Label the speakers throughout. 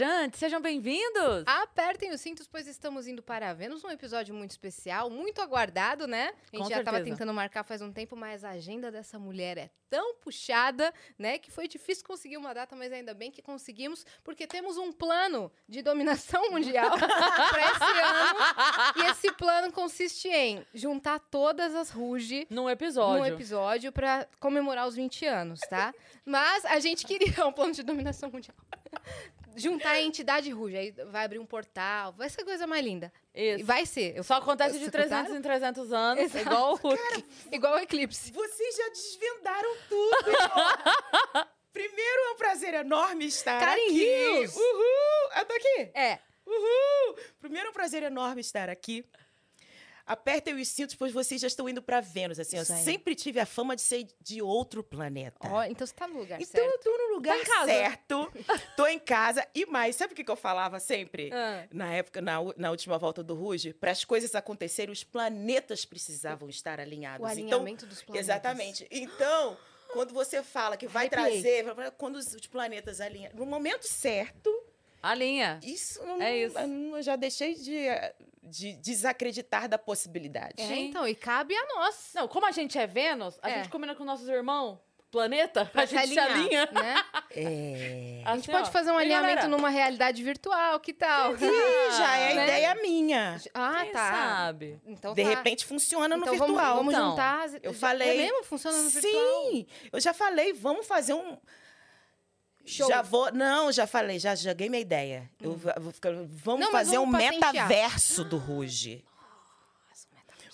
Speaker 1: Visitantes, sejam bem-vindos!
Speaker 2: Ah, Apertem os cintos, pois estamos indo para a Vênus, um episódio muito especial, muito aguardado, né? A gente
Speaker 1: Com
Speaker 2: já estava
Speaker 1: certeza.
Speaker 2: tentando marcar faz um tempo, mas a agenda dessa mulher é tão puxada, né? Que foi difícil conseguir uma data, mas ainda bem que conseguimos, porque temos um plano de dominação mundial para esse ano. E esse plano consiste em juntar todas as Ruge
Speaker 1: Num episódio.
Speaker 2: num episódio pra comemorar os 20 anos, tá? Mas a gente queria um plano de dominação mundial. Juntar a entidade ruja, aí vai abrir um portal, vai ser a coisa mais linda. E
Speaker 1: Isso.
Speaker 2: vai ser, eu-
Speaker 1: Só acontece de
Speaker 2: Você
Speaker 1: 300 em 300 anos,
Speaker 2: Exato.
Speaker 1: igual o Hulk.
Speaker 2: igual o eclipse.
Speaker 3: Vocês já desvendaram tudo! irmão. Primeiro, é um prazer enorme estar
Speaker 2: Karen
Speaker 3: aqui.
Speaker 2: Rios.
Speaker 3: Uhul! Eu tô aqui!
Speaker 2: É,
Speaker 3: Uhul! Primeiro, é um prazer enorme estar aqui. Apertem os cintos, pois vocês já estão indo pra Vênus. Assim, eu
Speaker 2: Isso aí.
Speaker 3: sempre tive a fama de ser de outro planeta.
Speaker 2: ó, então você tá no lugar
Speaker 3: então
Speaker 2: certo.
Speaker 3: eu tô no lugar
Speaker 1: Tá em casa.
Speaker 3: certo. Tô em casa. E mais, sabe o que que eu falava sempre?
Speaker 2: Ah.
Speaker 3: Na época, na, u- na última volta do Ruge, para as coisas acontecerem, os planetas precisavam estar alinhados.
Speaker 2: O
Speaker 3: então,
Speaker 2: alinhamento dos planetas.
Speaker 3: Exatamente. Então, quando você fala que vai
Speaker 2: Arrepiei.
Speaker 3: trazer, vai- vai- quando os os planetas alinham, no momento certo,
Speaker 1: A linha.
Speaker 3: isso não,
Speaker 1: É isso.
Speaker 3: eu já deixei de, eh, de desacreditar da possibilidade.
Speaker 2: É,
Speaker 1: Sim.
Speaker 2: então, e cabe a nós.
Speaker 1: Não, como a gente é Vênus, a
Speaker 2: É.
Speaker 1: gente combina com nossos irmãos, planeta,
Speaker 2: pra
Speaker 1: a gente se alinha. Assim,
Speaker 2: né?
Speaker 3: É.
Speaker 2: A gente pode fazer um alinhamento numa realidade virtual, que tal?
Speaker 3: Ih, já é
Speaker 2: né?
Speaker 3: ideia minha.
Speaker 2: Ah,
Speaker 1: Ah, Quem
Speaker 2: tá.
Speaker 1: sabe?
Speaker 2: Então
Speaker 3: de
Speaker 2: tá.
Speaker 3: repente funciona no
Speaker 2: então vamos-
Speaker 3: virtual.
Speaker 2: Vamos,
Speaker 1: então.
Speaker 2: juntar. as-
Speaker 3: Eu
Speaker 2: já-
Speaker 3: falei.
Speaker 2: É mesmo? Funciona no virtual?
Speaker 3: Sim, eu já falei, vamos fazer um.
Speaker 2: Show. Hum.
Speaker 3: Já vou. Não, já falei, já joguei minha ideia. Eu vou- vou ficar- vamos
Speaker 2: Não, mas
Speaker 3: fazer
Speaker 2: vamos
Speaker 3: um
Speaker 2: patentear. um
Speaker 3: metaverso do Ruge.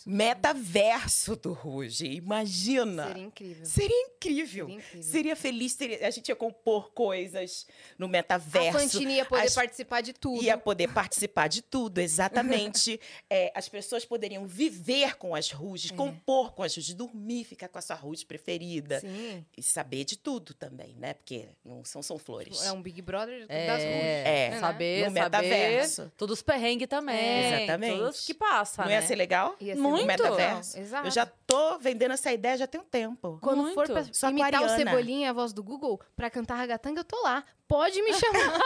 Speaker 3: Metaverso do Ruge. Imagina.
Speaker 2: Seria incrível.
Speaker 3: Seria incrível.
Speaker 2: Seria incrível.
Speaker 3: Seria feliz, teria- a gente ia compor coisas no
Speaker 2: A
Speaker 3: metaverso.
Speaker 2: Fantini ia poder
Speaker 3: as-
Speaker 2: participar de tudo.
Speaker 3: Ia poder participar de tudo, exatamente. É, as pessoas poderiam viver com as ruges,
Speaker 2: É.
Speaker 3: compor com as ruges, dormir, ficar com a sua ruge preferida.
Speaker 2: Sim.
Speaker 3: E saber de tudo também, né? Porque não são, são flores.
Speaker 2: É um Big Brother das ruas.
Speaker 1: É,
Speaker 2: né?
Speaker 1: saber,
Speaker 3: No
Speaker 1: saber.
Speaker 3: metaverso.
Speaker 1: Todos os perrengues também.
Speaker 3: Exatamente.
Speaker 1: Todos que passa,
Speaker 3: Não é
Speaker 1: né?
Speaker 3: ia ser legal?
Speaker 2: Ia
Speaker 1: Muito.
Speaker 3: Um metaverso.
Speaker 2: Exato.
Speaker 3: Eu já tô vendendo essa ideia já tem um tempo.
Speaker 2: Quando for
Speaker 1: Muito.
Speaker 2: pra
Speaker 3: Sou
Speaker 2: imitar o
Speaker 3: aquariana.
Speaker 2: Cebolinha, a voz do Google, pra cantar ragatanga, eu tô lá. Pode me chamar.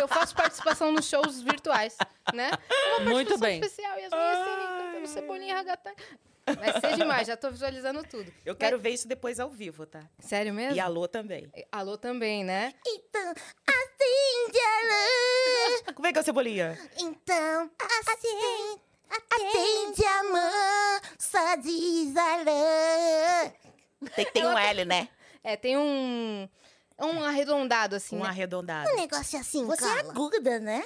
Speaker 2: eu faço participação nos shows virtuais, né? Uma
Speaker 1: Muito
Speaker 2: participação
Speaker 1: bem.
Speaker 2: especial e as minhas
Speaker 3: Ah.
Speaker 2: serem cantando Cebolinha e ragatanga. Vai ser demais, já tô visualizando tudo.
Speaker 3: Eu quero ver isso depois ao vivo, tá?
Speaker 2: Sério mesmo?
Speaker 3: E a Lô também.
Speaker 2: Alô também, né?
Speaker 4: Então, assim, Jalan.
Speaker 3: Como é que é o Cebolinha?
Speaker 4: Então, assim, atende a mansa de Jalan.
Speaker 3: Tem que ter um L, né?
Speaker 2: É, tem um. Um arredondado, assim,
Speaker 3: Um
Speaker 2: né?
Speaker 3: arredondado.
Speaker 4: Um negócio assim,
Speaker 2: Você é
Speaker 4: aguda, né?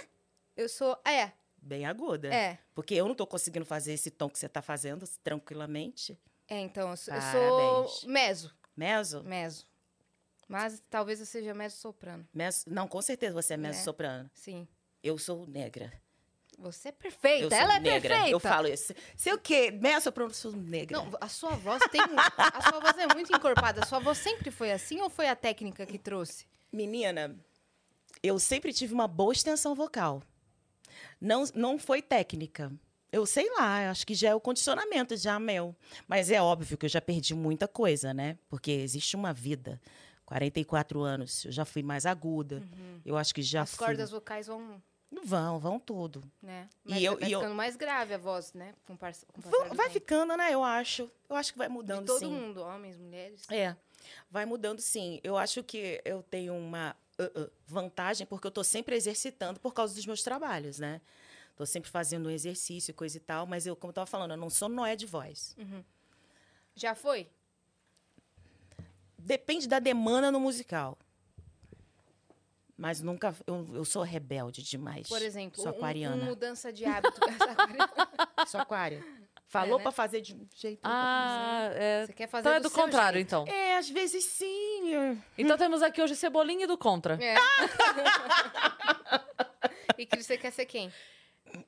Speaker 2: Eu sou. É,
Speaker 3: Bem aguda.
Speaker 2: é.
Speaker 3: Porque eu não tô conseguindo fazer esse tom que você tá fazendo tranquilamente.
Speaker 2: É, então, eu sou, eu
Speaker 3: Parabéns.
Speaker 2: sou meso,
Speaker 3: Meso?
Speaker 2: meso. Mas talvez eu seja meso soprano.
Speaker 3: meso? Não, com certeza você é meso
Speaker 2: Né?
Speaker 3: soprano.
Speaker 2: Sim.
Speaker 3: Eu sou negra.
Speaker 2: Você é
Speaker 3: eu
Speaker 2: perfeita,
Speaker 3: sou
Speaker 2: ela é
Speaker 3: negra.
Speaker 2: perfeita.
Speaker 3: Eu falo isso. Sei o quê? Meso soprano, eu sou negra.
Speaker 2: Não, a sua voz tem, um, a sua voz é muito encorpada. A sua voz sempre foi assim ou foi a técnica que trouxe?
Speaker 3: Menina, eu sempre tive uma boa extensão vocal. Não, não foi técnica. Eu sei lá, eu acho que já é o condicionamento, já meu. Mas é óbvio que eu já perdi muita coisa, né? Porque existe uma vida. 44 anos, eu já fui mais aguda. Eu acho que já
Speaker 2: Uhum. As
Speaker 3: fui.
Speaker 2: cordas vocais vão,
Speaker 3: Vão, vão tudo.
Speaker 2: né?
Speaker 3: E
Speaker 2: Mas
Speaker 3: eu-
Speaker 2: vai
Speaker 3: e eu-
Speaker 2: ficando mais grave a voz, né? Com parça, com o
Speaker 3: Vão-
Speaker 2: passar do
Speaker 3: vai
Speaker 2: tempo.
Speaker 3: ficando, né? Eu acho. Eu acho que vai
Speaker 2: De
Speaker 3: mudando,
Speaker 2: todo
Speaker 3: sim.
Speaker 2: mundo, homens, mulheres.
Speaker 3: É, vai mudando sim. Eu acho que eu tenho uma uh, uh, vantagem porque eu tô sempre exercitando por causa dos meus trabalhos, né? Tô sempre fazendo um exercício, e coisa e tal, mas eu, como eu tava falando, eu não sou noé de voz.
Speaker 2: Hum. Já foi?
Speaker 3: Depende da demanda no musical. Mas nunca. Eu, eu sou rebelde demais.
Speaker 2: Por exemplo,
Speaker 3: Sou
Speaker 2: um- um,
Speaker 3: aquariana.
Speaker 2: mudança de hábito. Essa aquariana.
Speaker 3: Sou aquária. Falou
Speaker 2: né?
Speaker 3: pra fazer de um jeito. eu vou
Speaker 1: Ah, é.
Speaker 2: Você quer fazer
Speaker 1: Então é do
Speaker 2: seu
Speaker 1: contrário,
Speaker 2: jeito.
Speaker 1: então.
Speaker 3: fazer. É, às vezes sim. eu-
Speaker 1: Então temos aqui hoje Cebolinha e do Contra.
Speaker 3: então.
Speaker 2: É. e Cris, você quer ser quem?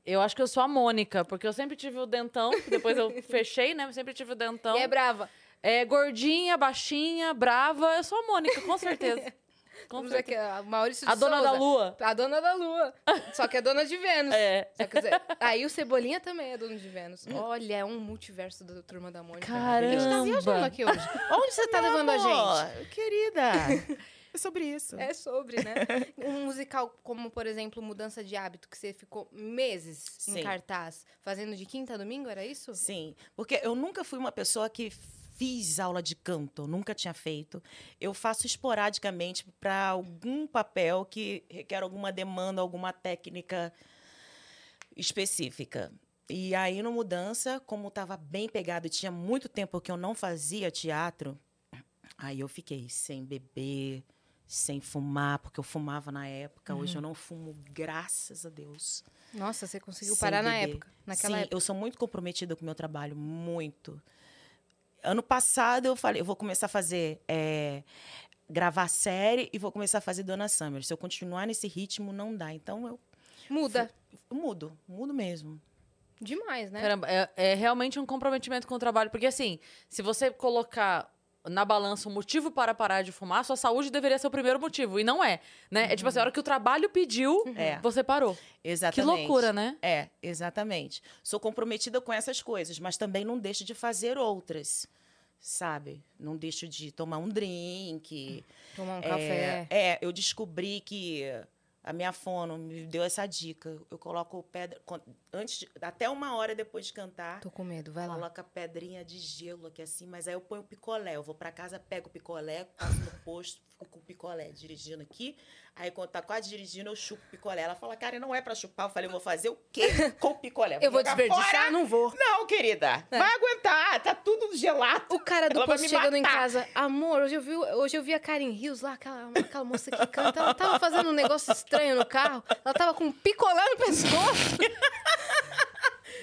Speaker 1: Eu acho que eu sou a Mônica, porque eu sempre tive o dentão, que depois eu fechei, né? Eu sempre tive o
Speaker 3: Então-
Speaker 1: dentão.
Speaker 2: E é brava.
Speaker 1: É gordinha, baixinha, brava. Eu sou a Mônica, com certeza. Com
Speaker 2: Vamos
Speaker 1: certeza.
Speaker 2: aqui, é a Maurício de
Speaker 1: A dona da
Speaker 2: Souza.
Speaker 1: lua.
Speaker 2: A dona da lua. Só que é dona de Vênus.
Speaker 1: É.
Speaker 2: Só que, aí o Cebolinha também é dono de Vênus. Olha, é um multiverso da Turma da Mônica. A gente tá
Speaker 1: Caramba.
Speaker 2: viajando aqui hoje. Onde você tá levando a gente?
Speaker 3: Amor, Querida. É sobre isso.
Speaker 2: É sobre, né? Um musical como, por exemplo, Mudança de Hábito, que você ficou meses em
Speaker 3: Sim.
Speaker 2: cartaz, fazendo de quinta a domingo, era isso?
Speaker 3: Sim, porque eu nunca fui uma pessoa que fiz aula de canto, nunca tinha feito. Eu faço esporadicamente para algum papel que requer alguma demanda, alguma técnica específica. E aí, no Mudança, como estava bem pegado, tinha muito tempo que eu não fazia teatro, aí eu fiquei sem beber, sem fumar, porque eu fumava na época. Hoje eu não fumo, graças a Deus.
Speaker 2: Nossa, você conseguiu
Speaker 3: Sem
Speaker 2: parar na
Speaker 3: beber.
Speaker 2: época. Naquela
Speaker 3: Sim,
Speaker 2: época.
Speaker 3: eu sou muito comprometida com o meu trabalho, muito. Ano passado eu falei, eu vou começar a fazer é, gravar série e vou começar a fazer Dona Summer. Se eu continuar nesse ritmo, não dá. Então eu
Speaker 2: Muda
Speaker 3: mudo, mudo mesmo.
Speaker 2: demais, né?
Speaker 1: Caramba, é, é realmente um comprometimento com o trabalho. Porque, assim, se você colocar na balança o motivo para parar de fumar, sua saúde deveria ser o primeiro motivo. E não é, né? É tipo assim, a
Speaker 2: Uhum.
Speaker 1: hora que o trabalho pediu,
Speaker 3: É,
Speaker 1: você parou. Que
Speaker 3: exatamente.
Speaker 1: loucura, né?
Speaker 3: É, exatamente. Sou comprometida com essas coisas, mas também não deixo de fazer outras, sabe? Não deixo de tomar um drink,
Speaker 2: Tomar um
Speaker 3: É,
Speaker 2: café.
Speaker 3: É, eu descobri que a minha fono me deu essa dica. Eu coloco pedra con- antes, de- até uma hora depois de cantar.
Speaker 2: Ah, Tô com medo, vai lá.
Speaker 3: Coloca pedrinha de gelo aqui assim, mas aí eu ponho o picolé. Eu vou pra casa, pego o picolé, passo no posto, fico com o picolé dirigindo aqui. Aí quando tá quase dirigindo, eu chupo o picolé. Ela fala, cara, não é pra chupar. Eu falei, eu vou fazer o quê com o picolé?
Speaker 2: Eu vou
Speaker 3: jogar
Speaker 2: desperdiçar? É.
Speaker 3: fora?
Speaker 2: Não vou.
Speaker 3: Não, querida. Vai aguentar, tá tudo gelado.
Speaker 2: O cara do
Speaker 3: Ela vai
Speaker 2: posto
Speaker 3: me
Speaker 2: chegando em
Speaker 3: matar.
Speaker 2: casa. Amor, hoje eu vi, hoje eu vi a Karen Rios lá, aquela, aquela moça que canta. Ela tava fazendo um negócio estranho no carro. Ela tava com um picolé no pescoço.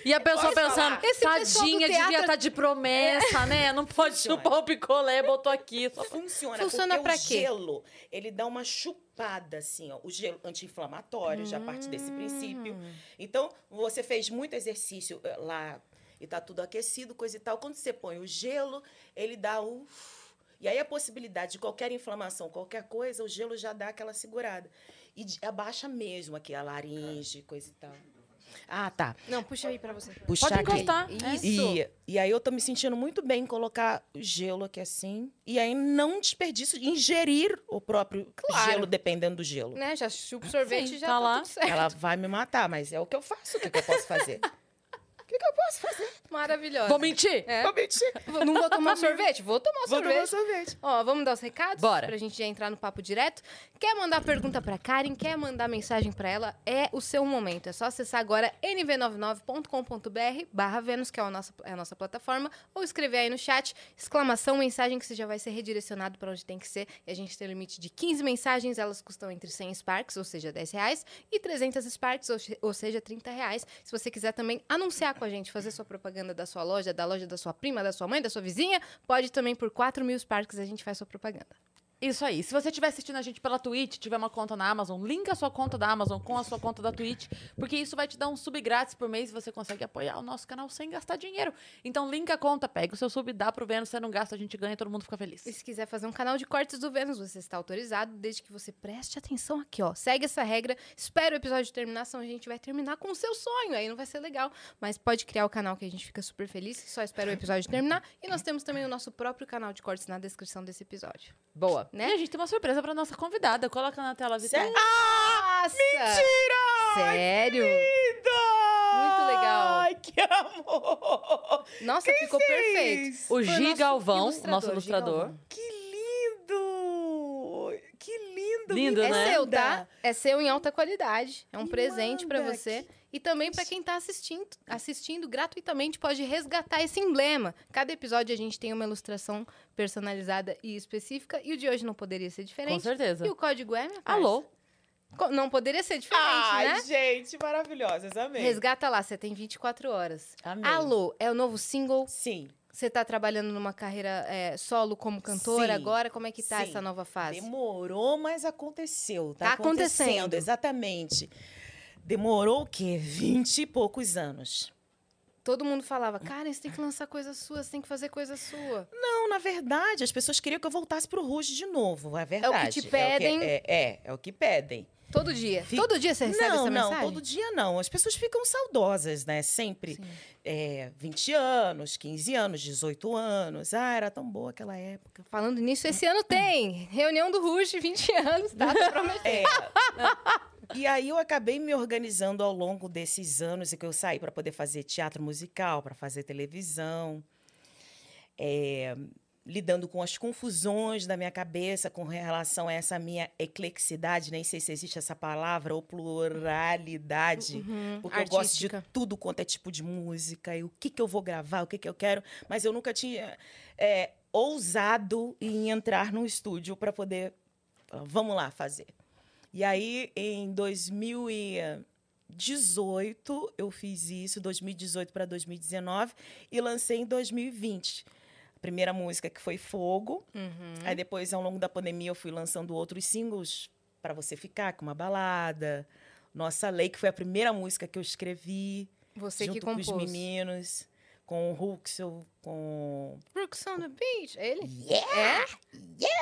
Speaker 1: E a pessoa
Speaker 3: Posso falar?
Speaker 1: pensando,
Speaker 2: Esse pessoal do
Speaker 1: tadinha, devia
Speaker 2: teatro-
Speaker 1: estar de promessa, né? Não pode
Speaker 3: Funciona.
Speaker 1: chupar o picolé, botou aqui. Só...
Speaker 3: Funciona.
Speaker 2: Funciona
Speaker 3: porque
Speaker 2: pra
Speaker 3: o
Speaker 2: quê?
Speaker 3: gelo, ele dá uma chupada, assim, ó. O gelo anti-inflamatório, já parte desse princípio. Então, você fez muito exercício eh, lá e tá tudo aquecido, coisa e tal. Quando você põe o gelo, ele dá o... E aí a possibilidade de qualquer inflamação, qualquer coisa, o gelo já dá aquela segurada. E de- abaixa mesmo aqui a laringe, coisa e tal. Ah, tá.
Speaker 2: Não, puxa aí pra você.
Speaker 3: Puxar
Speaker 1: Pode
Speaker 3: aqui.
Speaker 1: encostar. né?
Speaker 2: Isso.
Speaker 3: E, e aí eu tô me sentindo muito bem em colocar o gelo aqui assim. E aí não desperdício de ingerir o próprio
Speaker 2: Claro.
Speaker 3: gelo, dependendo do gelo.
Speaker 2: Né? Já chupa o sorvete
Speaker 1: Sim,
Speaker 2: e já
Speaker 1: tá
Speaker 2: tá,
Speaker 1: lá.
Speaker 2: tudo certo.
Speaker 3: Ela vai me matar, mas é o que eu faço. O que, que eu posso fazer? O que, que eu posso fazer?
Speaker 2: Maravilhosa.
Speaker 1: Vou mentir?
Speaker 2: É.
Speaker 3: Vou mentir.
Speaker 2: Não vou tomar sorvete? Vou tomar
Speaker 3: Vou
Speaker 2: sorvete.
Speaker 3: tomar sorvete.
Speaker 2: Ó, vamos dar os recados?
Speaker 1: Bora.
Speaker 2: Pra gente já entrar no papo direto. Quer mandar pergunta pra Karen? Quer mandar mensagem pra ela? É o seu momento. É só acessar agora nv99.com.br barra Vênus, que é a, nossa, é a nossa plataforma, ou escrever aí no chat, exclamação, mensagem, que você já vai ser redirecionado pra onde tem que ser. E a gente tem um limite de 15 mensagens, elas custam entre 100 Sparks, ou seja, 10 reais, e 300 Sparks, ou, che- ou seja, 30 reais. Se você quiser também anunciar com a gente, fazer sua propaganda da sua loja, da loja da sua prima, da sua mãe, da sua vizinha, pode também por 4 mil Sparks a gente faz sua propaganda.
Speaker 1: Isso aí. Se você estiver assistindo a gente pela Twitch, tiver uma conta na Amazon, linka a sua conta da Amazon com a sua conta da Twitch, porque isso vai te dar um sub grátis por mês e você consegue apoiar o nosso canal sem gastar dinheiro. Então, linka a conta, pega o seu sub, dá pro Vênus, você não gasta, a gente ganha, todo mundo fica feliz.
Speaker 2: E se quiser fazer um canal de cortes do Vênus, você está autorizado, desde que você preste atenção aqui, ó. Segue essa regra, espera o episódio terminar, senão a gente vai terminar com o seu sonho, aí não vai ser legal. Mas pode criar o canal que a gente fica super feliz, só espera o episódio terminar. E nós temos também o nosso próprio canal de cortes na descrição desse episódio.
Speaker 1: Boa.
Speaker 2: Né?
Speaker 1: E a gente tem uma surpresa pra nossa convidada. Coloca na tela, Vitor.
Speaker 3: Sério?
Speaker 2: Nossa!
Speaker 3: Mentira!
Speaker 2: Sério?
Speaker 3: Muito
Speaker 2: legal.
Speaker 3: Ai, que amor!
Speaker 2: Nossa, ficou perfeito.
Speaker 1: O
Speaker 2: Foi
Speaker 1: Gi
Speaker 2: nosso
Speaker 1: Galvão,
Speaker 2: ilustrador,
Speaker 1: nosso
Speaker 2: Gi
Speaker 1: ilustrador.
Speaker 2: Galvão.
Speaker 3: Que lindo! Que lindo!
Speaker 1: Lindo,
Speaker 2: É
Speaker 1: né?
Speaker 2: seu, tá? É seu em alta qualidade. É um
Speaker 3: Me
Speaker 2: presente pra
Speaker 3: manda,
Speaker 2: você.
Speaker 3: que
Speaker 2: E também pra quem tá assistindo, assistindo gratuitamente, pode resgatar esse emblema. Cada episódio a gente tem uma ilustração personalizada e específica. E o de hoje não poderia ser
Speaker 1: Com
Speaker 2: diferente.
Speaker 1: certeza.
Speaker 2: E o código é, minha parça?
Speaker 1: Alô?
Speaker 2: Co- Não poderia ser diferente,
Speaker 3: Ai,
Speaker 2: né?
Speaker 3: gente, maravilhosas. Amei.
Speaker 2: Resgata lá, você tem 24 horas.
Speaker 3: Amei.
Speaker 2: Alô, é o novo single.
Speaker 3: Sim.
Speaker 2: Você tá trabalhando numa carreira é, solo como cantora
Speaker 3: Sim.
Speaker 2: agora? Como é que tá
Speaker 3: Sim.
Speaker 2: essa nova fase?
Speaker 3: Demorou, mas aconteceu. Tá,
Speaker 2: Tá acontecendo.
Speaker 3: Exatamente. Demorou o quê? Vinte e poucos anos.
Speaker 2: Todo mundo falava, cara, você tem que lançar coisa sua, você tem que fazer coisa sua.
Speaker 3: Não, na
Speaker 2: É
Speaker 3: verdade, as pessoas queriam que eu voltasse pro Ruge de novo. É verdade.
Speaker 2: pedem.
Speaker 3: É, é, é o que pedem.
Speaker 2: Todo dia.
Speaker 3: Fica-
Speaker 2: Todo dia você recebe
Speaker 3: não,
Speaker 2: essa
Speaker 3: não,
Speaker 2: mensagem?
Speaker 3: todo dia não. As pessoas ficam saudosas, né? Sempre.
Speaker 2: Sim.
Speaker 3: É, 20 anos, 15 anos, 18 anos. Ah, era tão boa aquela época.
Speaker 2: Falando nisso, esse ano tem reunião do Rush, 20 anos, tá? Tô prometendo.
Speaker 3: É. e aí eu acabei me organizando ao longo desses anos em que eu saí para poder fazer teatro musical, para fazer televisão. É, lidando com as confusões da minha cabeça com relação a essa minha eclexidade, nem sei se existe essa palavra, ou pluralidade.
Speaker 2: Uhum,
Speaker 3: Porque eu gosto de
Speaker 2: artística.
Speaker 3: tudo quanto é tipo de música, e o que, que eu vou gravar, o que, que eu quero. Mas eu nunca tinha é, ousado em entrar num estúdio para poder. falar, Vamos lá fazer. E aí, em 2018, eu fiz isso, 2018 para 2019, e lancei em 2020. A primeira música que foi Fogo.
Speaker 2: Uhum.
Speaker 3: Aí depois, ao longo da pandemia, eu fui lançando outros singles para você ficar, com uma balada. Nossa Lei, que foi a primeira música que eu escrevi
Speaker 2: Você
Speaker 3: junto
Speaker 2: que
Speaker 3: com
Speaker 2: compôs.
Speaker 3: os meninos, com o Ruxel, com.
Speaker 2: Brooks on the Beach, é ele?
Speaker 4: Yeah!
Speaker 2: É?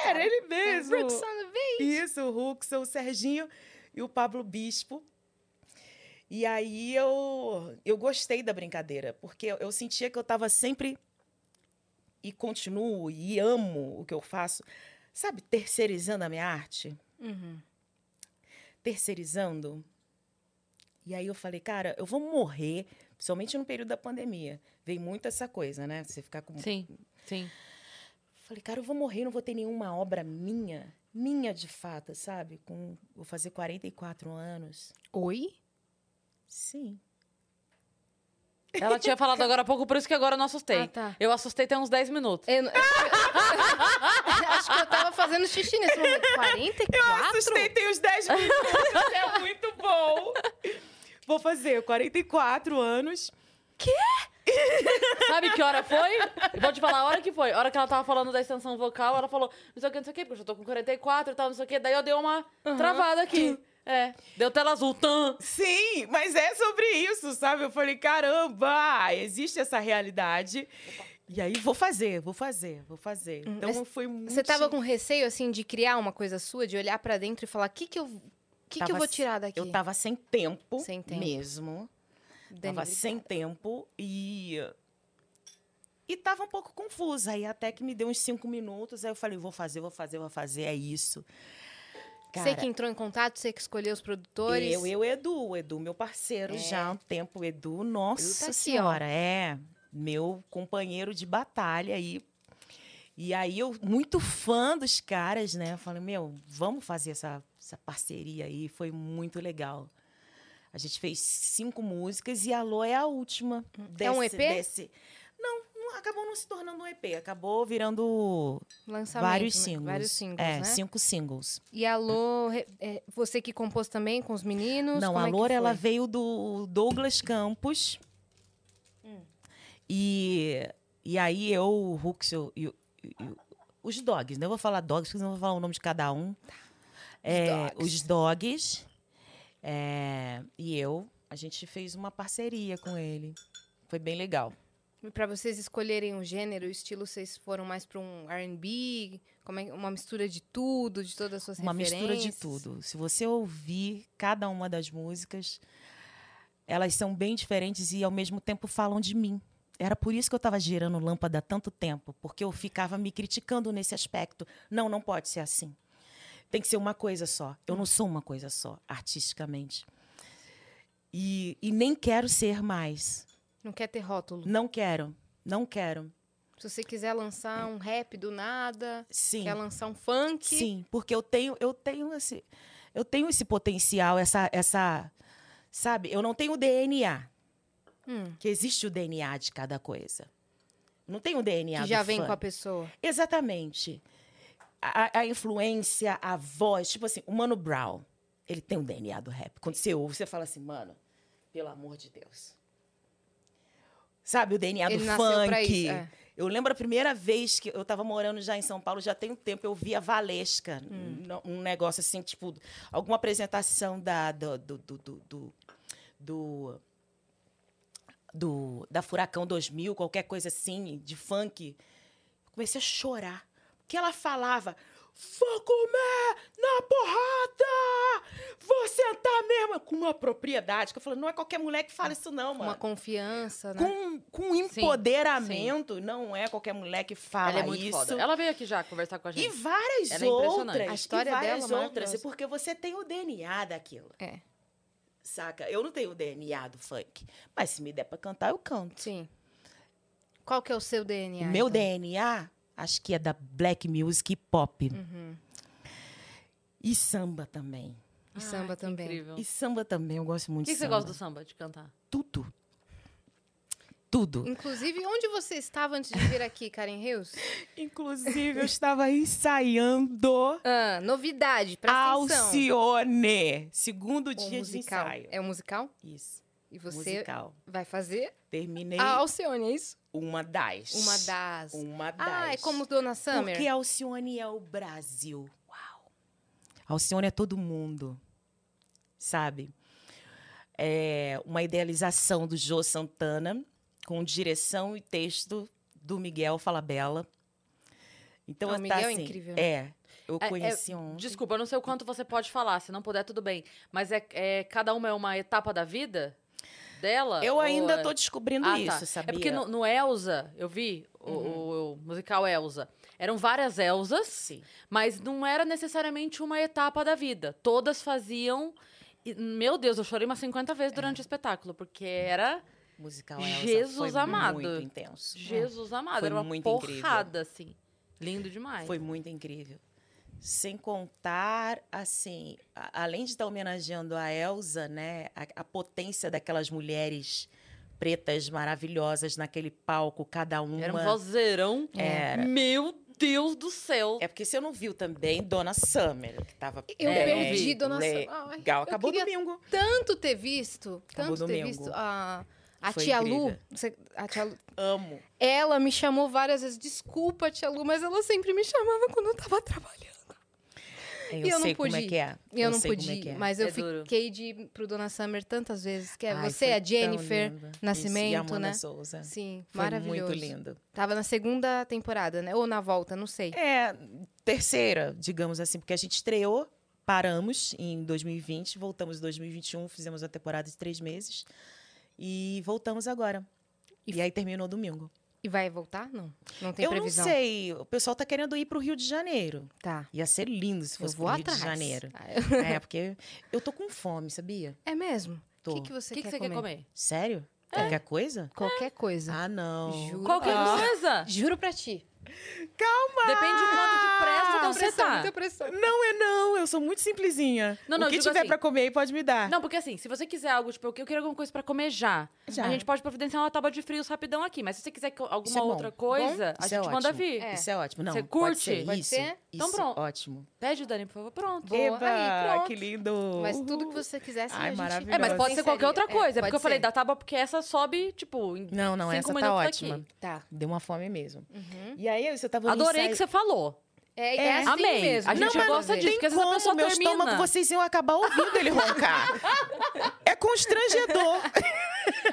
Speaker 3: Era ele
Speaker 2: É
Speaker 3: mesmo!
Speaker 2: Brooks on the Beach.
Speaker 3: Isso, o Ruxel, o Serginho e o Pablo Bispo. E aí eu, eu gostei da brincadeira, porque eu, eu sentia que eu estava sempre e continuo e amo o que eu faço, sabe, terceirizando a minha arte,
Speaker 2: Uhum.
Speaker 3: terceirizando. E aí eu falei, cara, eu vou morrer, principalmente no período da pandemia. Veio muito essa coisa, né? Você ficar com
Speaker 1: Sim, sim.
Speaker 3: Falei, cara, eu vou morrer, não vou ter nenhuma obra minha, minha de fato, sabe? Com, vou fazer 44 anos.
Speaker 2: Oi?
Speaker 3: Sim.
Speaker 1: Ela tinha falado agora há pouco, por isso que agora eu não assustei.
Speaker 2: Ah, tá.
Speaker 1: Eu assustei tem uns 10 minutos.
Speaker 2: Eu não- Acho que eu tava fazendo xixi nesse momento. 44?
Speaker 3: tem os 10 minutos, é muito bom. Vou fazer 44 anos.
Speaker 1: Sabe que hora foi? Eu Vou te falar a hora que foi. A hora que ela tava falando da extensão vocal, ela falou, não sei o que, não sei o que, porque eu já tô com 44 e tal, não sei o que. Daí eu dei uma travada aqui. É. Deu tela azul. Tan.
Speaker 3: Sim, mas é sobre isso, sabe? Eu falei, caramba, existe essa realidade. E aí, vou fazer, vou fazer, vou fazer.
Speaker 2: Hum,
Speaker 3: Então,
Speaker 2: mas
Speaker 3: foi muito...
Speaker 2: Você tava com receio, assim, de criar uma coisa sua, de olhar pra dentro e falar, o que que eu... Que que eu
Speaker 3: Tava
Speaker 2: vou
Speaker 3: se-
Speaker 2: tirar daqui?
Speaker 3: Eu tava sem tempo,
Speaker 2: Sem tempo.
Speaker 3: mesmo.
Speaker 2: Dani,
Speaker 3: tava sem tempo e. E tava um pouco confusa. Aí até que me deu uns cinco minutos. Aí eu falei, vou fazer, vou fazer, vou fazer, é isso.
Speaker 2: Você que entrou em contato, você que escolheu os produtores.
Speaker 3: eu, eu, Edu, o Edu, meu parceiro
Speaker 2: É.
Speaker 3: já há um tempo. o Edu, nossa
Speaker 2: Edu tá aqui,
Speaker 3: senhora, é. Meu companheiro de batalha aí. E aí eu, muito fã dos caras, né? Eu falei, meu, vamos fazer essa, essa parceria aí. Foi muito legal. A gente fez cinco músicas e a Lô é a última.
Speaker 2: É um
Speaker 3: desse-
Speaker 2: EP?
Speaker 3: desse- Não, não- acabou não se tornando um EP. Acabou virando
Speaker 2: Lançamento,
Speaker 3: vários
Speaker 2: né?
Speaker 3: singles.
Speaker 2: Vários singles,
Speaker 3: É,
Speaker 2: né?
Speaker 3: cinco singles.
Speaker 2: E a Lô, re- é, você que compôs também com os meninos?
Speaker 3: Não,
Speaker 2: como
Speaker 3: a
Speaker 2: é que
Speaker 3: Loura, ela
Speaker 2: foi?
Speaker 3: veio do Douglas Campos.
Speaker 2: Hum.
Speaker 3: E, e aí eu, o Ruxel e, o- e o- os dogs, né? Eu vou falar dogs, porque senão eu vou falar o nome de cada um. É,
Speaker 2: Tá. dogs.
Speaker 3: os dogs. é, e eu, a gente fez uma parceria com ele. Foi bem legal.
Speaker 2: Pra vocês escolherem o gênero, o estilo, vocês foram mais pra um R&B? Como é, uma mistura de tudo, de todas as suas
Speaker 3: Uma mistura de
Speaker 2: referências?
Speaker 3: tudo. Se você ouvir cada uma das músicas, elas são bem diferentes e ao mesmo tempo falam de mim. Era por isso que eu estava girando lâmpada há tanto tempo, porque eu ficava me criticando nesse aspecto. Não, não pode ser assim. Tem que ser uma coisa só. Eu não sou uma coisa só, artisticamente. E, e nem quero ser mais.
Speaker 2: Não quer ter rótulo.
Speaker 3: Não quero. Não quero.
Speaker 2: Se você quiser lançar um rap do nada,
Speaker 3: Sim.
Speaker 2: quer lançar um funk...
Speaker 3: Sim, porque eu tenho, eu tenho esse, eu tenho esse potencial, essa, essa, sabe? Eu não tenho o DNA,
Speaker 2: Hum,
Speaker 3: que existe o DNA de cada coisa. Não tenho o DNA
Speaker 2: que já
Speaker 3: do
Speaker 2: vem
Speaker 3: fã.
Speaker 2: com a pessoa.
Speaker 3: Exatamente. A, a influência, a voz, tipo assim, o Mano Brown, ele tem o DNA do rap. Quando você ouve, você fala assim, mano, pelo amor de Deus. Sabe, o DNA
Speaker 2: Ele
Speaker 3: do
Speaker 2: nasceu pra
Speaker 3: funk.
Speaker 2: isso, é.
Speaker 3: Eu lembro a primeira vez que eu estava morando já em São Paulo, já tem um tempo, eu vi a Valesca,
Speaker 2: Hum.
Speaker 3: n- um negócio assim, tipo, alguma apresentação da, do, do, do, do- do- do- do- da Furacão 2000, qualquer coisa assim, de funk. Comecei a chorar. Porque ela falava, Vou comer na porrada! Vou sentar mesmo! Com uma propriedade. Que eu falei, não é qualquer mulher que fala isso, não,
Speaker 2: Uma
Speaker 3: mano.
Speaker 2: confiança, né?
Speaker 3: Com, com empoderamento, não é qualquer mulher que fala
Speaker 1: Ela é muito
Speaker 3: isso.
Speaker 1: foda. Ela veio aqui já conversar com a
Speaker 3: E
Speaker 1: gente.
Speaker 3: várias
Speaker 1: Ela é impressionante.
Speaker 3: outras.
Speaker 1: A
Speaker 2: história
Speaker 3: e várias
Speaker 2: dela é
Speaker 3: outras.
Speaker 2: maravilhosa.
Speaker 3: É porque você tem o DNA daquilo.
Speaker 2: É.
Speaker 3: Saca? Eu não tenho o DNA do funk. Mas se me der pra cantar, eu canto.
Speaker 2: Sim. Qual que é o seu
Speaker 3: O
Speaker 2: DNA?
Speaker 3: meu
Speaker 2: então?
Speaker 3: DNA, acho que é da black music e pop.
Speaker 2: Uhum.
Speaker 3: E samba também.
Speaker 2: E samba
Speaker 1: que
Speaker 2: também.
Speaker 1: Incrível.
Speaker 3: E samba também, eu gosto
Speaker 1: O
Speaker 3: muito
Speaker 1: que, que
Speaker 3: de
Speaker 1: você
Speaker 3: samba.
Speaker 1: gosta do samba, de cantar?
Speaker 3: Tudo. Tudo.
Speaker 2: Inclusive, onde você estava antes de vir aqui, Karen Hills?
Speaker 3: Inclusive, eu estava ensaiando
Speaker 2: Ah, novidade, presta atenção.
Speaker 3: Alcione. Segundo
Speaker 2: O
Speaker 3: dia
Speaker 2: musical.
Speaker 3: de ensaio.
Speaker 2: É um musical?
Speaker 3: Isso,
Speaker 2: E você
Speaker 3: musical.
Speaker 2: vai fazer
Speaker 3: Terminei
Speaker 2: a Alcione, é isso?
Speaker 3: uma das.
Speaker 2: Uma das.
Speaker 3: Uma das.
Speaker 2: Ah, é como Dona Summer?
Speaker 3: Porque Alcione é o Brasil. Uau. Alcione é todo mundo. Sabe? É uma idealização do Jô Santana, com direção e texto do Miguel Falabella. Então,
Speaker 2: Ah, o
Speaker 3: tá
Speaker 2: Miguel é
Speaker 3: assim,
Speaker 2: incrível, né?
Speaker 3: É. Eu
Speaker 1: É- é-
Speaker 3: conheci um. ontem.
Speaker 1: Desculpa, eu não sei o quanto você pode falar. Se não puder, tudo bem. Mas é, é- cada uma é uma etapa da vida dela?
Speaker 3: Eu
Speaker 1: Ou
Speaker 3: ainda
Speaker 1: é-
Speaker 3: tô descobrindo
Speaker 1: Ah,
Speaker 3: isso,
Speaker 1: tá.
Speaker 3: sabia?
Speaker 1: É porque no, no Elsa, eu vi o,
Speaker 3: Uhum.
Speaker 1: o- o musical Elsa, eram várias Elsas,
Speaker 3: Sim.
Speaker 1: mas não era necessariamente uma etapa da vida. Todas faziam. e, meu Deus, eu chorei umas 50 vezes
Speaker 3: É.
Speaker 1: durante o espetáculo, porque era
Speaker 3: O musical Elsa
Speaker 1: Jesus
Speaker 3: foi
Speaker 1: amado.
Speaker 3: muito intenso.
Speaker 1: Jesus amado,
Speaker 3: Foi
Speaker 1: era uma
Speaker 3: muito incrível.
Speaker 1: porrada, assim. Lindo demais.
Speaker 3: Foi muito incrível. Sem contar, assim, a- além de estar homenageando a Elsa, né, a, a potência daquelas mulheres pretas maravilhosas naquele palco, cada uma.
Speaker 1: Era um vozeirão.
Speaker 3: Era.
Speaker 1: Meu Deus do céu!
Speaker 3: É porque você não viu também Dona Summer, que tava
Speaker 2: Eu
Speaker 1: É,
Speaker 2: perdi
Speaker 1: vi.
Speaker 2: Dona
Speaker 3: Le-
Speaker 2: Summer. Ai,
Speaker 3: legal.
Speaker 2: eu
Speaker 3: Acabou
Speaker 2: queria
Speaker 3: domingo.
Speaker 2: tanto ter visto,
Speaker 3: Acabou
Speaker 2: tanto ter
Speaker 3: domingo.
Speaker 2: visto a, a
Speaker 3: Foi
Speaker 2: tia Lu,
Speaker 3: incrível.
Speaker 2: você- a tia Lu.
Speaker 3: Amo.
Speaker 2: Ela me chamou várias vezes, desculpa, tia Lu, mas ela sempre me chamava quando eu tava trabalhando.
Speaker 3: Eu,
Speaker 2: E eu não
Speaker 3: sei como
Speaker 2: pude
Speaker 3: é
Speaker 2: ir.
Speaker 3: que é.
Speaker 2: E eu, não
Speaker 3: sei
Speaker 2: pude,
Speaker 3: como é que
Speaker 2: ir,
Speaker 3: é.
Speaker 2: mas
Speaker 1: É
Speaker 2: eu
Speaker 1: duro.
Speaker 2: fiquei de ir pro Dona Summer tantas vezes, que é
Speaker 3: Ai,
Speaker 2: você,
Speaker 3: foi
Speaker 2: a
Speaker 3: tão
Speaker 2: Jennifer,
Speaker 3: lindo. Isso, e
Speaker 2: Nascimento,
Speaker 3: Amanda
Speaker 2: né?
Speaker 3: Souza.
Speaker 2: Sim,
Speaker 3: Foi
Speaker 2: maravilhoso.
Speaker 3: muito lindo.
Speaker 2: Tava na segunda temporada, né? Ou na volta, não sei.
Speaker 3: É, terceira, digamos assim, porque a gente estreou, paramos em 2020, voltamos em 2021, fizemos uma temporada de três meses e voltamos agora.
Speaker 2: E
Speaker 3: E, aí terminou domingo.
Speaker 2: E vai voltar? Não. Não tem
Speaker 3: Eu
Speaker 2: previsão.
Speaker 3: não sei, o pessoal tá querendo ir pro Rio de Janeiro.
Speaker 2: Tá.
Speaker 3: Ia ser lindo se
Speaker 2: Eu
Speaker 3: fosse pro
Speaker 2: vou
Speaker 3: Rio
Speaker 2: atrás.
Speaker 3: de Janeiro.
Speaker 2: Ah, eu-
Speaker 3: É, porque eu tô com fome, sabia?
Speaker 2: É mesmo? O
Speaker 3: Tô.
Speaker 2: que, que
Speaker 1: O
Speaker 2: você,
Speaker 1: que, que
Speaker 2: quer,
Speaker 1: você
Speaker 2: comer?
Speaker 1: quer comer?
Speaker 3: Sério? Qualquer coisa?
Speaker 2: Qualquer coisa.
Speaker 3: Ah, não.
Speaker 2: Juro.
Speaker 1: Qualquer
Speaker 2: Ah.
Speaker 1: coisa!
Speaker 2: Juro pra ti.
Speaker 1: Depende do quanto de pressa que você
Speaker 2: pressão,
Speaker 1: tá.
Speaker 2: muita pressão.
Speaker 3: Não é não, eu sou muito simplesinha.
Speaker 1: Não, não,
Speaker 3: o que
Speaker 1: digo
Speaker 3: tiver
Speaker 1: assim-
Speaker 3: pra comer pode me dar.
Speaker 1: Não, porque assim, se você quiser algo, tipo, eu quero alguma coisa pra comer já.
Speaker 3: Já.
Speaker 1: A gente pode providenciar uma tábua de frios rapidão aqui. Mas se você quiser co- alguma
Speaker 3: bom.
Speaker 1: outra coisa,
Speaker 3: Bom?
Speaker 1: a
Speaker 3: Isso é
Speaker 1: gente manda
Speaker 3: ótimo.
Speaker 1: vir.
Speaker 2: É.
Speaker 3: Isso é ótimo. Não,
Speaker 1: Você
Speaker 3: Pode
Speaker 1: curte?
Speaker 3: ser
Speaker 2: Pode
Speaker 3: isso.
Speaker 2: ser?
Speaker 1: Então
Speaker 3: isso,
Speaker 1: pronto.
Speaker 3: Ótimo.
Speaker 1: Pede, Dani, por favor. Pronto.
Speaker 2: Boa. Aí, pronto.
Speaker 3: que lindo.
Speaker 2: Mas tudo que você quiser, sim,
Speaker 3: Ai,
Speaker 2: a gente...
Speaker 3: maravilhoso.
Speaker 1: É, mas pode ser qualquer outra
Speaker 2: Inserir.
Speaker 1: coisa. É, porque
Speaker 2: pode
Speaker 1: eu falei
Speaker 2: ser.
Speaker 1: da tábua, porque essa sobe, tipo, em
Speaker 3: Não, não,
Speaker 1: cinco
Speaker 3: essa tá
Speaker 1: minutos
Speaker 3: ótima.
Speaker 1: Aqui.
Speaker 2: Tá.
Speaker 3: Deu uma fome mesmo.
Speaker 2: Uhum.
Speaker 3: E aí, você tava no
Speaker 1: Adorei
Speaker 3: ensaio-
Speaker 1: que você falou.
Speaker 2: É, é
Speaker 3: É.
Speaker 2: assim
Speaker 1: Amei.
Speaker 2: mesmo.
Speaker 1: A gente
Speaker 2: Não, mas
Speaker 1: gosta
Speaker 2: não
Speaker 1: disso.
Speaker 2: tem.
Speaker 1: porque às vezes a
Speaker 3: como
Speaker 1: pessoa
Speaker 3: meu
Speaker 1: termina.
Speaker 3: estômago, vocês iam acabar ouvindo ele roncar. é constrangedor.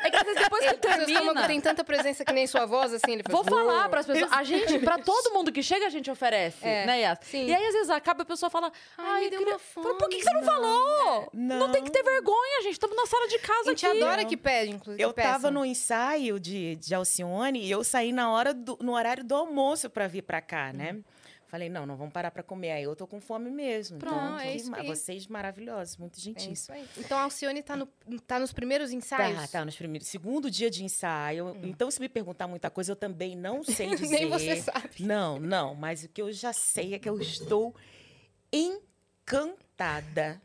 Speaker 1: É que às vezes depois que
Speaker 2: Ele- Seu estômago
Speaker 1: termina...
Speaker 2: tem tanta presença que nem sua voz, assim, ele
Speaker 1: Vou
Speaker 2: faz, "Uou".
Speaker 1: falar pras pessoas. A gente, pra todo mundo que chega, a gente oferece,
Speaker 2: É,
Speaker 1: né, Yas?
Speaker 2: sim.
Speaker 1: E aí, às vezes, acaba e a pessoa fala...
Speaker 2: Ai,
Speaker 1: Ai,
Speaker 2: me
Speaker 1: eu
Speaker 2: deu
Speaker 1: queria-
Speaker 2: uma
Speaker 1: Fala,
Speaker 2: fome.
Speaker 1: Por que, que você não falou? Não. tem que ter vergonha, gente. Estamos na sala de
Speaker 2: A
Speaker 1: casa
Speaker 2: gente
Speaker 1: aqui.
Speaker 2: adora que pede, inclusive.
Speaker 3: Eu tava
Speaker 2: peçam.
Speaker 3: no ensaio de, de Alcione e eu saí na hora do- no horário do almoço pra vir pra cá, né? Falei, não, não vamos parar pra comer. Aí eu tô com fome mesmo.
Speaker 2: Pronto,
Speaker 3: então,
Speaker 2: é
Speaker 3: que
Speaker 2: isso
Speaker 3: ma-
Speaker 2: aí.
Speaker 3: Vocês maravilhosos, muito
Speaker 2: É
Speaker 3: gentis.
Speaker 2: isso aí. Então a Alcione tá, no, tá nos primeiros
Speaker 3: Tá,
Speaker 2: ensaios? Hum.
Speaker 3: tá, nos primeiros. Segundo dia de ensaio. Então, se me perguntar muita coisa, eu também não sei dizer.
Speaker 2: Nem você sabe.
Speaker 3: Não, não, mas o que eu já sei é que eu estou encantada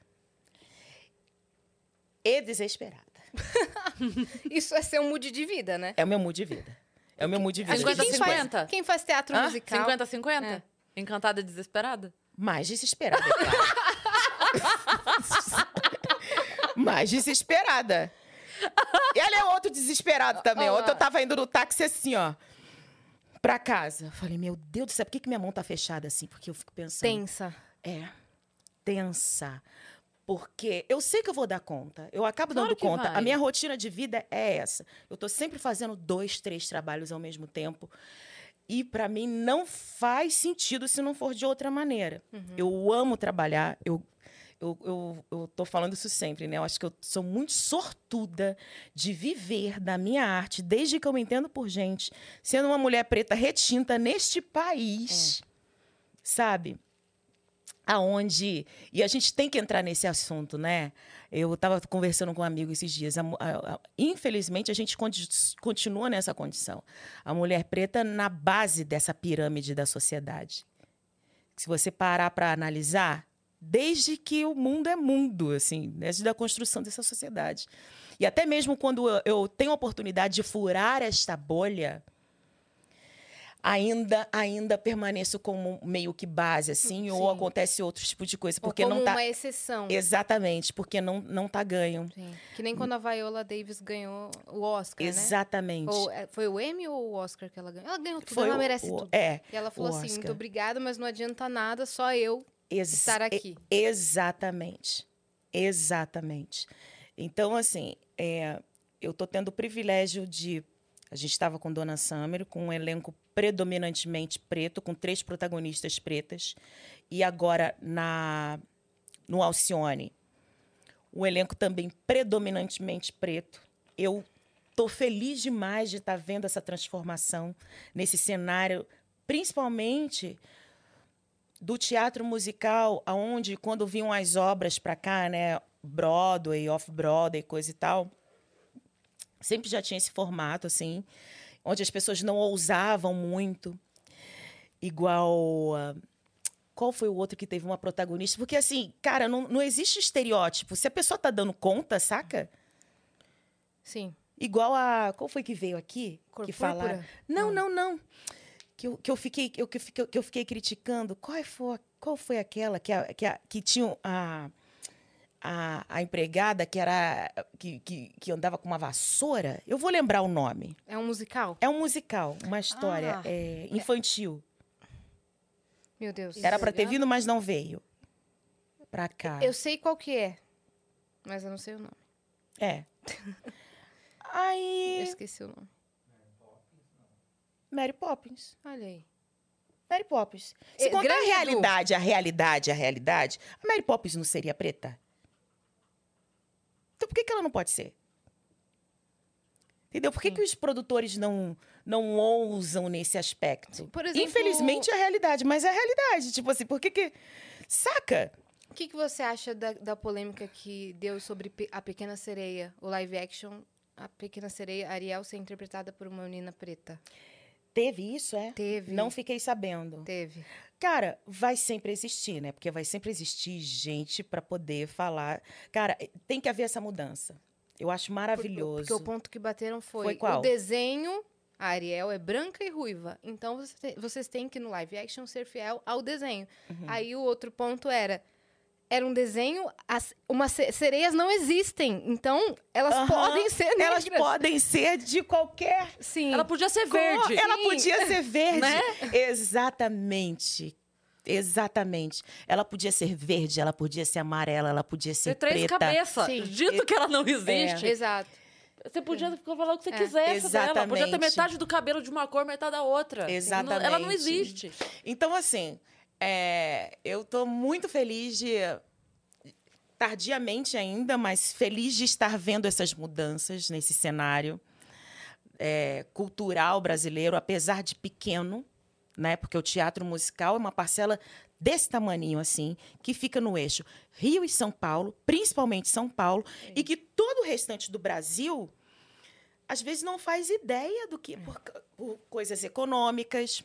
Speaker 3: e desesperada.
Speaker 2: Isso é ser um mood de vida, né?
Speaker 3: É o meu mood de vida. É o meu mood de vida.
Speaker 2: Acho que
Speaker 1: 50,
Speaker 2: quem faz-
Speaker 1: 50?
Speaker 2: Quem faz teatro
Speaker 3: Hã?
Speaker 2: musical...
Speaker 1: 50-50? Encantada e desesperada?
Speaker 3: Mais desesperada, é claro. Mais desesperada. E ela é outro desesperado também.
Speaker 2: Olha lá.
Speaker 3: Ontem eu tava indo no táxi assim, ó. Pra casa. Falei, meu Deus do céu, por que, que minha mão tá fechada assim? Porque eu fico pensando.
Speaker 2: Tensa.
Speaker 3: É. Tensa. Porque eu sei que eu vou dar conta. Eu acabo
Speaker 1: Claro
Speaker 3: dando
Speaker 1: que
Speaker 3: conta.
Speaker 1: vai.
Speaker 3: A minha rotina de vida é essa. Eu tô sempre fazendo dois, três trabalhos ao mesmo tempo. E para mim não faz sentido se não for de outra maneira.
Speaker 2: Uhum.
Speaker 3: Eu amo trabalhar, eu, eu, eu, eu tô falando isso sempre, né? Eu acho que eu sou muito sortuda de viver da minha arte desde que eu me entendo por gente, sendo uma mulher preta retinta neste país,
Speaker 1: É.
Speaker 3: sabe? Aonde. E a gente tem que entrar nesse assunto, né? Eu estava conversando com um amigo esses dias. a mu- a- a- infelizmente, a gente condi- continua nessa condição. A mulher preta na base dessa pirâmide da sociedade. Se você parar para analisar, desde que o mundo é mundo, assim, desde a construção dessa sociedade. E até mesmo quando eu, eu tenho a oportunidade de furar esta bolha, ainda ainda permaneço como meio que base, assim, ou
Speaker 2: Sim.
Speaker 3: acontece outro tipo de coisa,
Speaker 2: Ou
Speaker 3: porque
Speaker 2: como
Speaker 3: não tá.
Speaker 2: uma Né? exceção.
Speaker 3: Exatamente, porque não, não tá ganho.
Speaker 2: Sim. Que nem quando a Viola Davis ganhou o Oscar, né?
Speaker 3: Exatamente.
Speaker 2: Ou, é, foi o Emmy ou o Oscar que ela ganhou? Ela ganhou tudo,
Speaker 3: Foi
Speaker 2: ela
Speaker 3: o-
Speaker 2: merece
Speaker 3: o-
Speaker 2: tudo.
Speaker 3: É,
Speaker 2: E ela falou
Speaker 3: o
Speaker 2: assim, muito
Speaker 3: Oscar. É
Speaker 2: obrigada, mas não adianta nada, só eu
Speaker 3: ex-
Speaker 2: estar
Speaker 3: e-
Speaker 2: aqui.
Speaker 3: Exatamente. Exatamente. Então, assim, é, eu tô tendo o privilégio de. A gente estava com Dona Summer, com um elenco predominantemente preto, com três protagonistas pretas. E agora, na no Alcione, um elenco também predominantemente preto. Eu tô feliz demais de estar vendo essa transformação nesse cenário, principalmente do teatro musical, aonde quando vinham as obras para cá, né, Broadway, Off-Broadway, coisa e tal, sempre já tinha esse formato assim, onde as pessoas não ousavam muito. Igual ah, qual foi o outro que teve uma protagonista? Porque assim, cara, não, não existe estereótipo. Se a pessoa tá dando conta, saca?
Speaker 2: Sim.
Speaker 3: Igual a qual foi que veio aqui
Speaker 2: Cor
Speaker 3: que
Speaker 2: púrpura?
Speaker 3: falaram? Não,
Speaker 2: Ah.
Speaker 3: não, não. Que eu, que eu fiquei eu, que eu fiquei- que eu fiquei criticando. Qual é, foi, qual foi aquela que, a- que, a- que tinha a, a, a empregada que era que, que, que andava com uma vassoura? Eu vou lembrar o nome.
Speaker 2: É um musical?
Speaker 3: É um musical, uma história
Speaker 2: Ah.
Speaker 3: é, infantil.
Speaker 2: Meu Deus.
Speaker 3: Era pra ter vindo, mas não veio. Pra cá.
Speaker 2: Eu sei qual que é, mas eu não sei o nome.
Speaker 3: É.
Speaker 2: Eu
Speaker 3: Aí,
Speaker 2: esqueci o nome.
Speaker 3: Mary Poppins.
Speaker 2: Olha aí.
Speaker 3: Mary Poppins. Se
Speaker 2: É,
Speaker 3: contar a
Speaker 2: grande Edu.
Speaker 3: realidade, a realidade, a realidade, a Mary Poppins não seria preta? Então por que, que ela não pode ser? Entendeu? Por que, que os produtores não, não ousam nesse aspecto?
Speaker 2: Por exemplo,
Speaker 3: Infelizmente é a realidade, mas é a realidade. Tipo assim, por que que... Saca?
Speaker 2: O que, que você acha da, da polêmica que deu sobre Pe- A Pequena Sereia, o live action, A Pequena Sereia, Ariel ser interpretada por uma menina preta?
Speaker 3: Teve isso, é?
Speaker 2: Teve.
Speaker 3: Não fiquei sabendo.
Speaker 2: Teve.
Speaker 3: Cara, vai sempre existir, né? Porque vai sempre existir gente pra poder falar. Cara, tem que haver essa mudança. Eu acho maravilhoso.
Speaker 2: Porque o ponto que bateram foi,
Speaker 3: Foi qual?
Speaker 2: o desenho. A Ariel é branca e ruiva. Então você te- vocês têm que no live action ser fiel ao desenho.
Speaker 3: Uhum.
Speaker 2: Aí o outro ponto era era um desenho, as uma se- sereias não existem. Então elas
Speaker 3: Aham.
Speaker 2: podem ser
Speaker 1: É
Speaker 2: negras.
Speaker 3: Elas podem ser de qualquer
Speaker 2: Sim.
Speaker 1: Ela podia ser
Speaker 3: cor.
Speaker 1: verde.
Speaker 3: Ela
Speaker 2: Sim.
Speaker 3: podia ser verde.
Speaker 1: Né?
Speaker 3: Exatamente. Exatamente. Ela podia ser verde, ela podia ser amarela, ela podia ser
Speaker 1: Ter três
Speaker 3: preta.
Speaker 1: cabeças.
Speaker 2: Sim.
Speaker 1: Dito que ela não existe.
Speaker 2: Exato.
Speaker 1: Você podia falar o que você
Speaker 2: É.
Speaker 1: quisesse dela. Podia ter
Speaker 3: Exatamente.
Speaker 1: metade do cabelo de uma cor, metade da outra.
Speaker 3: Exatamente.
Speaker 1: Ela não existe.
Speaker 3: Então, assim, é, eu tô muito feliz de. Tardiamente ainda, mas feliz de estar vendo essas mudanças nesse cenário é, cultural brasileiro, apesar de pequeno, né? Porque o teatro musical é uma parcela desse tamaninho, assim, que fica no eixo Rio e São Paulo, principalmente São Paulo, e que todo o restante do Brasil às vezes não faz ideia do que por ca- por coisas econômicas,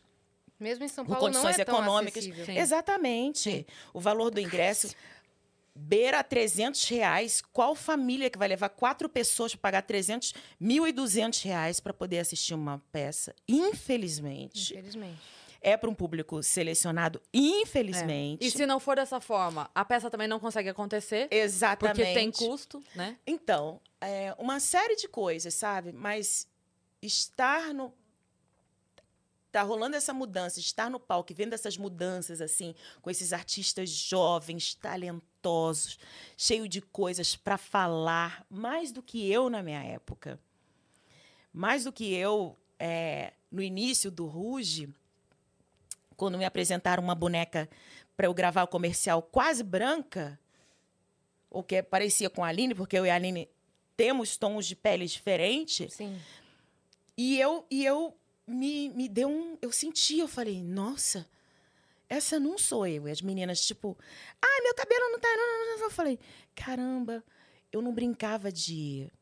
Speaker 2: Mesmo em São
Speaker 3: Com
Speaker 2: Paulo não é
Speaker 3: condições
Speaker 2: tão
Speaker 3: econômicas.
Speaker 2: acessível.
Speaker 1: Sim.
Speaker 3: Exatamente. O valor do ingresso beira 300 reais. Qual família que vai levar quatro pessoas para pagar 300, 1.200 reais para poder assistir uma peça? Infelizmente.
Speaker 1: Uhum.
Speaker 2: Infelizmente.
Speaker 3: É para um público selecionado, infelizmente.
Speaker 1: É. E se não for dessa forma, a peça também não consegue acontecer.
Speaker 3: Exatamente.
Speaker 1: Porque tem custo, né?
Speaker 3: Então, é, uma série de coisas, sabe? Mas estar no. Tá rolando essa mudança, estar no palco e vendo essas mudanças, assim, com esses artistas jovens, talentosos, cheio de coisas para falar, mais do que eu na minha época. Mais do que eu, é, no início do Ruge, quando me apresentaram uma boneca para eu gravar o comercial quase branca, o que parecia com a Aline, porque eu e a Aline temos tons de pele diferentes,
Speaker 2: Sim.
Speaker 3: e eu, e eu me, me deu um. Eu senti, eu falei, nossa, essa não sou eu. E as meninas, tipo, ai, meu cabelo não tá. Não, não, não. Eu falei, caramba, eu não brincava de.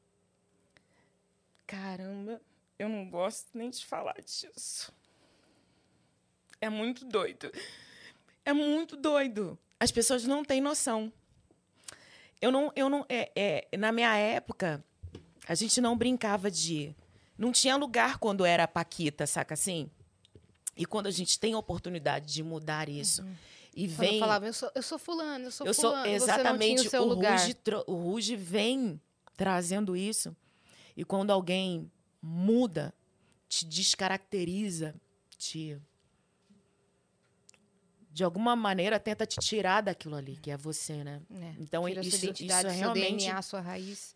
Speaker 3: Caramba, eu não gosto nem de falar disso. É muito doido. É muito doido. As pessoas não têm noção. Eu não, eu não. é, é, na minha época, a gente não brincava de. Não tinha lugar quando era a Paquita, saca assim? E quando a gente tem a oportunidade de mudar isso e
Speaker 2: Uhum. Quando
Speaker 3: vem.
Speaker 2: eu falava, eu sou, eu sou fulano, eu sou
Speaker 3: eu sou
Speaker 2: fulano. você não
Speaker 3: exatamente
Speaker 2: tinha o seu
Speaker 3: o
Speaker 2: lugar.
Speaker 3: Ruge, tro- o Ruge vem trazendo isso. E quando alguém muda, te descaracteriza, te de alguma maneira tenta te tirar daquilo ali que é você, né?
Speaker 2: É,
Speaker 3: Então
Speaker 2: tira
Speaker 3: isso,
Speaker 2: sua
Speaker 3: isso
Speaker 2: identidade,
Speaker 3: é
Speaker 2: seu
Speaker 3: realmente
Speaker 2: DNA, sua raiz.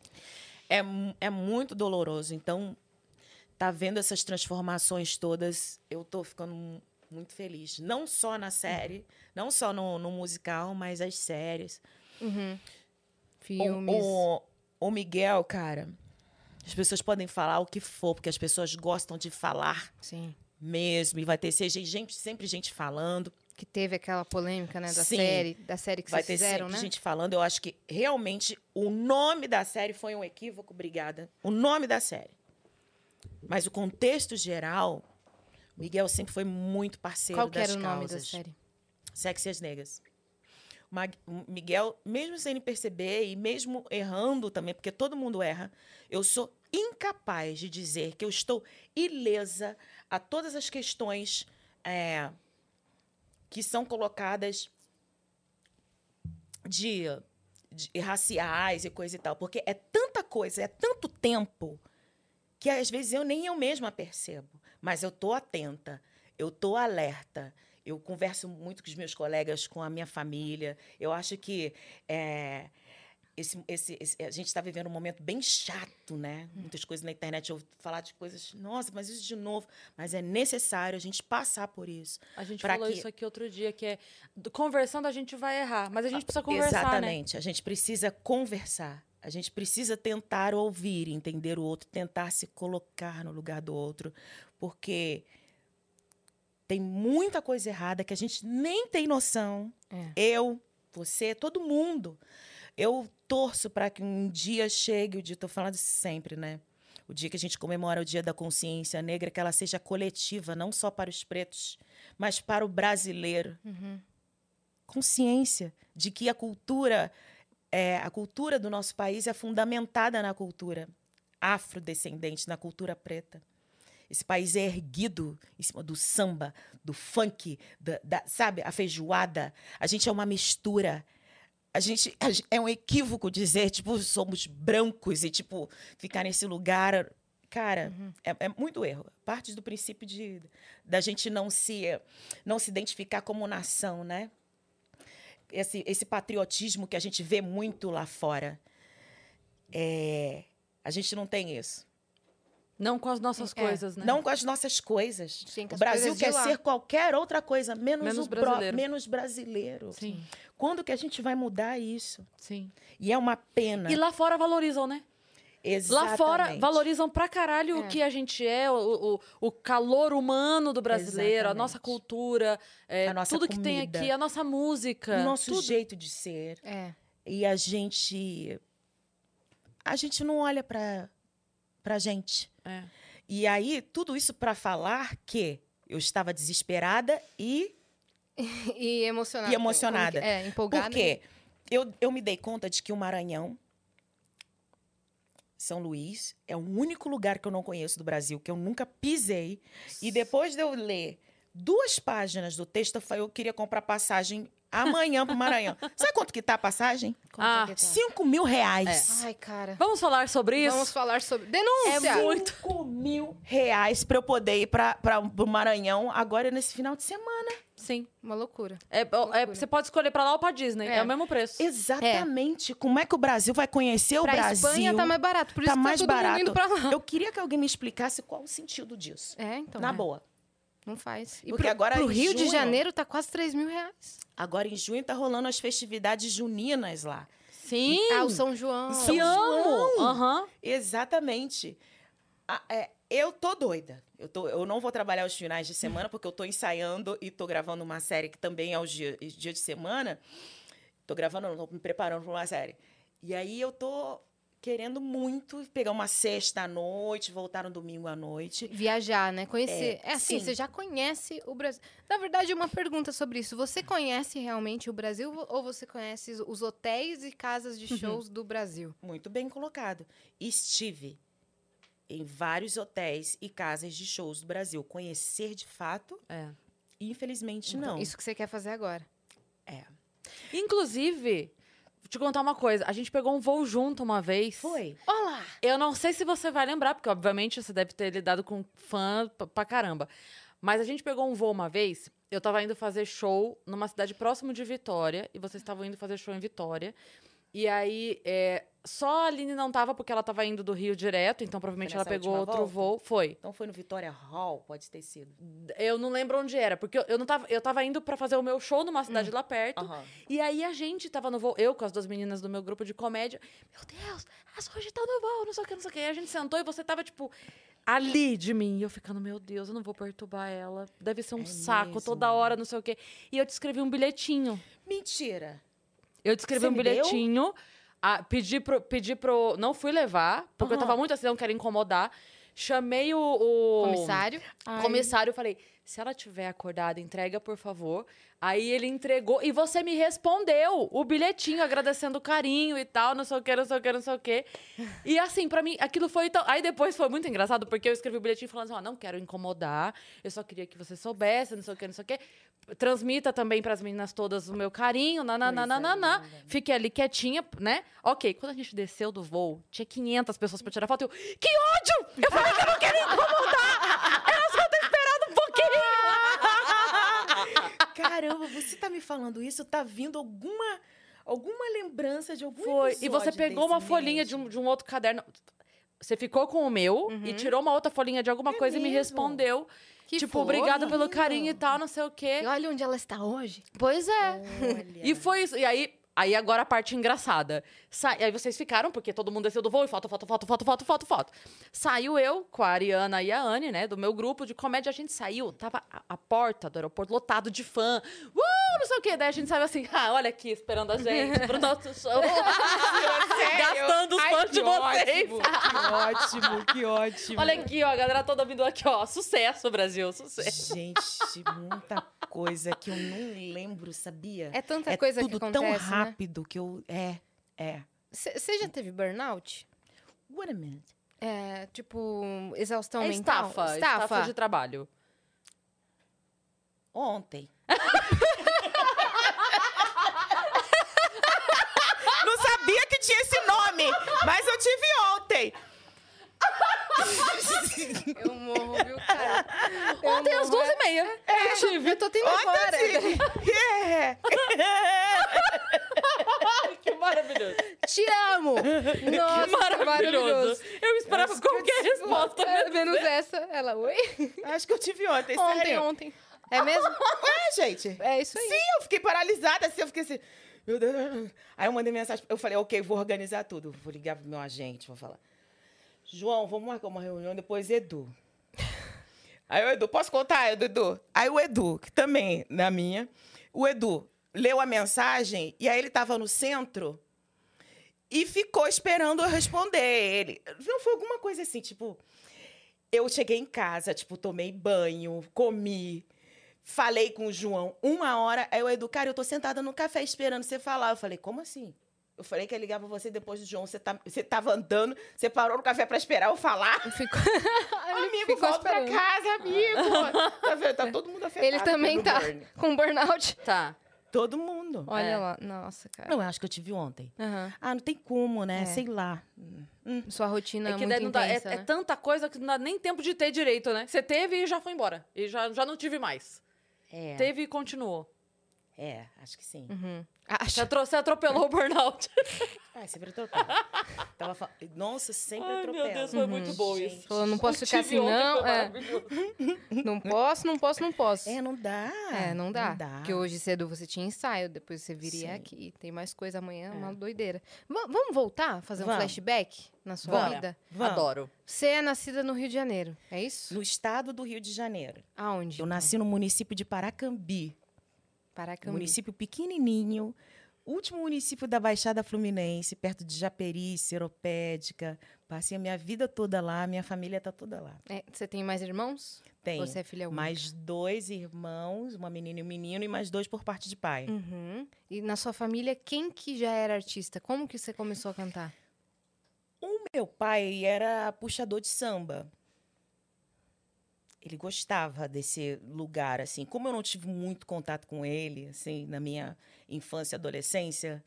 Speaker 3: é, mu- é muito doloroso. Então, tá vendo essas transformações todas, eu tô ficando mu- muito feliz. Não só na série, não só no, no musical, mas as séries.
Speaker 2: Uhum.
Speaker 3: O-
Speaker 2: Filmes.
Speaker 3: O, o Miguel, cara, as pessoas podem falar o que for, porque as pessoas gostam de falar
Speaker 2: Sim.
Speaker 3: mesmo. E vai ter seja gente, sempre gente falando.
Speaker 2: Que teve aquela polêmica, né, da
Speaker 3: Sim.
Speaker 2: série, da série que
Speaker 3: Vai ter
Speaker 2: vocês fizeram,
Speaker 3: sempre
Speaker 2: né?
Speaker 3: gente falando. Eu acho que realmente o nome da série foi um equívoco, obrigada. O nome da série. Mas o contexto geral, Miguel sempre foi muito parceiro
Speaker 2: Qual que
Speaker 3: das
Speaker 2: era o nome da
Speaker 3: causas.
Speaker 2: série?
Speaker 3: Sexy e as Negras. O Mag- o Miguel, mesmo sem ele perceber e mesmo errando também, porque todo mundo erra, eu sou incapaz de dizer que eu estou ilesa a todas as questões é, que são colocadas de, de raciais e coisa e tal. Porque é tanta coisa, é tanto tempo, que às vezes eu nem eu mesma percebo. Mas eu tô atenta, eu tô alerta. Eu converso muito com os meus colegas, com a minha família. Eu acho que é, esse, esse, esse- a gente está vivendo um momento bem chato, né? Muitas coisas na internet, eu ouvo falar de coisas, nossa, mas isso de novo. Mas é necessário a gente passar por isso.
Speaker 1: A gente
Speaker 3: Pra
Speaker 1: falou
Speaker 3: que-
Speaker 1: isso aqui outro dia, que é do- conversando a gente vai errar, mas a gente precisa conversar, né?
Speaker 3: Exatamente. A gente precisa conversar. A gente precisa tentar ouvir, entender o outro, tentar se colocar no lugar do outro, porque tem muita coisa errada que a gente nem tem noção.
Speaker 2: É.
Speaker 3: Eu, você, todo mundo. Eu torço para que um dia chegue o dia, tô falando isso sempre, né? O dia que a gente comemora o Dia da Consciência Negra, que ela seja coletiva, não só para os pretos, mas para o brasileiro
Speaker 2: Uhum.
Speaker 3: consciência de que a cultura é, a cultura do nosso país é fundamentada na cultura afrodescendente, na cultura preta. Esse país é erguido em cima do samba, do funk, da, da- sabe, a feijoada. A gente é uma mistura. A gente, a gen- é um equívoco dizer, tipo, somos brancos e, tipo, ficar nesse lugar. Cara, é, é muito erro. Parte do princípio de, da gente não se, não se identificar como nação, né? esse, esse patriotismo que a gente vê muito lá fora. É, a gente não tem isso.
Speaker 1: Não com as nossas
Speaker 2: É.
Speaker 1: coisas, né?
Speaker 3: Não com as nossas coisas.
Speaker 2: Sim, com
Speaker 3: o
Speaker 2: as
Speaker 3: Brasil
Speaker 2: coisas de
Speaker 3: quer
Speaker 2: lá.
Speaker 3: ser qualquer outra coisa, menos,
Speaker 1: Menos
Speaker 3: o bro-
Speaker 1: brasileiro.
Speaker 3: menos brasileiro.
Speaker 1: Sim,
Speaker 3: Quando que a gente vai mudar isso?
Speaker 1: sim.
Speaker 3: E é uma pena.
Speaker 1: E lá fora valorizam, né? Lá
Speaker 3: Exatamente.
Speaker 1: fora valorizam pra caralho
Speaker 2: É.
Speaker 1: o que a gente é, o, o, o calor humano do brasileiro, a
Speaker 3: Exatamente.
Speaker 1: nossa cultura, é,
Speaker 3: A nossa
Speaker 1: tudo que tem
Speaker 3: comida.
Speaker 1: aqui, a nossa música.
Speaker 3: o nosso
Speaker 1: tudo.
Speaker 3: jeito de ser.
Speaker 2: É.
Speaker 3: E a gente. A gente não olha pra, pra gente.
Speaker 1: É.
Speaker 3: E aí, tudo isso para falar que eu estava desesperada e
Speaker 2: E emocionada.
Speaker 3: E emocionada.
Speaker 2: Como que- É, empolgada.
Speaker 3: Por quê? Eu, eu me dei conta de que o Maranhão, São Luís, é o único lugar que eu não conheço do Brasil, que eu nunca pisei. E depois de eu ler duas páginas do texto, eu falei, eu queria comprar passagem amanhã pro Maranhão. Sabe quanto que tá a passagem?
Speaker 2: Como
Speaker 1: Ah,
Speaker 2: que tá?
Speaker 3: Cinco mil reais.
Speaker 2: Ai, cara.
Speaker 1: Vamos falar sobre isso?
Speaker 2: Vamos falar sobre... Denúncia!
Speaker 1: É muito.
Speaker 3: Cinco mil reais pra eu poder ir pra, pra, pro Maranhão agora nesse final de semana.
Speaker 1: Sim.
Speaker 2: Uma loucura.
Speaker 1: É, é, você pode escolher pra lá ou pra Disney. É,
Speaker 2: É.
Speaker 1: o mesmo preço.
Speaker 3: Exatamente. Como é que o Brasil vai conhecer o
Speaker 2: pra
Speaker 3: Brasil?
Speaker 2: Espanha tá mais barato, por
Speaker 3: Tá
Speaker 2: isso que tá
Speaker 3: mais
Speaker 2: todo
Speaker 3: barato.
Speaker 2: mundo indo pra lá.
Speaker 3: Eu queria que alguém me explicasse qual o sentido disso.
Speaker 2: É, então.
Speaker 3: Na
Speaker 2: é.
Speaker 3: boa.
Speaker 2: Não faz. E
Speaker 3: Porque
Speaker 2: pro,
Speaker 3: agora é
Speaker 2: pro
Speaker 3: em
Speaker 2: Rio de
Speaker 3: junho-
Speaker 2: Janeiro tá quase 3 mil reais.
Speaker 3: Agora em junho tá rolando as festividades juninas lá.
Speaker 1: Sim.
Speaker 2: Ah, o São João.
Speaker 3: São
Speaker 1: Te amo. Aham.
Speaker 3: Exatamente. A- é, eu tô doida. Eu, tô, eu não vou trabalhar os finais de semana, porque eu tô ensaiando e tô gravando uma série que também é os dia, dia de semana. Tô gravando, não, tô me preparando pra uma série. E aí eu tô querendo muito pegar uma sexta à noite, voltar no domingo à noite.
Speaker 2: Viajar, né? Conhecer. É, assim,
Speaker 3: sim.
Speaker 2: você já conhece o Brasil. Na verdade, uma pergunta sobre isso. Você conhece realmente o Brasil ou você conhece os- os hotéis e casas de shows do Brasil?
Speaker 3: Muito bem colocado. Estive em vários hotéis e casas de shows do Brasil. Conhecer de fato,
Speaker 1: É. Então,
Speaker 3: infelizmente, não.
Speaker 2: Isso que você quer fazer agora.
Speaker 1: Inclusive, vou te contar uma coisa. A gente pegou um voo junto uma vez.
Speaker 3: foi.
Speaker 2: Olá!
Speaker 1: Eu não sei se você vai lembrar, porque obviamente você deve ter lidado com fã p- pra caramba. Mas a gente pegou um voo uma vez. Eu tava indo fazer show numa cidade próximo de Vitória. E vocês estavam indo fazer show em Vitória. E aí, é, só a Aline não tava, porque ela tava indo do Rio direto. Então, provavelmente,
Speaker 3: Foi
Speaker 1: ela
Speaker 3: nessa
Speaker 1: pegou
Speaker 3: última
Speaker 1: outro
Speaker 3: volta?
Speaker 1: voo. Foi.
Speaker 3: Então foi no Vitória Hall, pode ter sido.
Speaker 1: Eu não lembro onde era. Porque eu, eu não tava... Eu tava indo pra fazer o meu show numa cidade lá perto.
Speaker 3: Aham.
Speaker 1: E aí a gente tava no voo, eu com as duas meninas do meu grupo de comédia. Meu Deus, as hoje tá no voo, não sei o que, não sei o que. Aí a gente sentou e você tava, tipo, ali de mim. E eu ficando, meu Deus, eu não vou perturbar ela. Deve ser um
Speaker 3: É
Speaker 1: saco
Speaker 3: mesmo.
Speaker 1: toda hora, não sei o quê. E eu te escrevi um bilhetinho.
Speaker 3: Mentira.
Speaker 1: Eu te escrevi
Speaker 3: Você
Speaker 1: um
Speaker 3: me deu?
Speaker 1: bilhetinho. ah, pedi, pro, pedi pro. Não fui levar, porque eu
Speaker 3: Aham.
Speaker 1: tava muito assim, não quero incomodar. Chamei o. o-
Speaker 2: Comissário?
Speaker 1: comissário, eu falei, se ela tiver acordada, entrega, por favor. Aí ele entregou e você me respondeu o bilhetinho, agradecendo o carinho e tal, não sei o que, não sei o que, não sei o que. E assim, pra mim, aquilo foi tão... Aí depois foi muito engraçado, porque eu escrevi o bilhetinho falando assim, ó, não quero incomodar, eu só queria que você soubesse, não sei o que, não sei o que. Transmita também pras meninas todas o meu carinho, nananana. Fiquei ali quietinha, né? Ok, quando a gente desceu do voo, tinha 500 pessoas pra tirar foto, eu... Que ódio! Eu falei que eu não quero incomodar! Era só ter esperado um pouquinho!
Speaker 3: Caramba, você tá me falando isso? Tá vindo alguma alguma lembrança de algum
Speaker 1: Foi. E
Speaker 3: episódio
Speaker 1: você pegou
Speaker 3: desse
Speaker 1: uma folhinha de
Speaker 3: mesmo? Uhum.
Speaker 1: um, de um outro caderno. Você ficou com o meu e tirou uma outra folhinha de alguma
Speaker 3: É
Speaker 1: coisa e me
Speaker 3: mesmo?
Speaker 1: respondeu.
Speaker 2: Que
Speaker 1: tipo,
Speaker 2: fofo.
Speaker 1: obrigada pelo carinho e tal, não sei o quê.
Speaker 2: E olha onde ela está hoje. Pois é.
Speaker 3: Olha.
Speaker 1: E foi isso. E aí, aí agora a parte engraçada. Sa- Aí vocês ficaram, porque todo mundo desceu do voo e foto, foto, foto, foto, foto, foto, foto. Saiu eu com a Ariana e a Anne, né, do meu grupo de comédia. A gente saiu, tava a, a porta do aeroporto lotado de fã. Uh, não sei o quê. Daí a gente saiu assim, ah, olha aqui, esperando a gente pro nosso show. Gastando os
Speaker 3: Ah, Ai,
Speaker 1: fãs de
Speaker 3: que
Speaker 1: vocês.
Speaker 3: ótimo, Que ótimo, que ótimo.
Speaker 1: Olha aqui, ó, a galera toda vindo aqui, ó. Sucesso, Brasil, sucesso.
Speaker 3: Gente, muita coisa que eu não lembro, sabia?
Speaker 2: É tanta coisa
Speaker 3: tudo
Speaker 2: que acontece,
Speaker 3: tão
Speaker 2: né?
Speaker 3: rápido que eu é, é.
Speaker 2: Você já teve burnout?
Speaker 3: What a minute.
Speaker 2: É, tipo, exaustão
Speaker 1: É
Speaker 2: mental?
Speaker 1: estafa,
Speaker 2: então. Estafa.
Speaker 1: estafa de trabalho.
Speaker 3: Ontem. Não sabia que tinha esse nome, mas eu tive ontem.
Speaker 2: Eu morro, viu, cara? Eu
Speaker 1: Ontem às
Speaker 2: morro. é-
Speaker 1: duas e meia. eu tive.
Speaker 2: Eu tô tendo agora.
Speaker 1: Que maravilhoso.
Speaker 2: Te amo! Nossa, que
Speaker 1: maravilhoso.
Speaker 2: maravilhoso.
Speaker 1: Eu esperava qualquer resposta.
Speaker 2: É, menos essa. Ela, oi?
Speaker 3: Acho que eu tive ontem,
Speaker 2: Ontem,
Speaker 3: sério.
Speaker 2: ontem. É mesmo?
Speaker 3: Ué, gente.
Speaker 2: É isso aí.
Speaker 3: Sim, eu fiquei paralisada, assim, eu fiquei assim. Meu Deus. Aí eu mandei mensagem. Eu falei, ok, vou organizar tudo. Vou ligar pro meu agente, vou falar. João, vamos marcar uma reunião, depois Edu. Aí o Edu, posso contar, Edu? Aí o Edu, que também, na minha, o Edu leu a mensagem e aí ele tava no centro e ficou esperando eu responder ele. Não foi alguma coisa assim, tipo, eu cheguei em casa, tipo, tomei banho, comi, falei com o João uma hora, aí o Edu, cara, eu tô sentada no café esperando você falar. Eu falei, como assim? Eu falei que ia ligar pra você depois do João. Você, tá, você tava andando, você parou no café pra esperar eu falar.
Speaker 2: Ficou... Ele
Speaker 3: Amigo,
Speaker 2: ficou
Speaker 3: volta pra
Speaker 2: esperando.
Speaker 3: casa, amigo. tá vendo? Tá todo mundo afetado.
Speaker 2: Ele também
Speaker 3: pelo
Speaker 2: tá
Speaker 3: burn.
Speaker 2: com burnout.
Speaker 1: Tá.
Speaker 3: Todo mundo.
Speaker 2: Olha
Speaker 1: É.
Speaker 2: lá. Nossa, cara.
Speaker 3: Não, eu acho que eu tive ontem.
Speaker 2: Aham.
Speaker 3: Ah, não tem como, né?
Speaker 2: É.
Speaker 3: Sei lá.
Speaker 2: Sua rotina é,
Speaker 1: É que daí
Speaker 2: muito
Speaker 1: não dá, é,
Speaker 2: intensa,
Speaker 1: é
Speaker 2: né?
Speaker 1: tanta coisa que não dá nem tempo de ter direito, né? Você teve e já foi embora. E já, já não tive mais.
Speaker 3: É,
Speaker 1: Teve e continuou.
Speaker 3: é, acho que sim.
Speaker 2: Uhum.
Speaker 1: Você
Speaker 2: Acho.
Speaker 1: atro- você atropelou o burnout.
Speaker 3: Ai, sempre atropelo. Tava fal... Nossa, sempre É,
Speaker 1: Ai,
Speaker 3: atropelo.
Speaker 1: meu Deus, foi muito bom
Speaker 3: Uhum. Gente.
Speaker 1: isso.
Speaker 2: Falou, não posso
Speaker 1: Eu
Speaker 2: ficar
Speaker 1: tive
Speaker 2: assim,
Speaker 1: ontem,
Speaker 2: não.
Speaker 1: foi
Speaker 2: É,
Speaker 1: maravilhoso.
Speaker 2: não posso, não posso, não posso.
Speaker 3: É, não dá.
Speaker 2: É, não dá.
Speaker 3: Não dá.
Speaker 2: Porque hoje cedo você tinha ensaio, depois você viria
Speaker 3: Sim.
Speaker 2: aqui. Tem mais coisa amanhã,
Speaker 3: É.
Speaker 2: uma doideira. Va- vamos voltar? Fazer um
Speaker 3: Vamos.
Speaker 2: flashback na sua
Speaker 3: Bora.
Speaker 2: vida?
Speaker 3: Vamos.
Speaker 1: Adoro.
Speaker 2: Você é nascida no Rio de Janeiro, é isso?
Speaker 3: No estado do Rio de Janeiro.
Speaker 2: Aonde?
Speaker 3: Eu nasci no município de Paracambi. Um
Speaker 2: Paracambi.
Speaker 3: município pequenininho, último município da Baixada Fluminense, perto de Japeri, Seropédica. Passei a minha vida toda lá, minha família tá toda lá.
Speaker 2: É, você tem mais irmãos?
Speaker 3: Tem
Speaker 2: Ou Você é filha única?
Speaker 3: mais dois irmãos, uma menina e um menino, e mais dois por parte de pai.
Speaker 2: Uhum. E na sua família, quem que já era artista? Como que você começou a cantar?
Speaker 3: O meu pai era puxador de samba. Ele gostava desse lugar, assim. Como eu não tive muito contato com ele, assim, na minha infância e adolescência,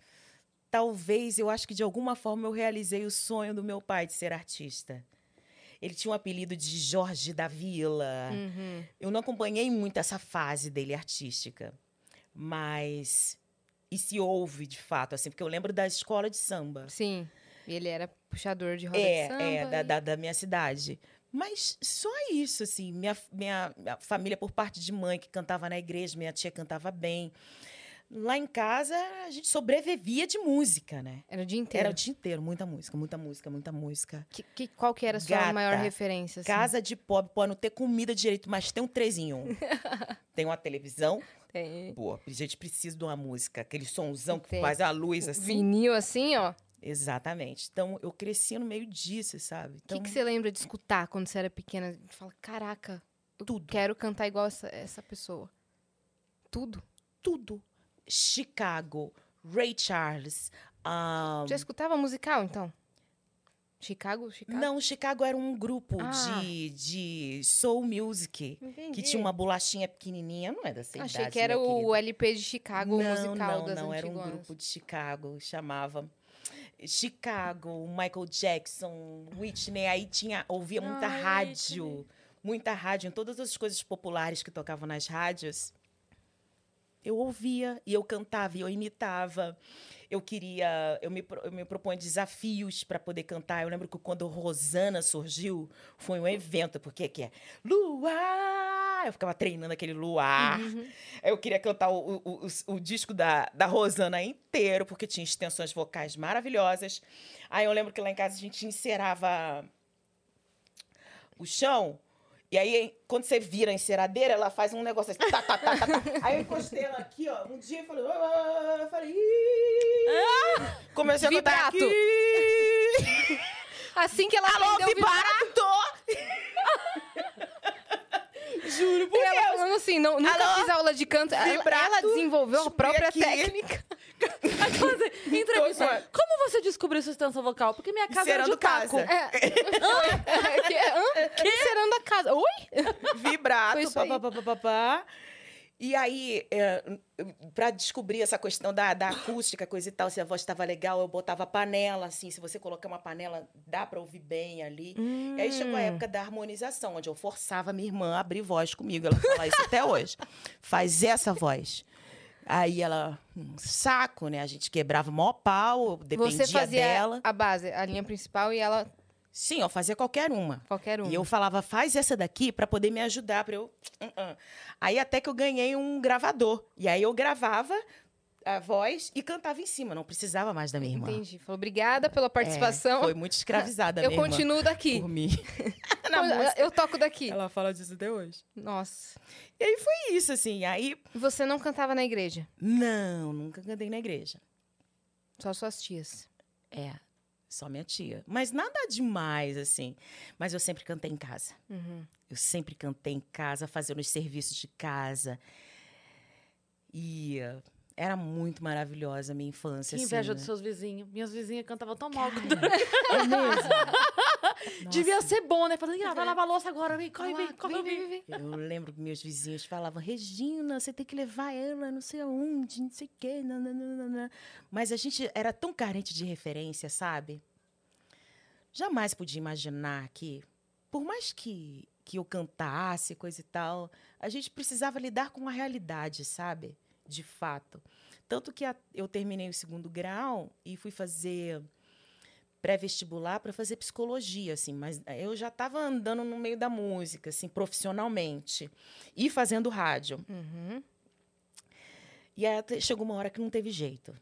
Speaker 3: talvez eu acho que de alguma forma eu realizei o sonho do meu pai de ser artista. Ele tinha um apelido de Jorge da Vila.
Speaker 2: Uhum.
Speaker 3: Eu não acompanhei muito essa fase dele artística, mas e se houve de fato, assim, porque eu lembro da escola de samba
Speaker 2: Sim. E ele era puxador de roda de
Speaker 3: é,
Speaker 2: samba.
Speaker 3: é da,
Speaker 2: e-
Speaker 3: da, da minha cidade. Mas só isso, assim, minha, minha, minha família por parte de mãe que cantava na igreja, minha tia cantava bem. Lá em casa a gente sobrevivia de música, né?
Speaker 2: Era o dia inteiro.
Speaker 3: Era o dia inteiro, muita música, muita música, muita música.
Speaker 2: Que, que- qual que era a sua
Speaker 3: Gata.
Speaker 2: maior referência? assim?
Speaker 3: Casa de pobre, pode não ter comida direito, mas tem um três em um. tem uma televisão,
Speaker 2: Tem
Speaker 3: pô, a gente precisa de uma música, aquele somzão que
Speaker 2: Tem.
Speaker 3: faz a luz assim.
Speaker 2: vinil assim, ó.
Speaker 3: Exatamente. Então eu cresci no meio disso, sabe?
Speaker 2: O que,
Speaker 3: Então,
Speaker 2: que você lembra de escutar quando você era pequena? Fala, caraca, eu
Speaker 3: Tudo.
Speaker 2: quero cantar igual essa, essa pessoa. Tudo.
Speaker 3: tudo. Chicago, Ray Charles. ah,
Speaker 2: Já escutava musical, então? Chicago? Chicago?
Speaker 3: não, Chicago era um grupo
Speaker 2: Ah.
Speaker 3: de, de soul music
Speaker 2: Entendi.
Speaker 3: que tinha uma bolachinha pequenininha, não é dessa
Speaker 2: Achei
Speaker 3: idade,
Speaker 2: que era
Speaker 3: né,
Speaker 2: o
Speaker 3: querida?
Speaker 2: LP de Chicago, o
Speaker 3: não,
Speaker 2: musical
Speaker 3: não,
Speaker 2: das
Speaker 3: não, era um
Speaker 2: antigonas.
Speaker 3: grupo de Chicago, chamava Chicago, Michael Jackson, Whitney, aí tinha ouvia
Speaker 2: Ah,
Speaker 3: muita
Speaker 1: Ai,
Speaker 3: rádio,
Speaker 1: Whitney.
Speaker 3: muita rádio, em todas as coisas populares que tocavam nas rádios. Eu ouvia e eu cantava e eu imitava. Eu queria, eu me, pro- eu me proponho desafios para poder cantar. Eu lembro que quando Rosana surgiu, foi um evento, porque que é Luar! Eu ficava treinando aquele luar.
Speaker 2: Uhum.
Speaker 3: Eu queria cantar o, o- o- o disco da, da Rosana inteiro, porque tinha extensões vocais maravilhosas. Aí eu lembro que lá em casa a gente encerava o chão. E aí, quando você vira a enceradeira, ela faz um negócio assim. Tá, tá, tá, tá, tá. Aí eu encostei ela aqui, ó. Um dia eu falei. "Ah", eu falei. "Ih". Comecei a cantar
Speaker 2: Ah, Vibrato.
Speaker 3: aqui.
Speaker 2: Assim que ela
Speaker 3: Alô,
Speaker 2: aprendeu o vibra-
Speaker 3: vibrato! Juro, por
Speaker 2: ela
Speaker 3: Deus!
Speaker 2: falando assim, não, nunca
Speaker 3: Alô?
Speaker 2: fiz aula de canto. Ela,
Speaker 3: Vibrato.
Speaker 2: ela desenvolveu a
Speaker 3: Descobri
Speaker 2: própria
Speaker 3: aqui.
Speaker 2: técnica.
Speaker 1: Aquela assim, Entrevista.
Speaker 3: Tô com a-
Speaker 1: Como você descobriu sua extensão vocal? Porque minha casa era de
Speaker 3: Encerando
Speaker 1: taco.
Speaker 3: casa.
Speaker 2: É. que, hã? Serando a casa. Oi? Foi
Speaker 3: vibrato,
Speaker 2: isso aí.
Speaker 3: pá, pá, pá, pá, pá. E aí, para descobrir essa questão da, da acústica, coisa e tal, se a voz estava legal, eu botava panela, assim, se você colocar uma panela, dá para ouvir bem ali. E Hum. aí
Speaker 2: Hum.
Speaker 3: chegou a época da harmonização, onde eu forçava minha irmã a abrir voz comigo. Ela fala isso até hoje. Faz essa voz. Aí ela, um saco, né? A gente quebrava o maior pau, dependia
Speaker 2: Você fazia
Speaker 3: dela.
Speaker 2: a base, a linha principal e ela
Speaker 3: Sim, eu fazia qualquer uma.
Speaker 2: qualquer um.
Speaker 3: E eu falava, faz essa daqui pra poder me ajudar, para eu. Uh-uh. Aí até que eu ganhei um gravador. E aí eu gravava a voz e cantava em cima, não precisava mais da minha irmã.
Speaker 2: Entendi. Falou, obrigada pela
Speaker 3: É,
Speaker 2: participação.
Speaker 3: foi muito escravizada
Speaker 2: eu
Speaker 3: minha irmã
Speaker 2: continuo daqui.
Speaker 3: por mim. Na
Speaker 2: Eu-
Speaker 3: música.
Speaker 2: Eu toco daqui.
Speaker 3: Ela fala disso até hoje.
Speaker 2: Nossa.
Speaker 3: E isso, assim, aí.
Speaker 2: E você não cantava na igreja?
Speaker 3: Não, nunca cantei na igreja.
Speaker 2: Só suas tias.
Speaker 3: É, só minha tia. Mas nada demais, assim. Mas eu sempre cantei em casa.
Speaker 2: Uhum.
Speaker 3: Eu sempre cantei em casa, fazendo os serviços de casa. E eh, era muito maravilhosa a minha infância.
Speaker 1: Que inveja
Speaker 3: assim,
Speaker 1: dos
Speaker 3: né?
Speaker 1: seus vizinhos. Minhas vizinhas cantavam tão mal.
Speaker 3: É mesmo?
Speaker 1: Devia ser bom, né? Falando, ah, vai lavar a louça agora. Vem, corre,
Speaker 2: Vai lá,
Speaker 1: vem, corre, vem.
Speaker 2: é. vem.
Speaker 3: Eu lembro que meus vizinhos falavam, Regina, você tem que levar ela não sei aonde, não sei o quê. nananana." Mas a gente era tão carente de referência, sabe? Jamais podia imaginar que, por mais que que eu cantasse, coisa e tal. A gente precisava lidar com a realidade, sabe? De fato. Tanto que a- eu terminei o segundo grau e fui fazer pré-vestibular para fazer psicologia, assim, mas eu já estava andando no meio da música, assim, profissionalmente e fazendo rádio.
Speaker 2: Uhum.
Speaker 3: E aí até chegou uma hora que não teve jeito.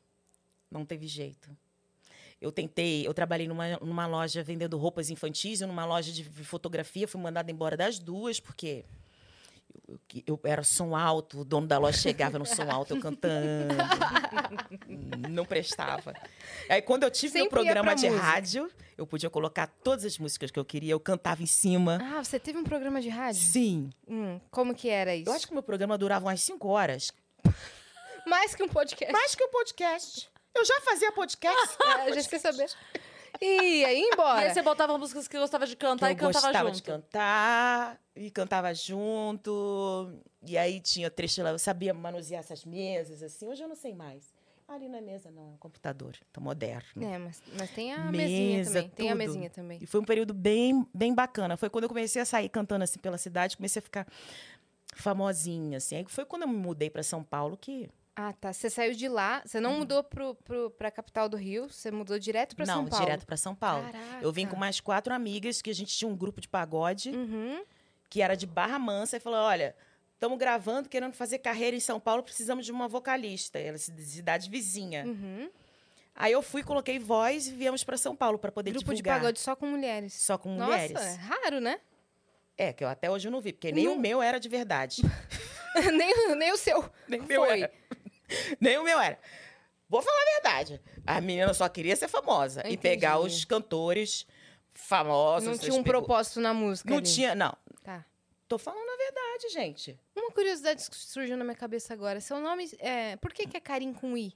Speaker 3: Não teve jeito. Eu tentei, eu trabalhei numa, numa loja vendendo roupas infantis e numa loja de fotografia, fui mandada embora das duas, porque eu, eu- eu era som alto, o dono da loja chegava no som alto, eu cantando. não prestava. Aí quando eu tive meu
Speaker 2: Sempre ia pra
Speaker 3: programa de
Speaker 2: música.
Speaker 3: rádio, eu podia colocar todas as músicas que eu queria, eu cantava em cima.
Speaker 2: Ah, você teve um programa de rádio?
Speaker 3: Sim.
Speaker 2: Hum, como que era isso?
Speaker 3: Eu acho que meu programa durava umas cinco horas.
Speaker 2: Mais que um podcast.
Speaker 3: Mais que o podcast. Eu já fazia podcast.
Speaker 2: Ah, eu já esqueci saber. E aí,
Speaker 1: E
Speaker 2: embora.
Speaker 1: aí você botava músicas que gostava de
Speaker 3: que
Speaker 1: cantar
Speaker 3: eu
Speaker 1: e cantava
Speaker 3: gostava
Speaker 1: junto.
Speaker 3: de cantar e cantava junto. E aí tinha trecho lá, eu sabia manusear essas mesas, assim. Hoje eu não sei mais. Ali não é mesa, não, é um computador. Tá moderno.
Speaker 2: É, mas, mas tem a mesinha
Speaker 3: Mesa,
Speaker 2: também. Tem a
Speaker 3: tudo.
Speaker 2: mesinha também.
Speaker 3: E foi um período bem, bem bacana. Foi quando eu comecei a sair cantando assim pela cidade, comecei a ficar famosinha, assim. Aí foi quando eu me mudei para São Paulo que.
Speaker 2: Ah, tá. Você saiu de lá, você
Speaker 3: Hum.
Speaker 2: não mudou pro, pro, pra capital do Rio, você mudou direto pra
Speaker 3: não,
Speaker 2: São Paulo.
Speaker 3: direto para São Paulo.
Speaker 2: Caraca.
Speaker 3: Eu vim com mais quatro amigas, que a gente tinha um grupo de pagode.
Speaker 2: Uhum.
Speaker 3: que era de Barra Mansa, e falou: olha, estamos gravando, querendo fazer carreira em São Paulo, precisamos de uma vocalista. Ela é de cidade vizinha.
Speaker 2: Uhum.
Speaker 3: Aí eu fui, coloquei voz e viemos para São Paulo para poder
Speaker 2: Grupo de
Speaker 3: divulgar.
Speaker 2: pagode só com mulheres.
Speaker 3: Só com mulheres.
Speaker 2: Nossa, é raro, né?
Speaker 3: É, que eu até hoje eu não vi, porque nem
Speaker 2: Não.
Speaker 3: o meu era de verdade.
Speaker 2: nem, o- nem o seu.
Speaker 3: Nem o meu
Speaker 2: Foi.
Speaker 3: era. Nem o meu era. Vou falar a verdade. A menina só queria ser famosa e
Speaker 2: Entendi.
Speaker 3: pegar os cantores famosos.
Speaker 2: não
Speaker 3: os
Speaker 2: tinha um
Speaker 3: pegou-
Speaker 2: propósito na música.
Speaker 3: Não
Speaker 2: ali.
Speaker 3: tinha, não.
Speaker 2: Tá.
Speaker 3: Tô falando a verdade, gente.
Speaker 2: Uma curiosidade que surgiu na minha cabeça agora. Seu nome é. Por que, que é Karim com I?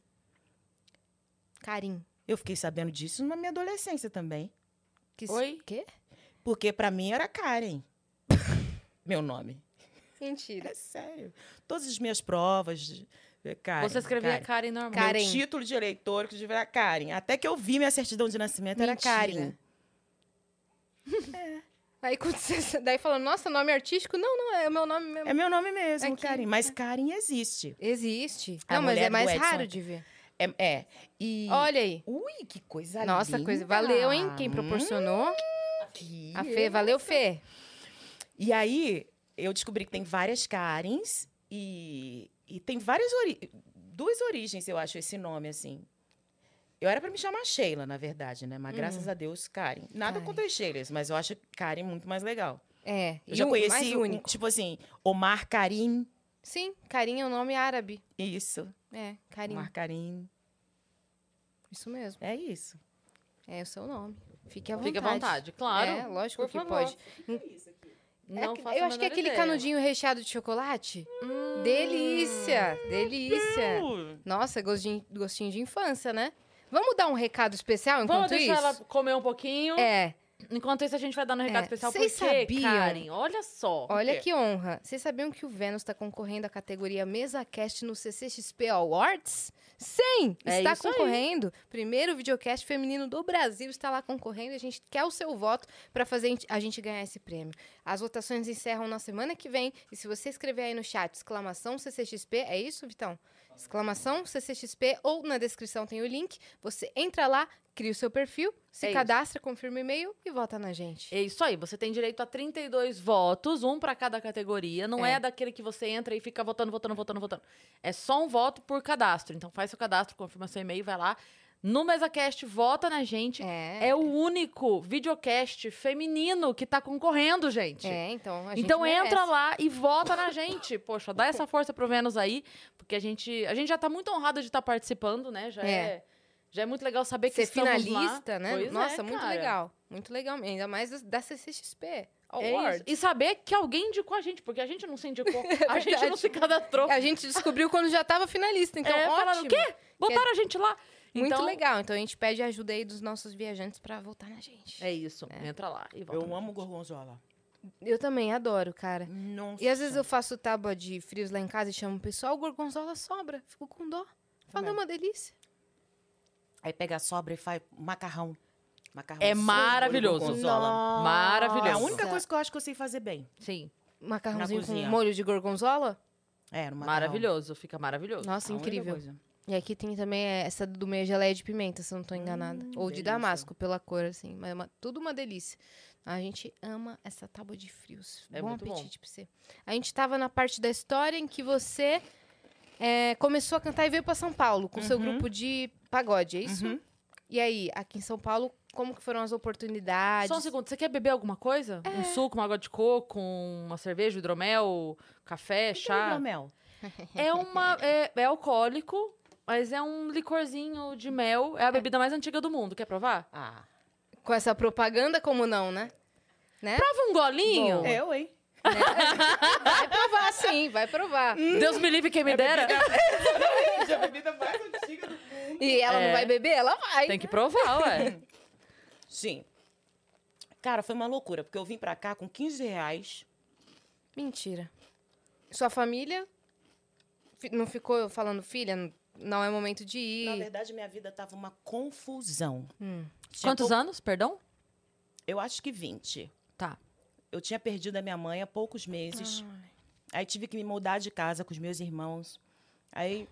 Speaker 2: Karim.
Speaker 3: Eu fiquei sabendo disso na minha adolescência também.
Speaker 2: Que...
Speaker 1: Oi?
Speaker 2: Quê?
Speaker 3: Porque pra mim era Karen. Meu nome.
Speaker 2: Mentira.
Speaker 3: É sério. Todas as minhas provas, é Karen.
Speaker 1: Você escrevia Karen,
Speaker 3: Karen.
Speaker 1: normal.
Speaker 2: Karen.
Speaker 3: Meu título de eleitor que devia Karen. Até que eu vi minha certidão de nascimento era
Speaker 2: Mentira.
Speaker 3: Karen.
Speaker 2: Aí quando você. Daí falando, nossa, nome artístico? Não, não, é o meu nome mesmo.
Speaker 3: É meu nome mesmo,
Speaker 2: Aqui.
Speaker 3: Karen. Mas Karen existe.
Speaker 2: Existe.
Speaker 3: A
Speaker 2: não, mas
Speaker 3: mulher
Speaker 2: é
Speaker 3: do
Speaker 2: mais
Speaker 3: Edson
Speaker 2: raro
Speaker 3: aqui.
Speaker 2: de ver.
Speaker 3: É. é. E.
Speaker 2: Olha aí.
Speaker 3: Ui, que coisa
Speaker 2: Nossa,
Speaker 3: linda.
Speaker 2: coisa. Valeu, hein? Quem proporcionou?
Speaker 3: Hum. Que-
Speaker 2: A Fê, valeu, Fê.
Speaker 3: E aí, eu descobri que tem várias Karens e, e tem várias ori duas origens, eu acho, esse nome, assim. Eu era pra me chamar Sheila, na verdade, né? Mas graças a Deus, Karen. Nada
Speaker 2: Hum. Karen.
Speaker 3: contra as Sheilas, mas eu acho Karen muito mais legal.
Speaker 2: É.
Speaker 3: Eu já
Speaker 2: e o-
Speaker 3: conheci,
Speaker 2: mais
Speaker 3: um-
Speaker 2: único.
Speaker 3: tipo assim, Omar Karim.
Speaker 2: Sim, Karim é o nome árabe.
Speaker 3: Isso,
Speaker 2: É, Karim.
Speaker 3: Omar Karim.
Speaker 2: Isso mesmo.
Speaker 3: É isso.
Speaker 2: É o seu nome. Fique à vontade.
Speaker 1: Fique à vontade, claro.
Speaker 2: É, lógico
Speaker 1: Por
Speaker 2: que
Speaker 1: favor.
Speaker 2: pode. É
Speaker 1: Não
Speaker 2: que-
Speaker 1: faço
Speaker 2: eu
Speaker 1: a
Speaker 2: acho que é
Speaker 1: menor
Speaker 2: aquele
Speaker 1: ideia. Hum.
Speaker 2: canudinho recheado de chocolate. Delícia!
Speaker 1: É.
Speaker 3: É.
Speaker 2: Delícia! Nossa, gostinho, gostinho de infância, né? Vamos dar um recado especial
Speaker 1: Vamos
Speaker 2: enquanto
Speaker 1: deixar
Speaker 2: isso?
Speaker 1: ela comer um pouquinho.
Speaker 2: É,
Speaker 1: Enquanto isso, a gente vai dando um recado
Speaker 2: É,
Speaker 1: especial.
Speaker 2: vocês
Speaker 1: Por quê,
Speaker 2: sabiam?
Speaker 1: Karen? Olha só.
Speaker 2: olha que honra. Vocês sabiam que o Vênus está concorrendo à categoria Mesa Cast no CCXP Awards? Sim!
Speaker 1: É
Speaker 2: está
Speaker 1: isso aí.
Speaker 2: concorrendo. Primeiro videocast feminino do Brasil está lá concorrendo. e A gente quer o seu voto para fazer a gente- a gente ganhar esse prêmio. As votações encerram na semana que vem. E se você escrever aí no chat, exclamação CCXP, é isso, Vitão? Exclamação CCXP ou na descrição tem o link. Você entra lá, cria o seu perfil, se
Speaker 1: É isso.
Speaker 2: cadastra, confirma o e-mail e vota na gente.
Speaker 1: É isso aí, você tem direito a 32 votos, um pra cada categoria. Não é.
Speaker 2: É.
Speaker 1: daquele que você entra e fica votando, votando, votando, votando. É só um voto por cadastro. Então faz seu cadastro, confirma seu e-mail, vai lá. No MesaCast, vota na gente. É,
Speaker 2: É.
Speaker 1: o único videocast feminino que tá concorrendo, gente.
Speaker 2: É, então a gente
Speaker 1: Então entra
Speaker 2: merece.
Speaker 1: lá e vota na gente. Poxa, dá essa força pro Vênus aí, porque a gente, a gente já tá muito honrada de estar participando, né? Já
Speaker 2: É.
Speaker 1: é. já é muito legal saber que
Speaker 2: ser
Speaker 1: estamos lá.
Speaker 2: finalista, né?
Speaker 1: Pois é,
Speaker 2: Nossa, muito
Speaker 1: cara.
Speaker 2: legal. Muito legal. mesmo, Ainda mais da- da CCXP.
Speaker 1: É isso.
Speaker 2: Award.
Speaker 1: E saber que alguém indicou a gente, porque a gente não se indicou, a gente
Speaker 2: verdade.
Speaker 1: não se cadastrou.
Speaker 2: A gente descobriu quando já estava finalista, então
Speaker 1: É,
Speaker 2: ótimo.
Speaker 1: falaram, o quê? Botaram a gente lá.
Speaker 2: Muito
Speaker 1: Então,
Speaker 2: legal. Então a gente pede a ajuda aí dos nossos viajantes para voltar na gente.
Speaker 1: É isso, entra lá e volta.
Speaker 3: Eu amo gorgonzola.
Speaker 2: Eu também adoro, cara.
Speaker 3: Nossa.
Speaker 2: E às vezes eu faço tábua de frios lá em casa e chamo o pessoal, o gorgonzola sobra. Fico com dó. Fala,
Speaker 3: Também.
Speaker 2: é uma delícia.
Speaker 3: Aí pega a sobra e faz macarrão. Macarrão
Speaker 1: É
Speaker 3: sem
Speaker 1: maravilhoso.
Speaker 3: molho com gorgonzola.
Speaker 1: Maravilhoso.
Speaker 3: É a
Speaker 1: Nossa.
Speaker 3: única coisa que eu acho que eu sei fazer bem.
Speaker 1: Sim.
Speaker 2: Macarrãozinho
Speaker 3: Na
Speaker 2: com
Speaker 3: cozinha.
Speaker 2: molho de gorgonzola?
Speaker 3: É, no macarrão.
Speaker 1: Maravilhoso. Fica maravilhoso.
Speaker 3: A
Speaker 2: Nossa,
Speaker 3: única
Speaker 2: incrível.
Speaker 3: coisa.
Speaker 2: E aqui tem também é, essa do meio geleia de pimenta, se eu não tô enganada. Ou de
Speaker 3: delícia.
Speaker 2: damasco, pela cor, assim. Mas é uma- tudo uma delícia. A gente ama essa tábua de frios.
Speaker 1: É
Speaker 2: bom
Speaker 1: muito bom.
Speaker 2: apetite pra você. A gente tava na parte da história em que você é, começou a cantar e veio pra São Paulo com seu
Speaker 3: Uhum.
Speaker 2: grupo de pagode, é isso?
Speaker 3: Uhum.
Speaker 2: E aí, aqui em São Paulo, como que foram as oportunidades?
Speaker 1: Só um segundo, você quer beber alguma coisa? Um suco, uma água de coco, uma cerveja, um hidromel, café, chá?
Speaker 3: Mel.
Speaker 1: É uma. É, é alcoólico, mas é um licorzinho de mel. É a bebida mais antiga do mundo. Quer provar?
Speaker 3: Ah,
Speaker 2: Com essa propaganda, como não, né? Né?
Speaker 1: Prova um golinho.
Speaker 2: Boa.
Speaker 3: eu, hein?
Speaker 2: Vai provar, sim, vai provar.
Speaker 1: Deus me livre quem me dera.
Speaker 3: Gente, a bebida mais antiga do mundo.
Speaker 2: E ela
Speaker 1: É.
Speaker 2: não vai beber? Ela vai.
Speaker 1: Tem que provar, ué.
Speaker 3: Tipo Sim. Cara, foi uma loucura, porque eu vim pra cá com 15 reais.
Speaker 2: Mentira. Sua família fi- não ficou falando, filha, n- não é momento de
Speaker 3: Na
Speaker 2: ir.
Speaker 3: verdade, minha vida tava uma confusão.
Speaker 2: Hum.
Speaker 3: Tinha
Speaker 1: Quantos
Speaker 3: pou-
Speaker 1: anos? Perdão?
Speaker 3: Eu acho que 20.
Speaker 1: Tá.
Speaker 3: Eu tinha perdido a minha mãe há poucos meses. Aí tive que me mudar de casa com os meus irmãos. Aí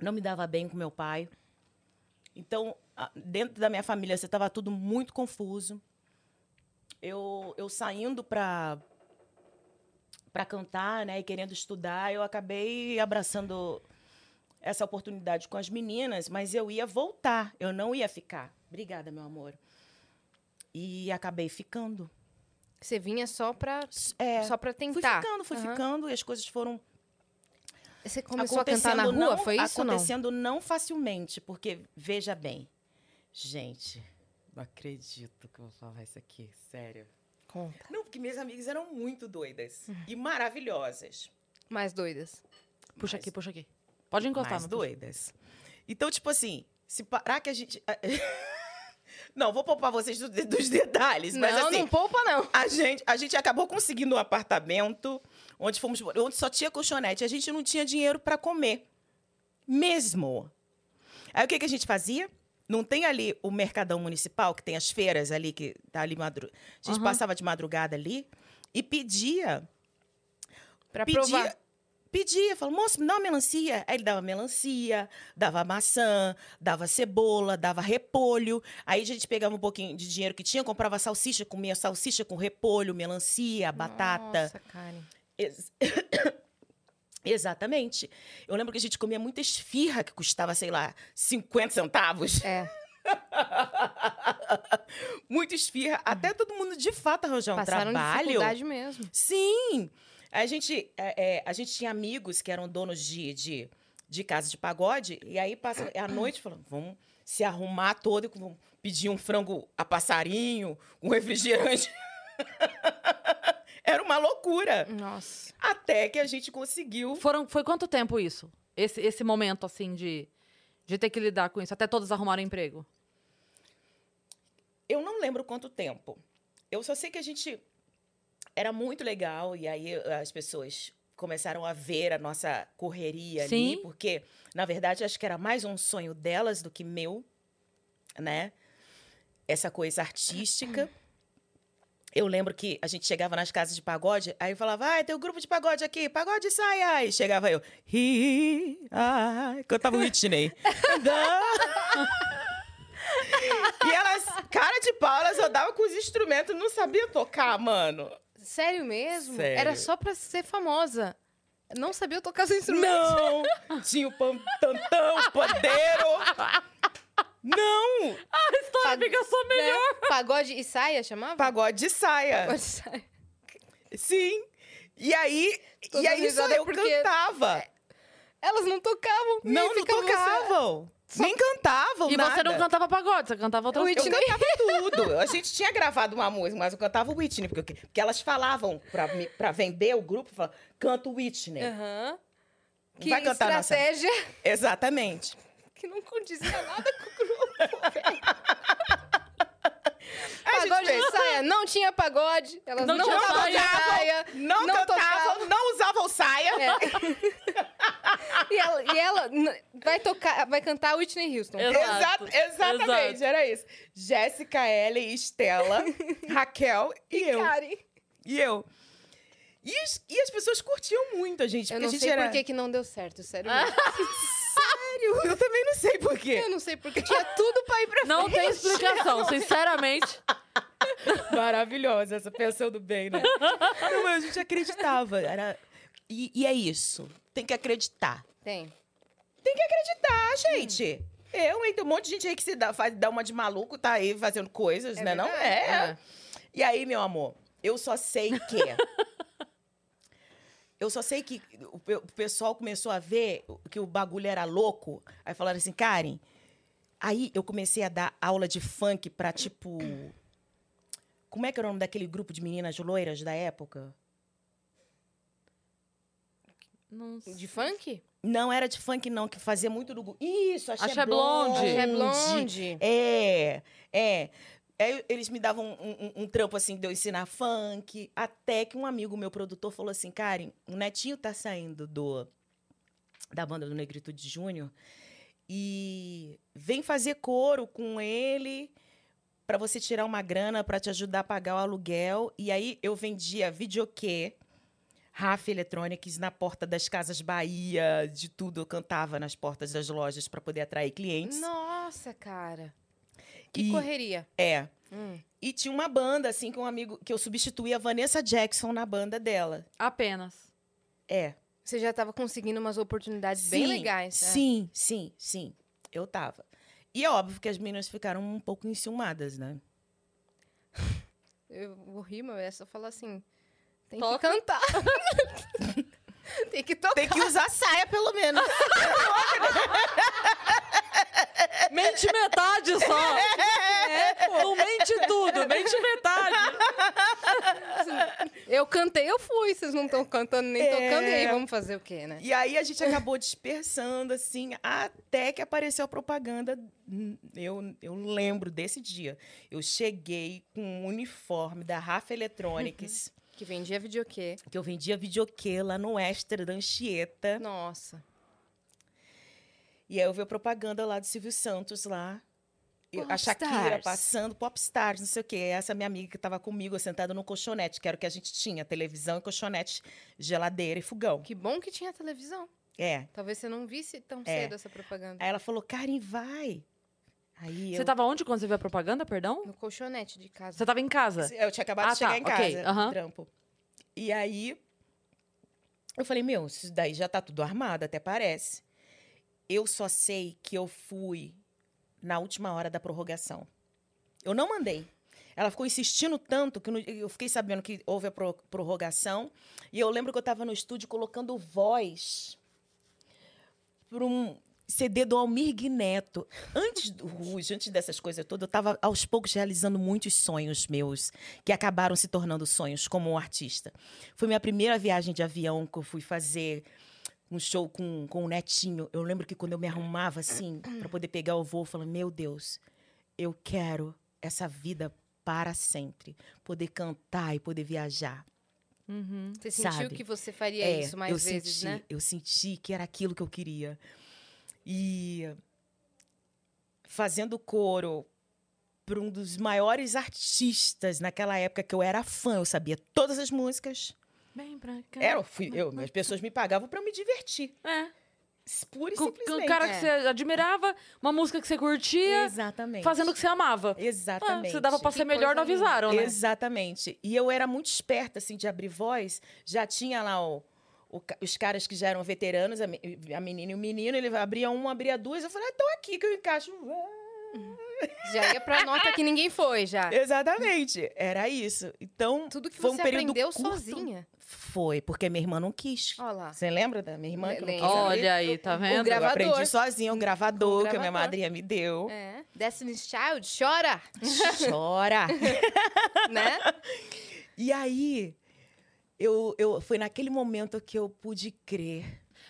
Speaker 3: não me dava bem com meu pai. Então, a- dentro da minha família, você estava tudo muito confuso. Eu, eu saindo para para cantar, né, e querendo estudar, eu acabei abraçando essa oportunidade com as meninas, mas eu ia voltar, eu não ia ficar. Obrigada, meu amor. E acabei ficando.
Speaker 2: Você vinha só pra,
Speaker 3: É,
Speaker 2: só pra
Speaker 3: fui
Speaker 2: tentar.
Speaker 3: ficando, fui
Speaker 2: tá. Aham.
Speaker 3: ficando e as coisas foram
Speaker 2: Você começou a cantar na rua,
Speaker 3: não-
Speaker 2: foi isso ou não?
Speaker 3: Acontecendo não facilmente, porque, veja bem, gente, não acredito que eu vou falar isso aqui, sério.
Speaker 2: Conta. Hum.
Speaker 3: Não, porque minhas amigas eram muito doidas e maravilhosas.
Speaker 2: Mais doidas.
Speaker 1: Puxa
Speaker 3: Mas-
Speaker 1: aqui, puxa aqui. Pode encostar.
Speaker 3: mais
Speaker 1: não puxa.
Speaker 3: doidas. Então, tipo assim, se parar que a gente... ah, não, vou poupar vocês do- dos detalhes, mas
Speaker 2: não,
Speaker 3: assim...
Speaker 2: não poupa, não.
Speaker 3: A gente, a gente acabou conseguindo um apartamento onde fomos onde só tinha colchonete. A gente não tinha dinheiro para comer. Mesmo. Aí o que, que a gente fazia? Não tem ali o mercadão municipal, que tem as feiras ali, que tá ali madru... A gente
Speaker 1: Aham.
Speaker 3: passava de madrugada ali e pedia.
Speaker 2: Pra
Speaker 3: pedia.
Speaker 2: provar.
Speaker 3: Pedia, falou, moço, me dá uma melancia. Aí ele dava melancia, dava maçã, dava cebola, dava repolho. Aí a gente pegava um pouquinho de dinheiro que tinha, comprava salsicha, comia salsicha com repolho, melancia, batata.
Speaker 2: Nossa, Karen.
Speaker 3: Ex- Exatamente. Eu lembro que a gente comia muita esfirra, que custava, sei lá, 50 centavos.
Speaker 2: É,
Speaker 3: Muita esfirra. Até todo mundo, de fato, arranjar um
Speaker 2: passaram
Speaker 3: trabalho.
Speaker 2: dificuldade mesmo.
Speaker 3: Sim! A gente, é, é, a gente tinha amigos que eram donos de, de, de casa de pagode, e aí passa é à noite falando, vamos se arrumar todo, vamos pedir um frango a passarinho, um refrigerante. Era uma loucura.
Speaker 2: Nossa.
Speaker 3: Até que a gente conseguiu.
Speaker 1: Foram, foi quanto tempo isso? Esse, esse momento, assim, de, de ter que lidar com isso, até todas arrumaram emprego.
Speaker 3: Eu não lembro quanto tempo. Eu só sei que a gente era muito legal e aí eh, as pessoas começaram a ver a nossa correria
Speaker 1: Sim.
Speaker 3: ali, porque na verdade acho que era mais um sonho delas do que meu, né? Essa coisa artística. Eu lembro que a gente chegava nas casas de pagode, aí falava, ai, tem um grupo de pagode aqui, pagode sai, ai. Chegava eu, hi, ai, cantava Whitney. e elas, cara de pau, elas andavam com os instrumentos, não sabia tocar, mano.
Speaker 2: Sério mesmo?
Speaker 3: Sério.
Speaker 2: Era só pra ser famosa. Não sabia tocar seu instrumento.
Speaker 3: Não! Tinha o pam- tantão, pandeiro. Não!
Speaker 1: História fica só melhor.
Speaker 2: né? Pagode e saia chamava?
Speaker 3: Pagode de saia.
Speaker 2: Pagode e saia.
Speaker 3: Sim. E aí,
Speaker 2: Tô
Speaker 3: e aí
Speaker 2: dando
Speaker 3: só
Speaker 2: risada
Speaker 3: eu
Speaker 2: porque- é,
Speaker 3: cantava.
Speaker 2: Elas não tocavam. é nem
Speaker 3: Não, não
Speaker 2: ficavam
Speaker 3: tocavam. Nem cantavam
Speaker 1: E
Speaker 3: nada.
Speaker 1: você não cantava pagode, você cantava outra
Speaker 2: O
Speaker 1: coisa.
Speaker 3: Eu
Speaker 2: Whitney.
Speaker 3: cantava tudo. A gente tinha gravado uma música, mas eu cantava Whitney, porque, porque elas falavam pra, me- pra vender o grupo, falavam, canta Whitney.
Speaker 2: Aham. É. Que
Speaker 3: Vai cantar a nossa-
Speaker 2: estratégia
Speaker 3: Exatamente.
Speaker 2: que não condizia nada com o grupo. velho.
Speaker 3: A gente
Speaker 2: pagode
Speaker 3: fez?
Speaker 2: de saia. Não tinha pagode. Elas não,
Speaker 1: Não tinha
Speaker 2: usavam
Speaker 1: saia.
Speaker 2: saia.
Speaker 3: Não,
Speaker 2: Não
Speaker 3: cantavam,
Speaker 2: tocavam.
Speaker 3: não usavam saia.
Speaker 2: É. E ela, e ela n- vai tocar, vai cantar Whitney Houston.
Speaker 1: Eu- Exato.
Speaker 3: Exato, exatamente,
Speaker 1: Exato.
Speaker 3: era isso. Jéssica, Ellen, Estela, Raquel e, eu.
Speaker 2: Karen.
Speaker 3: E eu. E as, e as pessoas curtiam muito a gente,
Speaker 2: Eu
Speaker 3: porque
Speaker 2: não
Speaker 3: Tipo, a gente
Speaker 2: sei
Speaker 3: era.
Speaker 2: por que, que não deu certo, sério.
Speaker 1: Ah.
Speaker 2: mesmo.
Speaker 3: Sério, eu também não sei por quê.
Speaker 2: Eu não sei porque tinha tudo pra ir pra
Speaker 1: Não
Speaker 2: frente.
Speaker 1: tem explicação, sinceramente.
Speaker 3: Maravilhosa essa pensão do bem, né? Não, a gente acreditava. Era... E, e é isso. Tem que acreditar.
Speaker 2: Tem.
Speaker 3: Tem que acreditar, gente.
Speaker 2: Hum.
Speaker 3: Eu, hein? Tem um monte de gente aí que se dá, faz, dá uma de maluco, tá aí fazendo coisas,
Speaker 2: É
Speaker 3: né? Não é.
Speaker 2: verdade.
Speaker 3: E aí, meu amor, eu só sei que. eu só sei que o, pe- o pessoal começou a ver que o bagulho era louco. Aí falaram assim, Karen. Aí eu comecei a dar aula de funk pra tipo. Como é que era o nome daquele grupo de meninas loiras da época?
Speaker 1: Não sei.
Speaker 2: Ah, De funk?
Speaker 3: Não era de funk, não, que fazia muito do. Isso, achei
Speaker 1: Axé Blonde.
Speaker 2: É blonde.
Speaker 3: É, é. Aí eles me davam um, um- um trampo assim de eu ensinar funk, até que um amigo meu produtor falou assim: Karen, o netinho tá saindo do da banda do Negritude Júnior e vem fazer coro com ele pra você tirar uma grana pra te ajudar a pagar o aluguel. E aí eu vendia videokê, Rafa Electronics na porta das casas Bahia, de tudo eu cantava nas portas das lojas pra poder atrair clientes.
Speaker 2: Nossa, cara. Que
Speaker 3: E-
Speaker 2: correria.
Speaker 3: É.
Speaker 2: Hum.
Speaker 3: E tinha uma banda, assim, que um amigo. que eu substituí a Vanessa Jackson na banda dela.
Speaker 1: Apenas.
Speaker 3: É.
Speaker 2: Você já tava conseguindo umas oportunidades bem legais. né?
Speaker 3: Sim, sim, sim. Eu tava. E é óbvio que as meninas ficaram um pouco enciumadas, né?
Speaker 2: Eu vou rir, mas é só falar assim. Tem
Speaker 1: Toca.
Speaker 2: que cantar. tem que tocar.
Speaker 3: Tem que usar saia, pelo menos. É.
Speaker 1: Mente metade só. É. Não mente tudo, mente metade.
Speaker 2: Eu cantei, eu fui. Vocês não estão cantando nem
Speaker 3: É.
Speaker 2: tocando. E aí, vamos fazer o quê, né?
Speaker 3: E aí a gente acabou dispersando, assim, até que apareceu a propaganda. Hum, Eu, eu lembro desse dia. Eu cheguei com um uniforme da Rafa Electronics,
Speaker 2: Que vendia videokê.
Speaker 3: que eu vendia videokê lá no Extra da Anchieta.
Speaker 2: Nossa.
Speaker 3: E aí eu vi a propaganda lá do Silvio Santos lá. E a
Speaker 2: Popstars.
Speaker 3: Shakira passando, popstars, não sei o quê. Essa minha amiga que estava comigo, sentada no colchonete, que era o que a gente tinha: televisão, colchonete, geladeira e fogão.
Speaker 2: Que bom que tinha televisão.
Speaker 3: É.
Speaker 2: Talvez você não visse tão
Speaker 3: É.
Speaker 2: cedo essa propaganda.
Speaker 3: Aí ela falou: Karen, vai. Aí
Speaker 1: Você
Speaker 3: eu.
Speaker 1: tava onde quando você viu a propaganda, perdão?
Speaker 2: No colchonete de casa.
Speaker 3: tá-
Speaker 1: Você tava em casa.
Speaker 3: Eu tinha acabado
Speaker 1: Ah,
Speaker 3: de chegar
Speaker 1: tá,
Speaker 3: em
Speaker 1: ok,
Speaker 3: casa,
Speaker 1: aham.
Speaker 3: do trampo. E aí eu falei: Meu, isso daí já tá tudo armado, até parece. Eu só sei que eu fui na última hora da prorrogação. Eu não mandei. Ela ficou insistindo tanto que no- eu fiquei sabendo que houve a pro- prorrogação. E eu lembro que eu estava no estúdio colocando voz para um CD do Almir Neto. Antes do Ruge, antes dessas coisas todas, eu estava aos poucos realizando muitos sonhos meus, que acabaram se tornando sonhos como um artista. Foi minha primeira viagem de avião que eu fui fazer um show com, com o Netinho. Eu lembro que quando eu me arrumava assim, para poder pegar o voo, eu falava: Meu Deus, eu quero essa vida para sempre. Poder cantar e poder viajar.
Speaker 1: Uhum.
Speaker 2: Você sentiu
Speaker 3: sabe?
Speaker 2: que você faria
Speaker 3: É,
Speaker 2: isso mais
Speaker 3: eu
Speaker 2: vezes,
Speaker 3: senti,
Speaker 2: né?
Speaker 3: Eu senti que era aquilo que eu queria. E fazendo coro para um dos maiores artistas naquela época que eu era fã, eu sabia todas as músicas.
Speaker 1: Bem branca.
Speaker 3: Era, eu fui, eu, as pessoas me pagavam para me divertir,
Speaker 1: É.
Speaker 3: pura e
Speaker 1: Com, com
Speaker 3: simplesmente. É.
Speaker 1: um cara que
Speaker 2: É.
Speaker 1: você admirava, uma música que você curtia,
Speaker 3: Exatamente.
Speaker 1: fazendo o que você amava.
Speaker 3: Exatamente.
Speaker 1: Ah, se dava pra
Speaker 2: Que
Speaker 1: ser melhor,
Speaker 2: coisa
Speaker 1: não avisaram, né?
Speaker 3: Exatamente. E eu era muito esperta, assim, de abrir voz. Já tinha lá o- o ca- os caras que já eram veteranos, a, me- a menina e o menino, ele abria um, abria duas. Eu falei, ah, tô aqui que eu encaixo.
Speaker 2: Já ia pra nota que ninguém foi, já.
Speaker 3: Exatamente. Era isso. Então,
Speaker 2: Tudo que
Speaker 3: foi um
Speaker 2: você
Speaker 3: período
Speaker 2: aprendeu
Speaker 3: curto.
Speaker 2: sozinha.
Speaker 3: Foi, porque minha irmã não quis.
Speaker 2: Olha lá.
Speaker 3: Você lembra da minha irmã? Que eu não quis
Speaker 2: Lembro.
Speaker 3: abrir?
Speaker 1: Olha aí, tá vendo?
Speaker 3: Eu
Speaker 2: gravador.
Speaker 3: aprendi sozinha, um gravador, que a minha
Speaker 2: gravador.
Speaker 3: madrinha me deu.
Speaker 2: É. Destiny's Child, chora,
Speaker 3: Chora!
Speaker 2: né?
Speaker 3: E aí, eu, eu, foi naquele momento que eu pude crer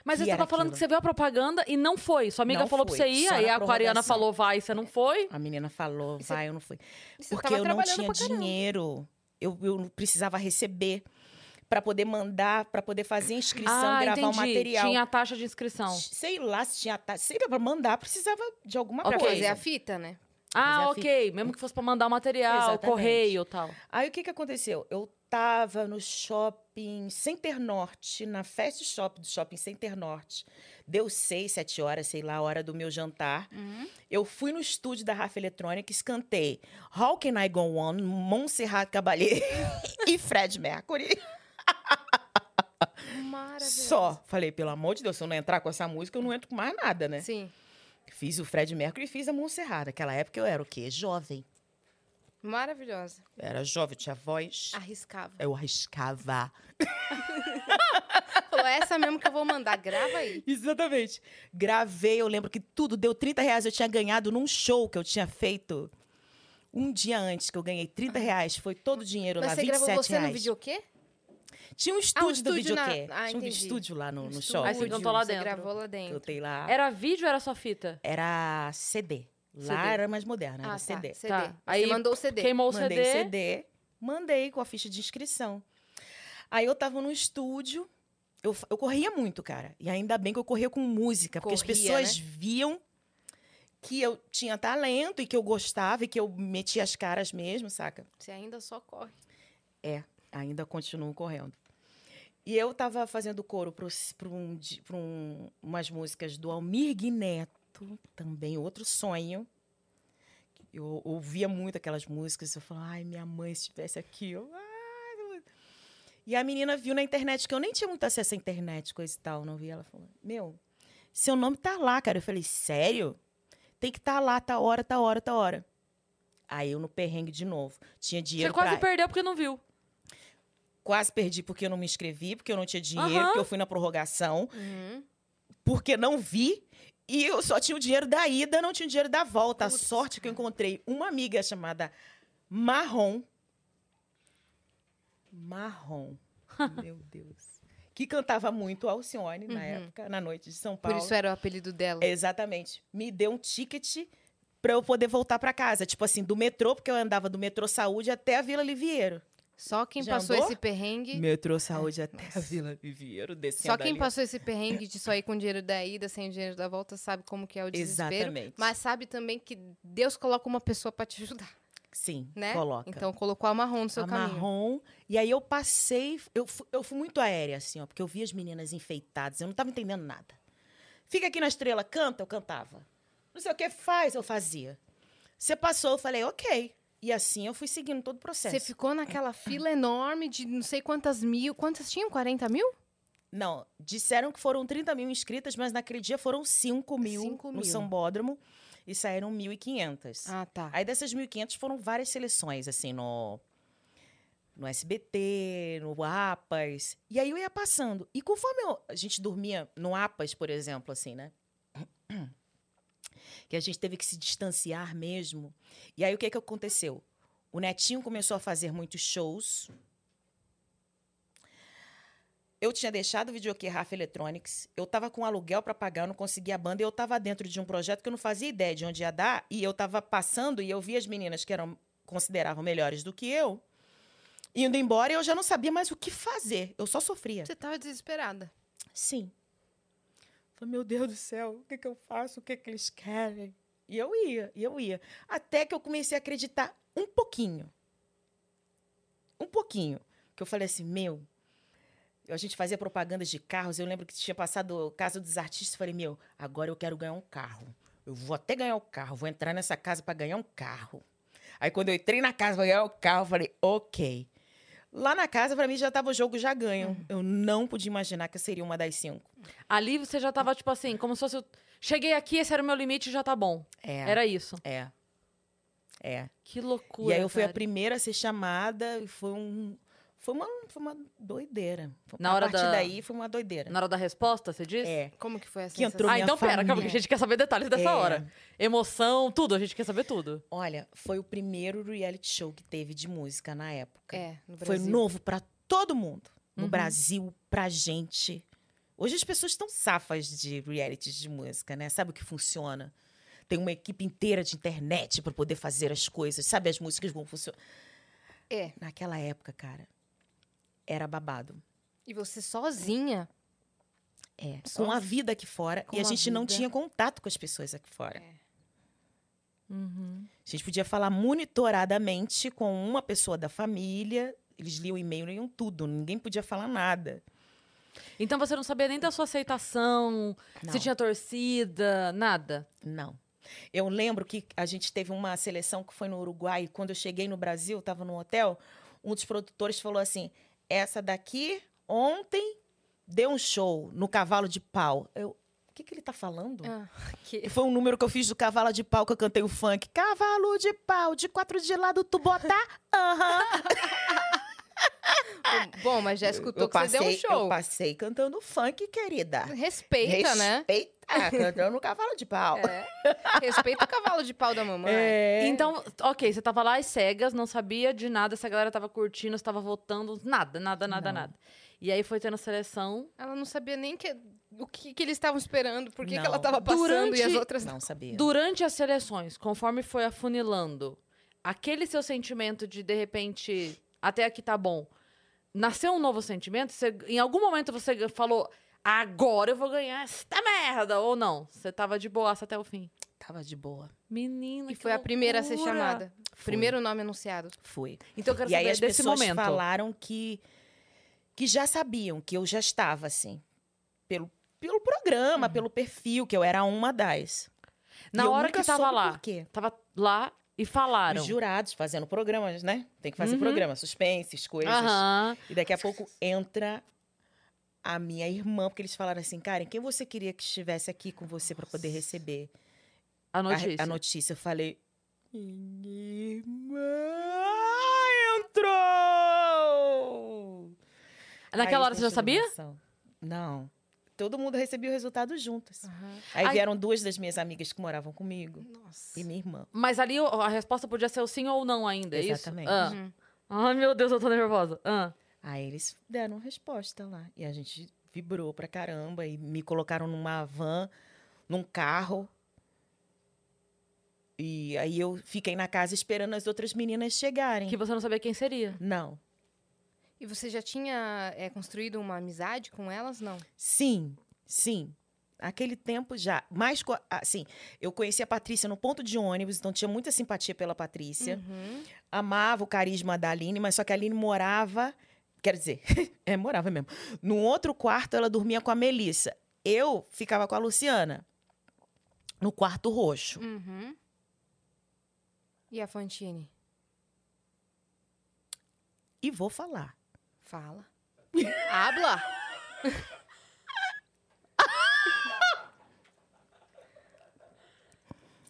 Speaker 1: Mas
Speaker 3: Que
Speaker 1: você
Speaker 3: era
Speaker 1: tava falando
Speaker 3: aquilo?
Speaker 1: que você viu a propaganda e não foi. Sua amiga
Speaker 3: Não
Speaker 1: falou
Speaker 3: fui,
Speaker 1: pra você ir,
Speaker 3: só
Speaker 1: aí
Speaker 3: na
Speaker 1: a aquariana
Speaker 3: prorrogação.
Speaker 1: falou, vai, você não foi.
Speaker 3: A menina falou,
Speaker 2: E você-
Speaker 3: vai, eu não fui.
Speaker 2: E você
Speaker 3: Porque
Speaker 2: tava
Speaker 3: eu não
Speaker 2: trabalhando
Speaker 3: tinha
Speaker 2: pra caramba.
Speaker 3: dinheiro. Eu, eu precisava receber para poder mandar, para poder fazer a inscrição,
Speaker 1: ah,
Speaker 3: gravar
Speaker 1: entendi.
Speaker 3: o material.
Speaker 1: Tinha a taxa de inscrição.
Speaker 3: Sei lá se tinha taxa. Sei lá, pra mandar precisava de alguma
Speaker 1: Ok.
Speaker 3: coisa.
Speaker 2: Fazer a fita, né?
Speaker 1: Ah,
Speaker 3: Mas é a
Speaker 1: ok. Mesmo que fosse pra mandar o material,
Speaker 3: Exatamente. Tá.
Speaker 1: correio e tal.
Speaker 3: Aí o que que aconteceu? Eu tava no shopping Center Norte, na festa shop do shopping Center Norte. Deu seis, sete horas, sei lá, a hora do meu jantar.
Speaker 2: Uhum.
Speaker 3: Eu fui no estúdio da Rafa Electronics, cantei How Can I Go On, Montserrat Caballé e Fred Mercury.
Speaker 2: Maravilhoso.
Speaker 3: Só. Falei, pelo amor de Deus, se eu não entrar com essa música, eu não entro com mais nada, né?
Speaker 2: Sim.
Speaker 3: Fiz o Fred Mercury e fiz a Montserrat. Naquela época eu era o quê? Jovem.
Speaker 2: Maravilhosa.
Speaker 3: Eu era jovem, tinha
Speaker 2: Ah.
Speaker 3: voz.
Speaker 2: Arriscava.
Speaker 3: Eu arriscava.
Speaker 2: Falou, "É essa mesmo que eu vou mandar. Grava aí.
Speaker 3: Exatamente. Gravei, eu lembro que tudo deu 30 reais. Eu tinha ganhado num show que eu tinha feito um dia antes, que eu ganhei 30 reais. Foi todo o dinheiro
Speaker 2: Ah. Mas
Speaker 3: lá,
Speaker 2: você
Speaker 3: 27
Speaker 2: gravou você
Speaker 3: reais.
Speaker 2: no videoquê?
Speaker 3: Tinha um estúdio, do
Speaker 2: estúdio na-
Speaker 3: videoquê.
Speaker 2: Ah,
Speaker 3: Tinha um
Speaker 2: entendi.
Speaker 3: estúdio lá no,
Speaker 2: Um
Speaker 3: no
Speaker 2: estúdio. É-
Speaker 3: show.
Speaker 1: Aí você cantou lá
Speaker 2: Você
Speaker 1: dentro.
Speaker 2: gravou lá dentro.
Speaker 3: Cantei lá. Era,
Speaker 1: Era vídeo ou era só fita?
Speaker 3: CD. Lá
Speaker 1: CD.
Speaker 3: era mais moderno, era
Speaker 2: Ah,
Speaker 3: CD.
Speaker 2: tá. CD.
Speaker 1: Tá.
Speaker 2: Você
Speaker 1: Aí
Speaker 2: mandou o CD.
Speaker 1: Queimou o
Speaker 3: Mandei o
Speaker 1: CD.
Speaker 3: CD, mandei com a ficha de inscrição. Aí eu tava no estúdio, eu, fa- eu corria muito, cara. E ainda bem que eu corria com música, porque as
Speaker 2: Corria,
Speaker 3: pessoas viam que eu tinha talento e que eu gostava e que eu metia as caras mesmo, saca?
Speaker 2: Você ainda só corre.
Speaker 3: Ainda continuo correndo. E eu tava fazendo coro para um, di- pra um, umas músicas do Almir Neto, também outro sonho. Eu ouvia muito aquelas músicas, eu falava, ai, minha mãe, se estivesse aqui, eu... "Ai, meu Deus." E a menina viu na internet, que eu nem tinha muito acesso à internet, coisa e tal, não via. Ela falou, meu, seu nome tá lá, cara. Eu falei, sério? Tem que estar tá lá, tá hora, tá hora, tá hora. Aí eu no perrengue de novo. Tinha
Speaker 1: Você
Speaker 3: dinheiro
Speaker 1: quase
Speaker 3: pra-
Speaker 1: perdeu porque não viu.
Speaker 3: quase perdi porque eu não me inscrevi, porque eu não tinha dinheiro,
Speaker 1: Aham.
Speaker 3: porque eu fui na prorrogação,
Speaker 2: Uhum.
Speaker 3: porque não vi. E eu só tinha o dinheiro da ida, não tinha o dinheiro da volta.
Speaker 2: Putz,
Speaker 3: a sorte que eu encontrei uma amiga chamada Marrom. Marrom. Meu Deus. Que cantava muito Alcione na
Speaker 2: Uhum.
Speaker 3: época, na noite de São
Speaker 2: Por
Speaker 3: Paulo.
Speaker 2: isso é era o apelido dela.
Speaker 3: É, Exatamente. Me deu um ticket pra eu poder voltar pra casa. Tipo assim, do metrô, porque eu andava do metrô Saúde até a Vila Liviero.
Speaker 2: Só quem
Speaker 3: Já
Speaker 2: passou
Speaker 3: andou?
Speaker 2: esse perrengue.
Speaker 3: Metrô Saúde até
Speaker 2: É. Nossa.
Speaker 3: a Vila Liviero, descendo
Speaker 2: Só quem
Speaker 3: ali.
Speaker 2: passou esse perrengue de só ir com o dinheiro da ida, sem o dinheiro da volta, sabe como que é o desespero.
Speaker 3: Exatamente.
Speaker 2: Mas sabe também que Deus coloca uma pessoa pra te ajudar,
Speaker 3: Sim,
Speaker 2: né?
Speaker 3: coloca.
Speaker 2: Então colocou a marrom no seu
Speaker 3: a
Speaker 2: caminho.
Speaker 3: marrom. E aí eu passei, eu, fu- eu fui muito aérea, assim, ó, porque eu vi as meninas enfeitadas, eu não tava entendendo nada. Fica aqui na estrela, canta, eu cantava. Não sei o que faz, eu fazia. Você passou, eu falei, ok. E assim eu fui seguindo todo o processo.
Speaker 2: Você ficou naquela fila enorme de não sei quantas mil. Quantas tinham? 40 mil?
Speaker 3: Não, disseram que foram 30 mil inscritas, mas naquele dia foram 5 mil,
Speaker 2: Cinco
Speaker 3: no
Speaker 2: mil.
Speaker 3: Sambódromo e saíram 1.500.
Speaker 2: Ah, tá.
Speaker 3: Aí dessas 1.500 foram várias seleções, assim, no, no SBT, no APAS. E aí eu ia passando. E conforme eu- a gente dormia no APAS, por exemplo, assim, né? Que a gente teve que se distanciar mesmo. E aí o que, que aconteceu? O Netinho começou a fazer muitos shows. Eu tinha deixado o videokê Rafa Electronics, eu tava com aluguel para pagar, eu não conseguia a banda, e eu tava dentro de um projeto que eu não fazia ideia de onde ia dar, e eu tava passando e eu via as meninas que eram consideravam melhores do que eu indo embora, e eu já não sabia mais o que fazer. Eu só sofria.
Speaker 2: Você tava desesperada.
Speaker 3: Sim. Falei, meu Deus do céu, o que, que eu faço? O que, que eles querem? E eu ia, e eu ia. Até que eu comecei a acreditar um pouquinho. Um pouquinho. Que eu falei assim, meu. A gente fazia propagandas de carros. Eu lembro que tinha passado o caso dos artistas. eu Falei, meu, agora eu quero ganhar um carro. Eu vou até ganhar o carro. Vou entrar nessa casa para ganhar um carro. Aí quando eu entrei na casa para ganhar o carro, eu falei, ok. Lá na casa, para mim, já tava o jogo já ganho. Eu não podia imaginar que eu seria uma das cinco.
Speaker 1: Ali você já tava, tipo assim, como se fosse. o- Cheguei aqui, esse era o meu limite já tá bom.
Speaker 3: É.
Speaker 1: Era isso.
Speaker 3: É. É.
Speaker 1: Que loucura.
Speaker 3: e aí eu fui a
Speaker 1: cara.
Speaker 3: primeira a ser chamada e foi um. Foi uma, foi uma doideira. Foi-
Speaker 1: Na
Speaker 3: a
Speaker 1: hora
Speaker 3: partir
Speaker 1: da-
Speaker 3: daí foi uma doideira.
Speaker 1: Na hora da resposta, você disse?
Speaker 3: É.
Speaker 2: Como que foi a
Speaker 3: Que entrou
Speaker 1: Ah,
Speaker 3: minha
Speaker 1: então pera, calma que a
Speaker 3: família.
Speaker 1: gente quer saber detalhes dessa
Speaker 3: É.
Speaker 1: hora. Emoção, tudo, a gente quer saber tudo.
Speaker 3: Olha, foi o primeiro reality show que teve de música na época.
Speaker 2: É, no Brasil.
Speaker 3: foi novo pra todo mundo. No
Speaker 1: Uhum.
Speaker 3: Brasil, pra gente. Hoje as pessoas estão safas de realities de música, né? Sabe o que funciona? Tem uma equipe inteira de internet para poder fazer as coisas, sabe as músicas vão funcionar.
Speaker 2: É.
Speaker 3: Naquela época, cara, era babado.
Speaker 2: E você sozinha.
Speaker 3: É,
Speaker 2: Só-
Speaker 3: com a vida aqui fora
Speaker 2: Com
Speaker 3: e a
Speaker 2: a
Speaker 3: gente não
Speaker 2: vida.
Speaker 3: tinha contato com as pessoas aqui fora.
Speaker 2: É.
Speaker 1: Uhum.
Speaker 3: A gente podia falar monitoradamente com uma pessoa da família. Eles liam e-mail, liam tudo. Ninguém podia falar nada.
Speaker 1: Então você não sabia nem da sua aceitação,
Speaker 3: Não,
Speaker 1: se tinha torcida, nada.
Speaker 3: não. Eu lembro que a gente teve uma seleção que foi no Uruguai. Quando eu cheguei no Brasil, estava num hotel, um dos produtores falou assim: essa daqui, ontem, deu um show no cavalo de pau. Eu, o que, que ele tá falando?
Speaker 2: Ah,
Speaker 3: E
Speaker 2: que...
Speaker 3: Foi um número que eu fiz do cavalo de pau que eu cantei o funk. Cavalo de pau, de quatro de lado, tu botar. Aham.
Speaker 2: Bom, mas já escutou que você deu um
Speaker 3: Eu
Speaker 2: show.
Speaker 3: passei cantando funk, querida.
Speaker 2: Respeita, né?
Speaker 3: Respeita, cantando cavalo de pau.
Speaker 2: É. Respeita o cavalo de pau da mamãe.
Speaker 3: É.
Speaker 1: Então, ok, você tava lá às cegas, não sabia de nada, se a galera tava curtindo, se tava votando, nada, nada, nada,
Speaker 3: Não.
Speaker 1: nada. E aí foi tendo a seleção.
Speaker 2: Ela não sabia nem que- o que, que eles estavam esperando, por que, que
Speaker 3: Não.
Speaker 2: ela estava passando e as
Speaker 1: Durante-
Speaker 2: outras não.
Speaker 3: Não sabia.
Speaker 1: Durante as seleções, conforme foi afunilando, aquele seu sentimento de, de repente, até aqui tá bom, nasceu um novo sentimento? Você- em algum momento você falou, agora eu vou ganhar esta merda, ou não? Você tava de boaça até o fim.
Speaker 3: Tava de boa.
Speaker 1: Menina,
Speaker 2: E
Speaker 1: que
Speaker 2: foi a primeira a ser
Speaker 1: loucura.
Speaker 2: chamada.
Speaker 3: Fui.
Speaker 2: Primeiro nome anunciado.
Speaker 3: Fui.
Speaker 1: Então eu quero
Speaker 3: E aí
Speaker 1: saber
Speaker 3: as
Speaker 1: desse
Speaker 3: pessoas
Speaker 1: momento.
Speaker 3: falaram que, que já sabiam, que eu já estava, assim. Pelo, pelo programa, pelo perfil, que eu era uma das.
Speaker 1: Uhum. Na
Speaker 3: E eu
Speaker 1: hora
Speaker 3: nunca
Speaker 1: que tava
Speaker 3: soube
Speaker 1: lá.
Speaker 3: Por quê?
Speaker 1: Tava lá e falaram.
Speaker 3: Os jurados fazendo programas, né? Tem que fazer
Speaker 1: Uhum.
Speaker 3: programa, suspenses, coisas.
Speaker 1: Aham.
Speaker 3: E daqui a pouco entra a minha irmã, porque eles falaram assim, Karen, quem você queria que estivesse aqui com você para poder receber
Speaker 1: A
Speaker 3: a-
Speaker 1: notícia.
Speaker 3: A, notícia? Eu falei, minha irmã entrou!
Speaker 1: Naquela
Speaker 3: Aí
Speaker 1: hora você já
Speaker 3: foi toda
Speaker 1: sabia?
Speaker 3: emoção. Não. Todo mundo recebia o resultado juntos. Aí
Speaker 1: Ai.
Speaker 3: vieram duas das minhas amigas que moravam comigo
Speaker 2: Nossa.
Speaker 3: e minha irmã.
Speaker 1: Mas ali o- a resposta podia ser o sim ou não ainda, é isso?
Speaker 3: Exatamente.
Speaker 1: Ah.
Speaker 2: Uhum.
Speaker 1: Ai, meu Deus, eu tô nervosa. Ah.
Speaker 3: Aí eles deram resposta lá. E a gente vibrou pra caramba. E me colocaram numa van, num carro. E aí eu fiquei na casa esperando as outras meninas chegarem.
Speaker 1: Que você não sabia quem seria.
Speaker 3: Não.
Speaker 2: E você já tinha é, construído uma amizade com elas? Não.
Speaker 3: Sim, sim. Aquele tempo já. Mas, co- assim, eu conheci a Patrícia no ponto de ônibus, então tinha muita simpatia pela Patrícia.
Speaker 2: Uhum.
Speaker 3: amava o carisma da Aline, mas só que a Aline morava, quer dizer, é, morava mesmo. Num outro quarto, ela dormia com a Melissa. Eu ficava com a Luciana, no quarto roxo.
Speaker 2: Uhum. E a Fantine?
Speaker 3: E vou falar.
Speaker 2: Fala. Habla!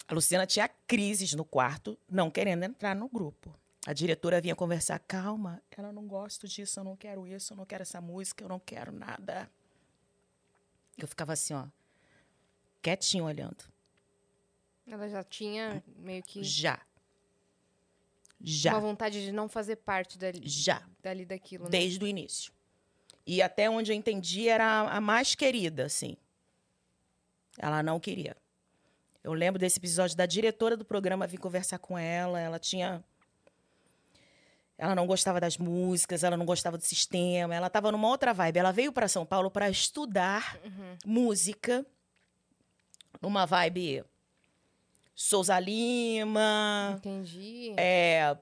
Speaker 3: A Luciana tinha crises no quarto, não querendo entrar no grupo. A diretora vinha conversar, calma, ela não gosto disso, eu não quero isso, eu não quero essa música, eu não quero nada. Eu ficava assim, ó, quietinho olhando.
Speaker 2: Ela já tinha meio que
Speaker 3: Já.
Speaker 2: uma
Speaker 3: Já.
Speaker 2: vontade de não fazer parte dali,
Speaker 3: Já.
Speaker 2: dali daquilo, né?
Speaker 3: desde o início. E até onde eu entendi, era a- a mais querida, assim. Ela não queria. Eu lembro desse episódio da diretora do programa vir conversar com ela. Ela tinha. Ela não gostava das músicas, ela não gostava do sistema, ela estava numa outra vibe. Ela veio para São Paulo para estudar
Speaker 2: Uhum.
Speaker 3: música, numa vibe Souza Lima,
Speaker 2: Entendi.
Speaker 3: é,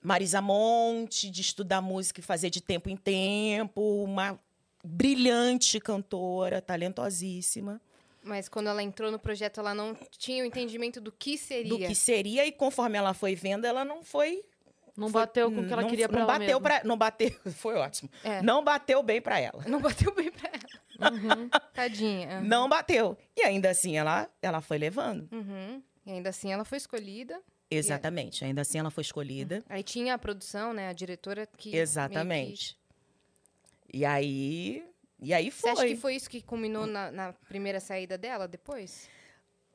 Speaker 3: Marisa Monte, de estudar música e fazer de tempo em tempo, uma brilhante cantora, talentosíssima,
Speaker 2: Mas quando ela entrou no projeto, ela não tinha o entendimento do que seria.
Speaker 3: do que seria e conforme ela foi vendo, ela não foi,
Speaker 1: Não
Speaker 3: foi-
Speaker 1: bateu com o que ela
Speaker 3: não,
Speaker 1: queria pra
Speaker 3: não
Speaker 1: ela mesma.
Speaker 3: bateu pra- não bateu, foi ótimo.
Speaker 2: É.
Speaker 3: Não bateu bem pra ela.
Speaker 2: Não bateu bem pra ela.
Speaker 1: Uhum.
Speaker 2: Tadinha.
Speaker 3: Não bateu. E ainda assim ela ela foi levando.
Speaker 2: Uhum. E ainda assim ela foi escolhida.
Speaker 3: Exatamente. Ainda assim ela foi escolhida.
Speaker 2: Aí tinha a produção, né? A diretora que. meio que-
Speaker 3: Exatamente. E aí e aí
Speaker 2: Você
Speaker 3: foi.
Speaker 2: acha que foi isso que culminou na, na primeira saída dela depois?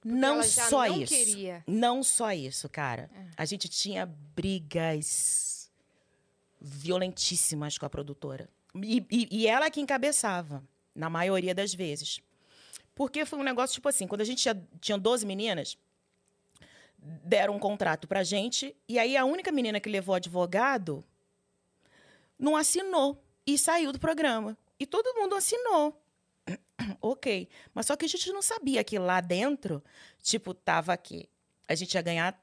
Speaker 3: não
Speaker 2: ela já
Speaker 3: só
Speaker 2: não
Speaker 3: isso.
Speaker 2: queria.
Speaker 3: Não só isso, cara. A gente tinha brigas violentíssimas com a produtora. E, e- e ela que é encabeçava. na maioria das vezes. Porque foi um negócio, tipo assim, quando a gente tinha, tinha 12 meninas, deram um contrato pra gente, e aí a única menina que levou advogado não assinou e saiu do programa. E todo mundo assinou. ok. Mas só que a gente não sabia que lá dentro, tipo, tava aqui. A gente ia ganhar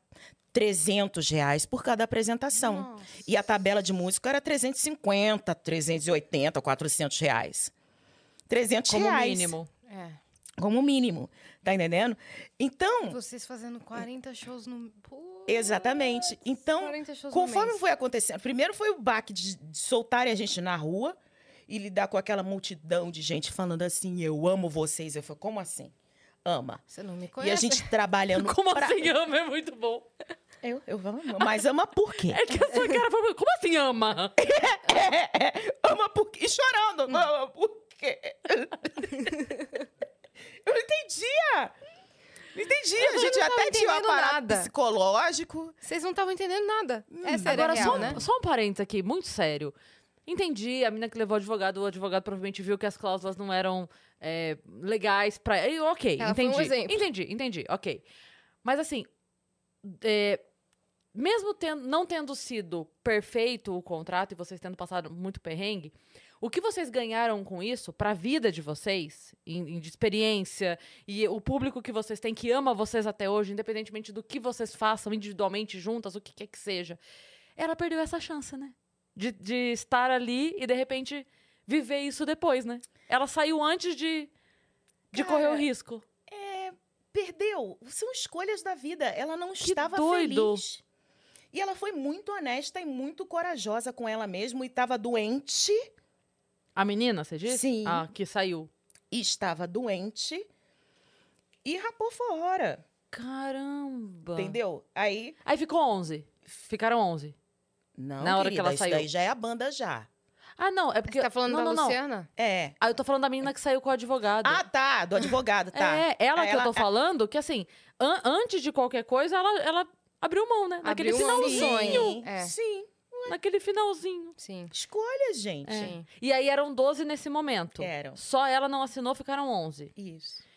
Speaker 3: 300 reais por cada apresentação.
Speaker 2: Nossa.
Speaker 3: E a tabela de músico era 350, 380, 400 reais. 300
Speaker 1: Como
Speaker 3: reais.
Speaker 1: mínimo.
Speaker 2: É.
Speaker 3: Como mínimo. Tá entendendo? Então,
Speaker 2: Vocês fazendo 40 shows no. Pô,
Speaker 3: exatamente. Então,
Speaker 2: 40 shows no
Speaker 3: conforme
Speaker 2: mês.
Speaker 3: foi acontecendo, primeiro foi o baque de, de soltarem a gente na rua e lidar com aquela multidão de gente falando assim: eu amo vocês. Eu falei: como assim? Ama.
Speaker 2: Você não me
Speaker 3: E
Speaker 2: conhece.
Speaker 3: a gente trabalhando.
Speaker 1: Como
Speaker 3: pra-
Speaker 1: assim ama? É muito bom.
Speaker 3: Eu, eu amo. Mas ama por quê?
Speaker 1: É que a sua cara foi. Como assim ama?
Speaker 3: É, é, é. Ama por quê? E chorando. Ama por quê? Eu não entendia. Não entendia. A
Speaker 2: Eu
Speaker 3: gente
Speaker 2: não tava
Speaker 3: até tinha um
Speaker 2: entendendo
Speaker 3: aparato
Speaker 2: nada.
Speaker 3: psicológico.
Speaker 2: Vocês não estavam entendendo nada. Essa era
Speaker 1: Agora,
Speaker 2: a real,
Speaker 1: só, um-
Speaker 2: né?
Speaker 1: só um parênteses aqui, muito sério. Entendi, a menina que levou o advogado, o advogado provavelmente viu que as cláusulas não eram é, legais pra. E, ok,
Speaker 2: Ela foi um
Speaker 1: entendi.
Speaker 2: exemplo.
Speaker 1: entendi, entendi, ok. Mas assim, é, mesmo tendo- não tendo sido perfeito o contrato e vocês tendo passado muito perrengue, o que vocês ganharam com isso pra vida de vocês, em, em de experiência, e o público que vocês têm, que ama vocês até hoje, independentemente do que vocês façam individualmente, juntas, o que quer que seja, ela perdeu essa chance, né? De, de estar ali e, de repente, viver isso depois, né? Ela saiu antes de, de correr o
Speaker 3: Cara,
Speaker 1: risco.
Speaker 3: Perdeu. São escolhas da vida. Ela não estava
Speaker 1: doido.
Speaker 3: feliz. E ela foi muito honesta e muito corajosa com ela mesma. E estava doente.
Speaker 1: A menina, você disse?
Speaker 3: Sim.
Speaker 1: Ah, que saiu.
Speaker 3: E estava doente. E rapou fora.
Speaker 1: Caramba!
Speaker 3: Entendeu? Aí...
Speaker 1: Aí ficou 11. Ficaram 11.
Speaker 3: Não,
Speaker 1: Na hora que
Speaker 3: querida,
Speaker 1: ela
Speaker 3: isso
Speaker 1: saiu.
Speaker 3: daí já é a banda já.
Speaker 1: Ah, não, é porque...
Speaker 2: Você tá falando
Speaker 1: não,
Speaker 2: da
Speaker 1: não, não.
Speaker 2: Luciana?
Speaker 3: É.
Speaker 1: Ah, eu tô falando da menina que saiu com o advogado.
Speaker 3: Ah, tá. Do advogado, tá.
Speaker 1: É, ela que eu
Speaker 3: Ela-
Speaker 1: tô falando, que assim, an- antes de qualquer coisa, ela, ela abriu mão, né? Naquele
Speaker 2: Abriu mão.
Speaker 1: finalzinho.
Speaker 2: finalzinho. É.
Speaker 3: Sim.
Speaker 1: Naquele finalzinho.
Speaker 2: Sim.
Speaker 3: Escolha, gente.
Speaker 1: É.
Speaker 2: Sim.
Speaker 1: E aí eram 12 nesse momento.
Speaker 2: É.
Speaker 3: Eram.
Speaker 1: Só ela não assinou, ficaram 11.
Speaker 3: Isso.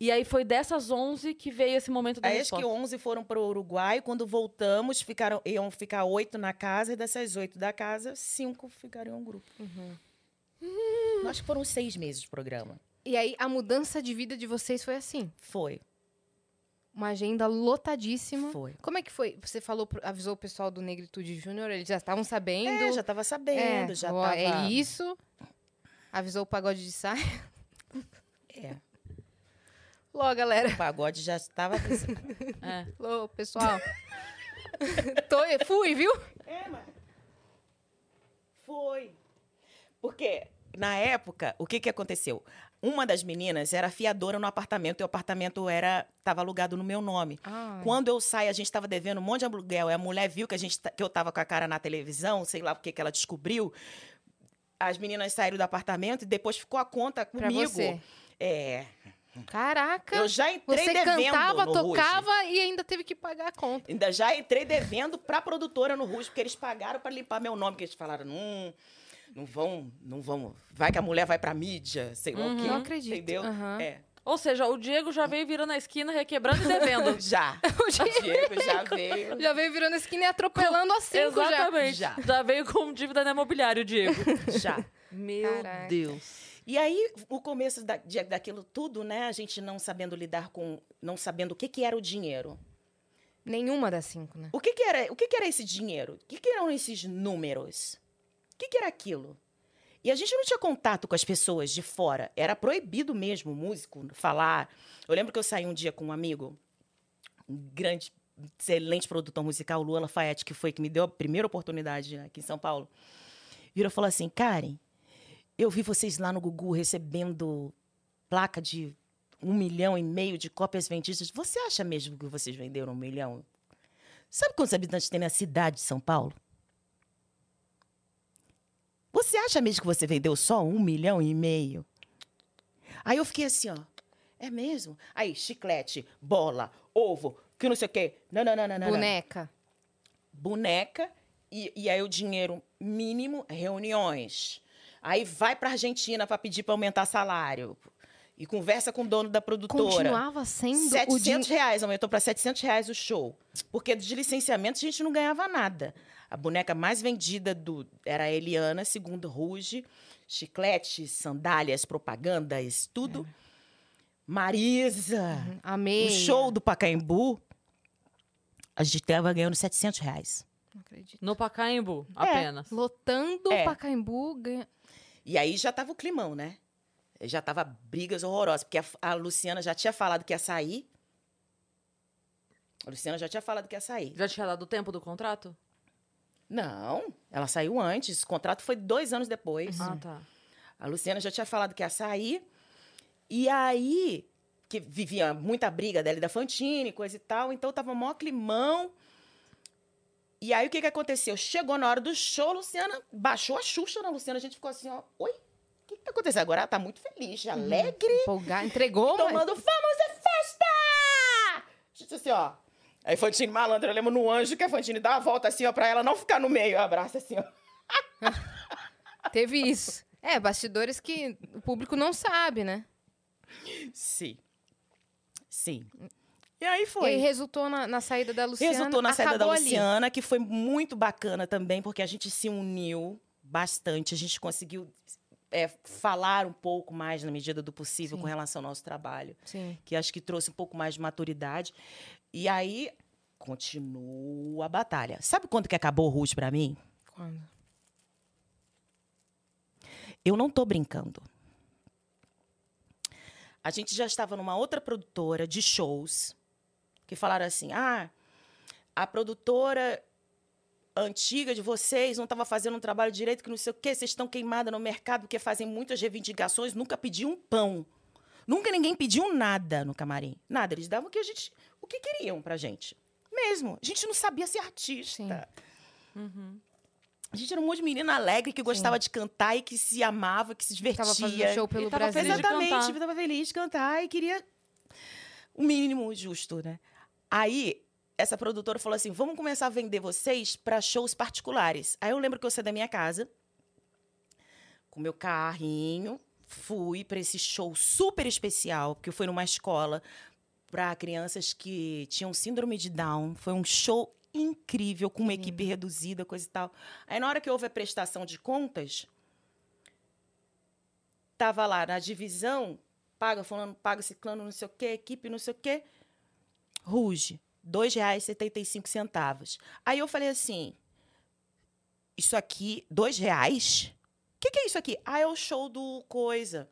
Speaker 1: E aí foi dessas 11 que veio esse momento da
Speaker 3: Aí acho É que
Speaker 1: resposta.
Speaker 3: 11 foram pro Uruguai. Quando voltamos, ficaram, iam ficar oito na casa. E dessas oito da casa, cinco ficariam um grupo.
Speaker 2: Uhum.
Speaker 3: Acho que foram seis meses de programa.
Speaker 2: E aí, a mudança de vida de vocês foi assim.
Speaker 3: Foi.
Speaker 2: Uma agenda lotadíssima.
Speaker 3: Foi.
Speaker 2: Como é que foi? Você falou, pro- avisou o pessoal do Negritude Júnior, eles já estavam sabendo.
Speaker 3: É, já tava sabendo, já
Speaker 2: ó,
Speaker 3: tava...
Speaker 2: É isso. Avisou o pagode de saia.
Speaker 3: É,
Speaker 2: Logo, galera.
Speaker 3: o pagode já estava...
Speaker 1: É.
Speaker 2: Alô, pessoal. Tô, fui, viu?
Speaker 3: É, mas... Foi. Porque, na época, o que, que aconteceu? Uma das meninas era fiadora no apartamento e o apartamento era estava alugado no meu nome.
Speaker 2: Ah,
Speaker 3: Quando eu saí, a gente estava devendo um monte de aluguel. E a mulher viu que, a gente, ta- que eu estava com a cara na televisão, sei lá porque que ela descobriu. As meninas saíram do apartamento e depois ficou a conta
Speaker 2: pra
Speaker 3: comigo.
Speaker 2: você.
Speaker 3: É.
Speaker 2: Caraca.
Speaker 3: Eu já entrei
Speaker 2: Você
Speaker 3: devendo
Speaker 2: cantava,
Speaker 3: no Ruge.
Speaker 2: tocava e ainda teve que pagar a conta.
Speaker 3: Ainda já entrei devendo pra produtora no Rush, porque eles pagaram pra limpar meu nome, porque eles falaram, não, não vão, não vão. Vai que a mulher vai pra mídia, sei lá o quê.
Speaker 2: Não acredito.
Speaker 3: Uhum. Entendeu?
Speaker 2: Aham.
Speaker 3: É.
Speaker 1: Ou seja, o Diego já veio virando a esquina, requebrando e devendo.
Speaker 3: Já. o Diego já veio.
Speaker 2: Já veio virando esquina e atropelando a cinco já.
Speaker 1: Exatamente.
Speaker 3: Já.
Speaker 1: veio com dívida na imobiliária, o Diego.
Speaker 3: Já.
Speaker 1: Meu
Speaker 2: Caraca.
Speaker 1: Deus.
Speaker 3: E aí, o começo da- de- daquilo tudo, né? A gente não sabendo lidar com. não sabendo o que, que era o dinheiro.
Speaker 2: Nenhuma das cinco, né?
Speaker 3: O que, que era, o que, que era esse dinheiro? O que, que eram esses números? O que, que era aquilo? E a gente não tinha contato com as pessoas de fora. Era proibido mesmo o músico falar. Eu lembro que eu saí um dia com um amigo, um grande, excelente produtor musical, Lua Lafayette, que foi que me deu a primeira oportunidade aqui em São Paulo. Virou e falou assim: Karen, eu vi vocês lá no Gugu recebendo placa de um milhão e meio de cópias vendidas. Você acha mesmo que vocês venderam um milhão? Sabe quantos habitantes tem na cidade de São Paulo? Você acha mesmo que você vendeu só um milhão e meio? Aí eu fiquei assim, ó. É mesmo? Aí, chiclete, bola, ovo, que não sei o quê. Não, não, não, não, não. não.
Speaker 2: Boneca.
Speaker 3: Boneca. E, e aí o dinheiro mínimo, reuniões. Aí vai pra Argentina para pedir para aumentar salário. E conversa com o dono da produtora.
Speaker 2: Continuava sendo o
Speaker 3: 700
Speaker 2: dinheiro.
Speaker 3: reais, aumentou para 700 reais o show. Porque de licenciamento a gente não ganhava nada. A boneca mais vendida do era a Eliana, segundo Ruge. Chicletes, sandálias, propagandas, tudo. Marisa,
Speaker 2: Amei.
Speaker 3: o show do Pacaembu, a gente estava ganhando 700 reais.
Speaker 2: Não acredito.
Speaker 1: No Pacaembu,
Speaker 2: É,
Speaker 1: apenas.
Speaker 2: Lotando
Speaker 3: É.
Speaker 2: Pacaembu, ganha...
Speaker 3: E aí já tava o climão, né? Já tava brigas horrorosas, porque a, a Luciana já tinha falado que ia sair. A Luciana já tinha falado que ia sair.
Speaker 1: Já tinha dado o tempo do contrato?
Speaker 3: Não, ela saiu antes. O contrato foi dois anos depois.
Speaker 1: Ah, tá.
Speaker 3: A Luciana já tinha falado que ia sair. E aí, que vivia muita briga dela e da Fantine, coisa e tal. Então, tava mó climão. E aí, o que que aconteceu? Chegou na hora do show, a Luciana baixou a Xuxa na Luciana. A gente ficou assim, ó, oi? O que que tá acontecendo agora? Ela tá muito feliz, alegre
Speaker 2: Empolgar, entregou, mas...
Speaker 3: tomando vamos à festa! Gente, assim, ó. Aí Fantine malandra, eu lembro no anjo que a Fantine dá a volta assim, ó, pra ela não ficar no meio. Abraça assim, ó.
Speaker 2: Teve isso. É, bastidores que o público não sabe, né?
Speaker 3: Sim. Sim. E aí
Speaker 2: E aí resultou na, na saída da Luciana.
Speaker 3: Resultou na saída da
Speaker 2: acabou ali.
Speaker 3: Luciana, que foi muito bacana também, porque a gente se uniu bastante, a gente conseguiu é, falar um pouco mais na medida do possível
Speaker 2: Sim.
Speaker 3: com relação ao nosso trabalho,
Speaker 2: Sim.
Speaker 3: que acho que trouxe um pouco mais de maturidade. E aí continua a batalha. Sabe quando que acabou o Ruth pra mim?
Speaker 2: Quando?
Speaker 3: Eu não tô brincando. A gente já estava numa outra produtora de shows que falaram assim: ah, a produtora antiga de vocês não estava fazendo um trabalho direito, que não sei o quê, vocês estão queimada no mercado porque fazem muitas reivindicações, nunca pediu um pão. Nunca ninguém pediu nada no camarim. Nada. Eles davam o que a gente. o que queriam pra gente. Mesmo. A gente não sabia ser artista.
Speaker 2: Sim.
Speaker 1: Uhum.
Speaker 3: A gente era um monte de menina alegre que gostava de cantar e que se amava, que se divertia.
Speaker 2: Tava fazendo show pelo
Speaker 1: E tava
Speaker 2: Brasil.
Speaker 1: feliz de
Speaker 3: Exatamente,
Speaker 1: cantar.
Speaker 3: eu tava feliz de cantar e queria o mínimo justo, né? Aí, essa produtora falou assim: vamos começar a vender vocês para shows particulares. Aí eu lembro que eu saí da minha casa, com meu carrinho, fui para esse show super especial, porque foi numa escola para crianças que tinham síndrome de Down. Foi um show incrível, com uma
Speaker 2: Que lindo.
Speaker 3: equipe reduzida, coisa e tal. Aí, na hora que houve a prestação de contas, tava lá na divisão, paga fulano, paga ciclano, não sei o quê, equipe, não sei o quê. Ruge, R$ 2,75. Aí eu falei assim, isso aqui, R$ 2,00? O que, que é isso aqui? Ah, é o show do Coisa.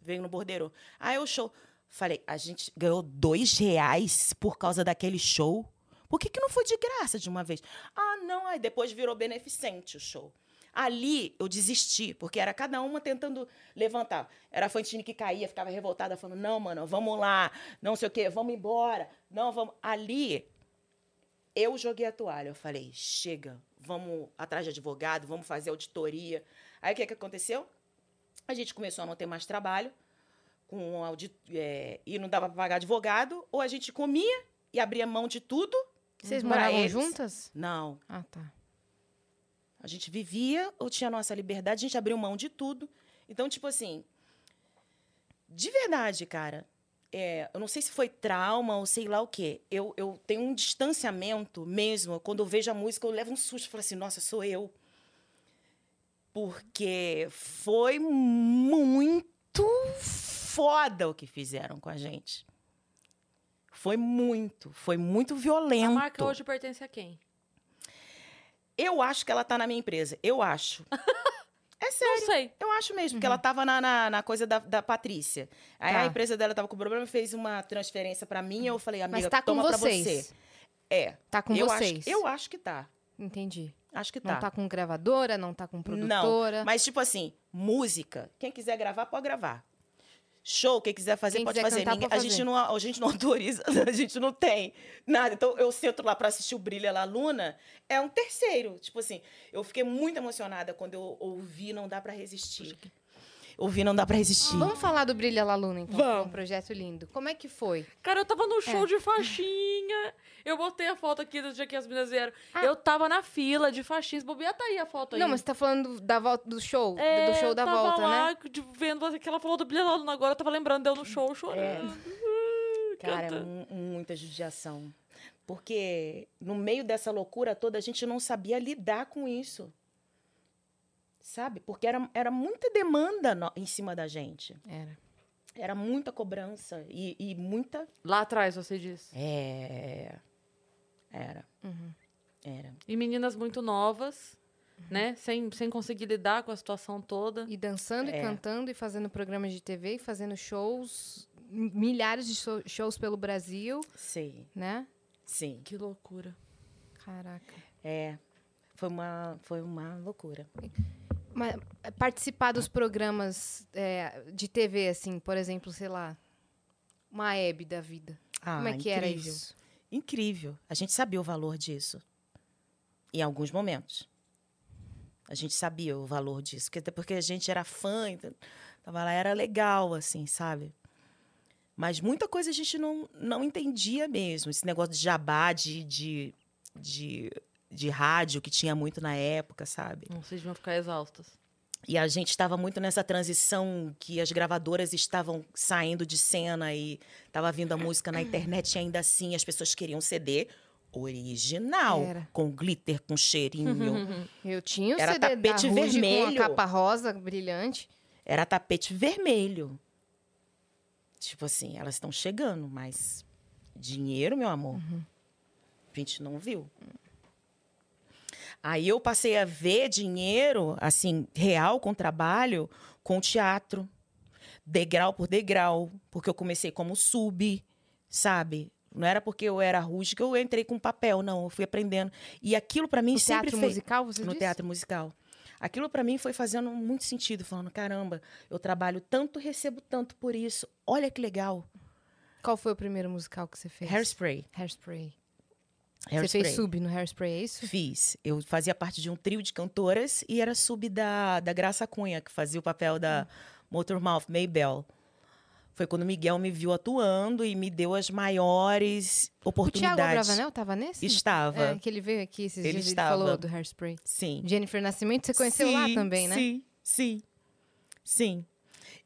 Speaker 3: Veio no bordeiro. Ah, é o show. Falei, a gente ganhou dois reais por causa daquele show? Por que, que não foi de graça de uma vez? Ah, não, aí depois virou beneficente o show. Ali eu desisti, porque era cada uma tentando levantar. Era a Fantine que caía, ficava revoltada, falando: não, mano, vamos lá, não sei o quê, vamos embora, não, vamos. Ali eu joguei a toalha, eu falei: chega, vamos atrás de advogado, vamos fazer auditoria. Aí o que, que aconteceu? A gente começou a não ter mais trabalho com um audit... é, e não dava para pagar advogado, ou a gente comia e abria mão de tudo.
Speaker 2: Vocês
Speaker 3: pra
Speaker 2: moravam
Speaker 3: eles.
Speaker 2: juntas?
Speaker 3: Não,
Speaker 2: Ah, tá.
Speaker 3: a gente vivia ou tinha a nossa liberdade, a gente abriu mão de tudo. Então, tipo assim, de verdade, cara, é, eu não sei se foi trauma ou sei lá o quê. Eu, eu tenho um distanciamento mesmo. Quando eu vejo a música, eu levo um susto. Falo assim, nossa, sou eu. Porque foi muito foda o que fizeram com a gente. Foi muito, foi muito violento.
Speaker 1: A marca hoje pertence a quem?
Speaker 3: Eu acho que ela tá na minha empresa. Eu acho. É sério.
Speaker 1: Não sei.
Speaker 3: Eu acho mesmo, porque ela tava na, na, na coisa da, da Patrícia. Aí
Speaker 2: Uhum. Tá.
Speaker 3: a empresa dela tava com problema, fez uma transferência pra mim. Eu falei, amiga,
Speaker 2: Mas tá com
Speaker 3: toma pra
Speaker 2: vocês.
Speaker 3: você. É.
Speaker 2: Tá com
Speaker 3: eu
Speaker 2: vocês.
Speaker 3: Acho, eu acho que tá.
Speaker 2: Entendi.
Speaker 3: Acho que
Speaker 2: Não tá com gravadora, não tá com produtora.
Speaker 3: Mas, tipo assim, música, quem quiser gravar, pode gravar. Show, quem quiser fazer,
Speaker 2: Quem
Speaker 3: pode
Speaker 2: quiser
Speaker 3: fazer.
Speaker 2: cantar,
Speaker 3: Ninguém-
Speaker 2: pode
Speaker 3: A,
Speaker 2: fazer.
Speaker 3: gente não, a gente não autoriza, a gente não tem nada. Então, eu sento lá pra assistir o Brilha La Luna, é um terceiro. Tipo assim, eu fiquei muito emocionada quando eu ouvi Não Dá Pra Resistir. ouvir não dá pra resistir.
Speaker 2: Vamos falar do Brilha La Luna, então. que É um
Speaker 1: Vamos.
Speaker 2: projeto lindo. Como é que foi?
Speaker 1: Cara, eu tava no
Speaker 2: É.
Speaker 1: show de faixinha. Eu botei a foto aqui do dia que as meninas vieram.
Speaker 2: Ah.
Speaker 1: Eu tava na fila de faixinhas. Bobear tá aí a foto aí.
Speaker 2: Não, mas você tá falando da volta, do show?
Speaker 1: É,
Speaker 2: do show
Speaker 1: eu
Speaker 2: da
Speaker 1: tava
Speaker 2: volta,
Speaker 1: lá,
Speaker 2: né?
Speaker 1: de- vendo você- que ela falou do Billy Luna agora, eu tava lembrando deu no show
Speaker 2: É.
Speaker 1: chorando.
Speaker 3: Cara, é
Speaker 1: canta.
Speaker 3: mu- muita judiação. Porque no meio dessa loucura toda, a gente não sabia lidar com isso. Sabe? Porque era, era muita demanda no- em cima da gente.
Speaker 2: Era.
Speaker 3: Era muita cobrança e, e muita.
Speaker 1: Lá atrás, você disse.
Speaker 3: É. Era.
Speaker 2: Uhum.
Speaker 3: Era.
Speaker 1: E meninas muito novas, né? Sem, sem conseguir lidar com a situação toda.
Speaker 2: E dançando e
Speaker 3: É.
Speaker 2: cantando e fazendo programas de TV e fazendo shows, m- milhares de so- shows pelo Brasil,
Speaker 3: Sei.
Speaker 2: né?
Speaker 3: Sim.
Speaker 1: Que loucura.
Speaker 2: Caraca.
Speaker 3: É. Foi uma, foi uma loucura.
Speaker 2: Mas eh, participar dos programas eh, de TV, assim, por exemplo, sei lá, uma Hebe da vida.
Speaker 3: Ah,
Speaker 2: Como é que era
Speaker 3: incrível.
Speaker 2: isso?
Speaker 3: Incrível. A gente sabia o valor disso. Em alguns momentos. A gente sabia o valor disso. Porque, até porque a gente era fã, então, tava lá, era legal, assim, sabe? Mas muita coisa a gente não, não entendia mesmo. Esse negócio de jabá, de, de, de, de rádio, que tinha muito na época, sabe?
Speaker 1: Não, vocês vão ficar exaustas.
Speaker 3: E a gente estava muito nessa transição que as gravadoras estavam saindo de cena e estava vindo a música na internet e ainda assim as pessoas queriam CD original,
Speaker 2: Era.
Speaker 3: com glitter, com cheirinho.
Speaker 2: Eu tinha o
Speaker 3: Era
Speaker 2: CD da
Speaker 3: tapete
Speaker 2: Ruge com a
Speaker 3: vermelho.
Speaker 2: capa rosa brilhante.
Speaker 3: Era tapete vermelho. Tipo assim, elas estão chegando, mas dinheiro, meu amor, a gente não viu. Aí eu passei a ver dinheiro, assim, real com trabalho, com teatro, degrau por degrau, porque eu comecei como sub, sabe? Não era porque eu era rústica que eu entrei com papel, não. Eu fui aprendendo. E aquilo pra mim
Speaker 2: No
Speaker 3: sempre
Speaker 2: teatro
Speaker 3: fez
Speaker 2: musical, você
Speaker 3: no
Speaker 2: disse?
Speaker 3: teatro musical. Aquilo pra mim foi fazendo muito sentido, falando, caramba, eu trabalho tanto, recebo tanto por isso. Olha que legal.
Speaker 2: Qual foi o primeiro musical que você fez?
Speaker 3: Hairspray.
Speaker 2: Hairspray. Você
Speaker 3: Hairspray.
Speaker 2: fez sub no Hairspray, é isso?
Speaker 3: Fiz. Eu fazia parte de um trio de cantoras e era sub da, da Graça Cunha, que fazia o papel da
Speaker 2: Hum.
Speaker 3: Motormouth, Maybell. Foi quando o Miguel me viu atuando e me deu as maiores
Speaker 2: O Thiago
Speaker 3: oportunidades.
Speaker 2: Bravanel tava nesse?
Speaker 3: Estava.
Speaker 2: É, que ele veio aqui esses
Speaker 3: Ele
Speaker 2: dias,
Speaker 3: estava.
Speaker 2: ele falou do Hairspray.
Speaker 3: Sim.
Speaker 2: Jennifer Nascimento, você conheceu lá
Speaker 3: Sim,
Speaker 2: também, né?
Speaker 3: Sim, sim, sim.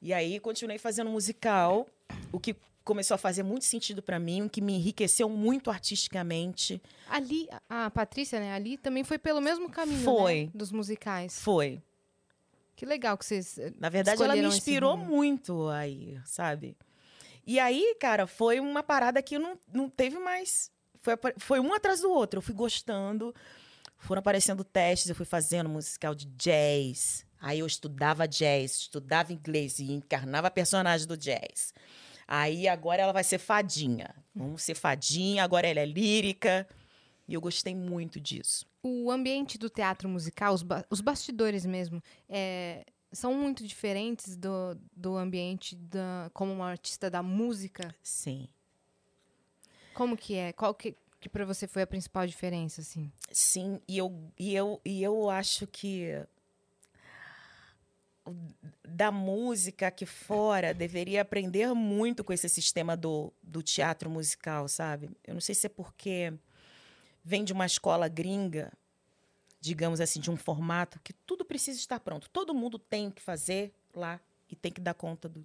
Speaker 3: E aí continuei fazendo musical, o que começou a fazer muito sentido pra mim, o que me enriqueceu muito artisticamente.
Speaker 2: Ali, a a Patrícia, né? Ali também foi pelo mesmo caminho, né,
Speaker 3: Foi.
Speaker 2: Dos musicais.
Speaker 3: Foi.
Speaker 2: Que legal que vocês... eh,
Speaker 3: Na verdade, ela me
Speaker 2: Escolheram esse
Speaker 3: inspirou
Speaker 2: rumo.
Speaker 3: muito aí, sabe? E aí, cara, foi uma parada que não, não teve mais. Foi, apa- foi um atrás do outro. Eu fui gostando, foram aparecendo testes, eu fui fazendo musical de jazz. Aí eu estudava jazz, estudava inglês e encarnava a personagem do jazz. Aí agora ela vai ser fadinha. Vamos ser fadinha, agora ela é lírica. E eu gostei muito disso.
Speaker 2: O ambiente do teatro musical, os, ba- os bastidores mesmo, eh, são muito diferentes do, do ambiente da, como uma artista da música.
Speaker 3: Sim.
Speaker 2: Como que é? Qual que, que para você foi a principal diferença, assim?
Speaker 3: Sim, e eu, e eu, e eu acho que o da música aqui fora deveria aprender muito com esse sistema do, do teatro musical, sabe? Eu não sei se é porque vem de uma escola gringa, digamos assim, de um formato que tudo precisa estar pronto. Todo mundo tem que fazer lá e tem que dar conta do.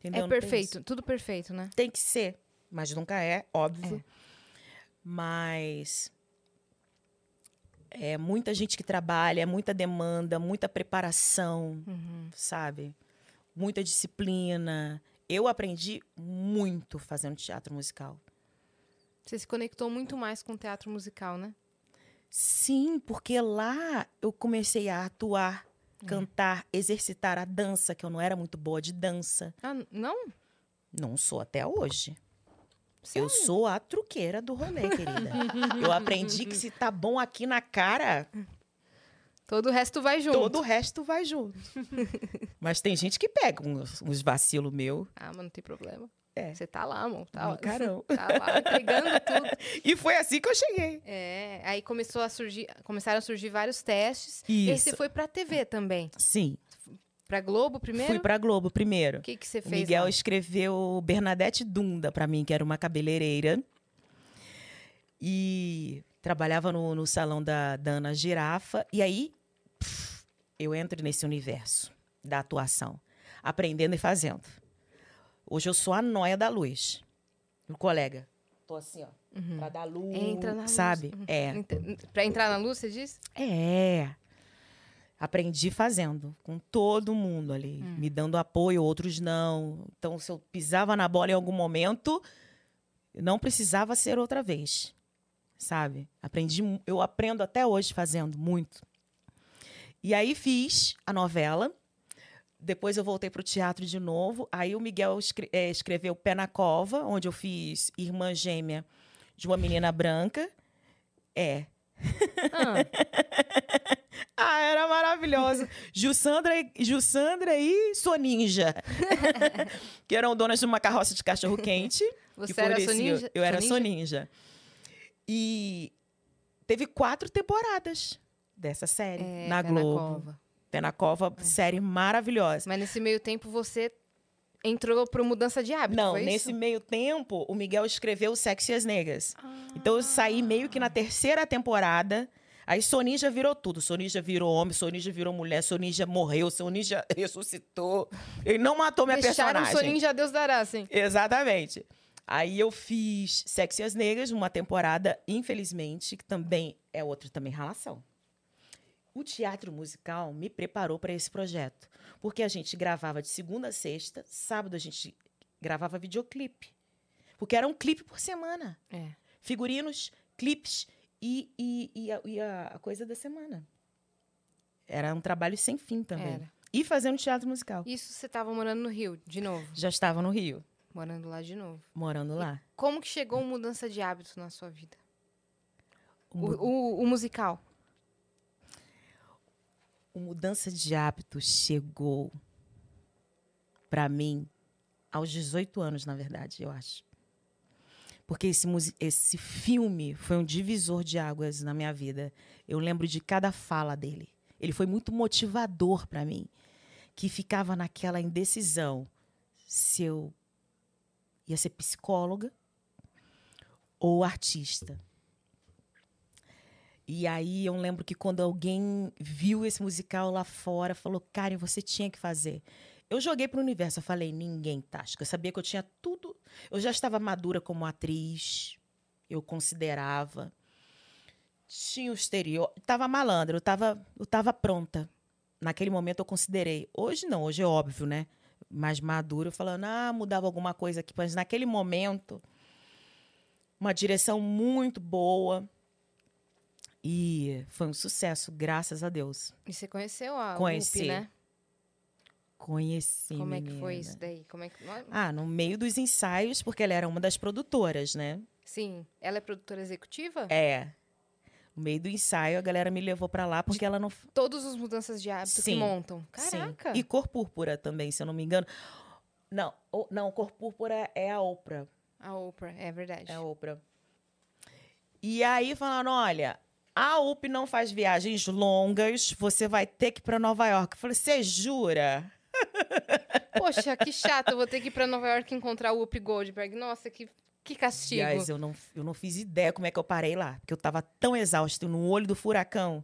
Speaker 3: Entendeu?
Speaker 2: é
Speaker 3: Não tem isso
Speaker 2: perfeito, tudo perfeito, né?
Speaker 3: tem que ser, mas nunca é, óbvio. Mas é muita gente que trabalha, é muita demanda, muita preparação, sabe? Muita disciplina. Eu aprendi muito fazendo teatro musical.
Speaker 2: Você se conectou muito mais com o teatro musical, né?
Speaker 3: Sim, porque lá eu comecei a atuar, cantar, exercitar a dança, que eu não era muito boa de dança.
Speaker 2: Ah, n- não?
Speaker 3: Não sou até hoje.
Speaker 2: Sério?
Speaker 3: Eu sou a truqueira do rolê, querida. eu aprendi que se tá bom aqui na cara,
Speaker 2: Todo o resto vai junto.
Speaker 3: todo o resto vai junto. Mas tem gente que pega uns, uns vacilo meu.
Speaker 2: Ah, mas não tem problema.
Speaker 3: É.
Speaker 2: Você tá lá, amor. Tá,
Speaker 3: no carão.
Speaker 2: tá lá entregando tudo.
Speaker 3: E foi assim que eu cheguei.
Speaker 2: É, aí começou a surgir, começaram a surgir vários testes.
Speaker 3: Isso.
Speaker 2: Esse foi pra TV também.
Speaker 3: Sim,
Speaker 2: Pra Globo primeiro?
Speaker 3: Fui pra Globo primeiro.
Speaker 2: O que, que você
Speaker 3: O
Speaker 2: fez?
Speaker 3: Miguel
Speaker 2: lá?
Speaker 3: escreveu Bernadette Dunda pra mim, que era uma cabeleireira. E trabalhava no, no salão da, da Ana Girafa. E aí, pf, eu entro nesse universo da atuação, aprendendo e fazendo. Hoje eu sou a noia da luz. O colega. Tô assim, ó.
Speaker 2: Uhum.
Speaker 3: Pra dar luz.
Speaker 2: Entra na luz.
Speaker 3: Sabe?
Speaker 2: Uhum.
Speaker 3: É.
Speaker 2: Ent- Pra entrar na luz, você disse?
Speaker 3: É. Aprendi fazendo, com todo mundo ali, me dando apoio, outros não. Então, se eu pisava na bola em algum momento, não precisava ser outra vez, sabe? Aprendi, mu- eu aprendo até hoje fazendo muito. E aí fiz a novela. Depois eu voltei para o teatro de novo. Aí o Miguel escre- eh, escreveu Pé na Cova, onde eu fiz irmã gêmea de uma menina branca. É,
Speaker 2: Ah,
Speaker 3: ah, era maravilhosa. Jussandra, e- Jussandra e Soninja. que eram donas de uma carroça de cachorro-quente. que
Speaker 2: você era
Speaker 3: florescia.
Speaker 2: soninja?
Speaker 3: Eu era
Speaker 2: soninja?
Speaker 3: Soninja. E teve quatro temporadas dessa série
Speaker 2: É,
Speaker 3: na
Speaker 2: pé
Speaker 3: Globo.
Speaker 2: cova. É.
Speaker 3: Pé na Cova, série maravilhosa.
Speaker 2: Mas nesse meio tempo você entrou pro mudança de hábito,
Speaker 3: Não,
Speaker 2: foi
Speaker 3: nesse
Speaker 2: isso?
Speaker 3: meio tempo, o Miguel escreveu Sexy e as Negras.
Speaker 2: Ah.
Speaker 3: Então eu saí meio que na terceira temporada. Aí Soninja virou tudo. Soninja virou homem, Soninja virou mulher, Soninja morreu, Soninja ressuscitou. Ele não matou minha
Speaker 2: Deixaram o
Speaker 3: personagem.
Speaker 2: soninja, Deus dará, assim.
Speaker 3: Exatamente. Aí eu fiz Sexy e as Negras, uma temporada, infelizmente, que também é outra também relação. O teatro musical me preparou para esse projeto, porque a gente gravava de segunda a sexta, sábado a gente gravava videoclipe. Porque era um clipe por semana.
Speaker 2: É.
Speaker 3: Figurinos, clipes e, e- e a, e a- a coisa da semana. Era um trabalho sem fim também.
Speaker 2: Era.
Speaker 3: E fazendo teatro musical.
Speaker 2: Isso você tava morando no Rio, de novo.
Speaker 3: Já estava no Rio,
Speaker 2: Morando lá de novo.
Speaker 3: morando lá.
Speaker 2: Como que chegou a mudança de hábito na sua vida? O,
Speaker 3: Mu-
Speaker 2: o- o musical.
Speaker 3: o mudança de hábito chegou pra mim aos 18 anos, na verdade, eu acho. Porque esse, musi- esse filme foi um divisor de águas na minha vida. Eu lembro de cada fala dele. Ele foi muito motivador pra mim, que ficava naquela indecisão se eu ia ser psicóloga ou artista. E aí eu lembro que quando alguém viu esse musical lá fora, falou: Karen, você tinha que fazer. Eu joguei pro universo, eu falei, ninguém tasca. Eu sabia que eu tinha tudo. Eu já estava madura como atriz, eu considerava. Tinha o exterior. Tava malandra, eu tava, eu tava pronta. Naquele momento eu considerei. Hoje não, hoje é óbvio, né? Mais madura, eu falando, ah, mudava alguma coisa aqui. Mas naquele momento, uma direção muito boa. E foi um sucesso, graças a Deus.
Speaker 2: E você conheceu a
Speaker 3: Conheci.
Speaker 2: UP, né?
Speaker 3: Conheci.
Speaker 2: Como é que foi
Speaker 3: menina.
Speaker 2: isso daí? Como é que... nó-
Speaker 3: Ah, no meio dos ensaios, porque ela era uma das produtoras, né?
Speaker 2: Sim. Ela é produtora executiva?
Speaker 3: É. No meio do ensaio, a galera me levou pra lá porque ela não. Sim.
Speaker 2: Todos os mudanças de hábito que
Speaker 3: Sim.
Speaker 2: montam. Caraca!
Speaker 3: E cor púrpura também, se eu não me engano. Não, o- não, cor púrpura é a Oprah.
Speaker 2: A Oprah, é verdade.
Speaker 3: É a Oprah. E aí falaram, olha, a UP não faz viagens longas, você vai ter que ir pra Nova York. Eu falei, você jura?
Speaker 2: Poxa, que chato. Eu vou ter que ir pra Nova York encontrar o Whoopi Goldberg. Nossa, que, que castigo.
Speaker 3: Aliás, eu não, eu não fiz ideia como é que eu parei lá, porque eu tava tão exausto, no olho do furacão.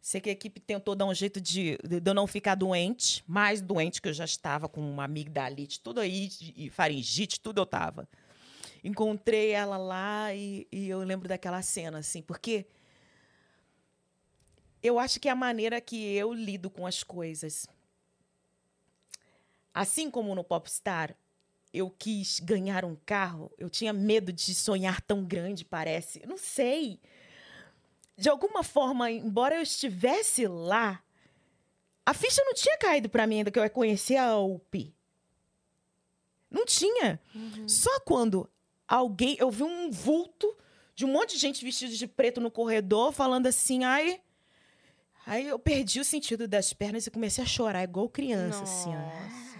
Speaker 3: Sei que a equipe tentou dar um jeito de, de eu não ficar doente, mais doente que eu já estava, com uma amigdalite, tudo aí, e faringite, tudo eu tava. Encontrei ela lá e, e eu lembro daquela cena, assim, porque eu acho que é a maneira que eu lido com as coisas. Assim como no Popstar, eu quis ganhar um carro, eu tinha medo de sonhar tão grande, parece. Eu Não sei. De alguma forma, embora eu estivesse lá, a ficha não tinha caído para mim ainda que eu ia conhecer a UP. Não tinha.
Speaker 2: Uhum.
Speaker 3: Só quando alguém. Eu vi um vulto de um monte de gente vestida de preto no corredor falando assim, ai. Aí eu perdi o sentido das pernas e comecei a chorar, igual criança, assim, ó.
Speaker 2: Nossa.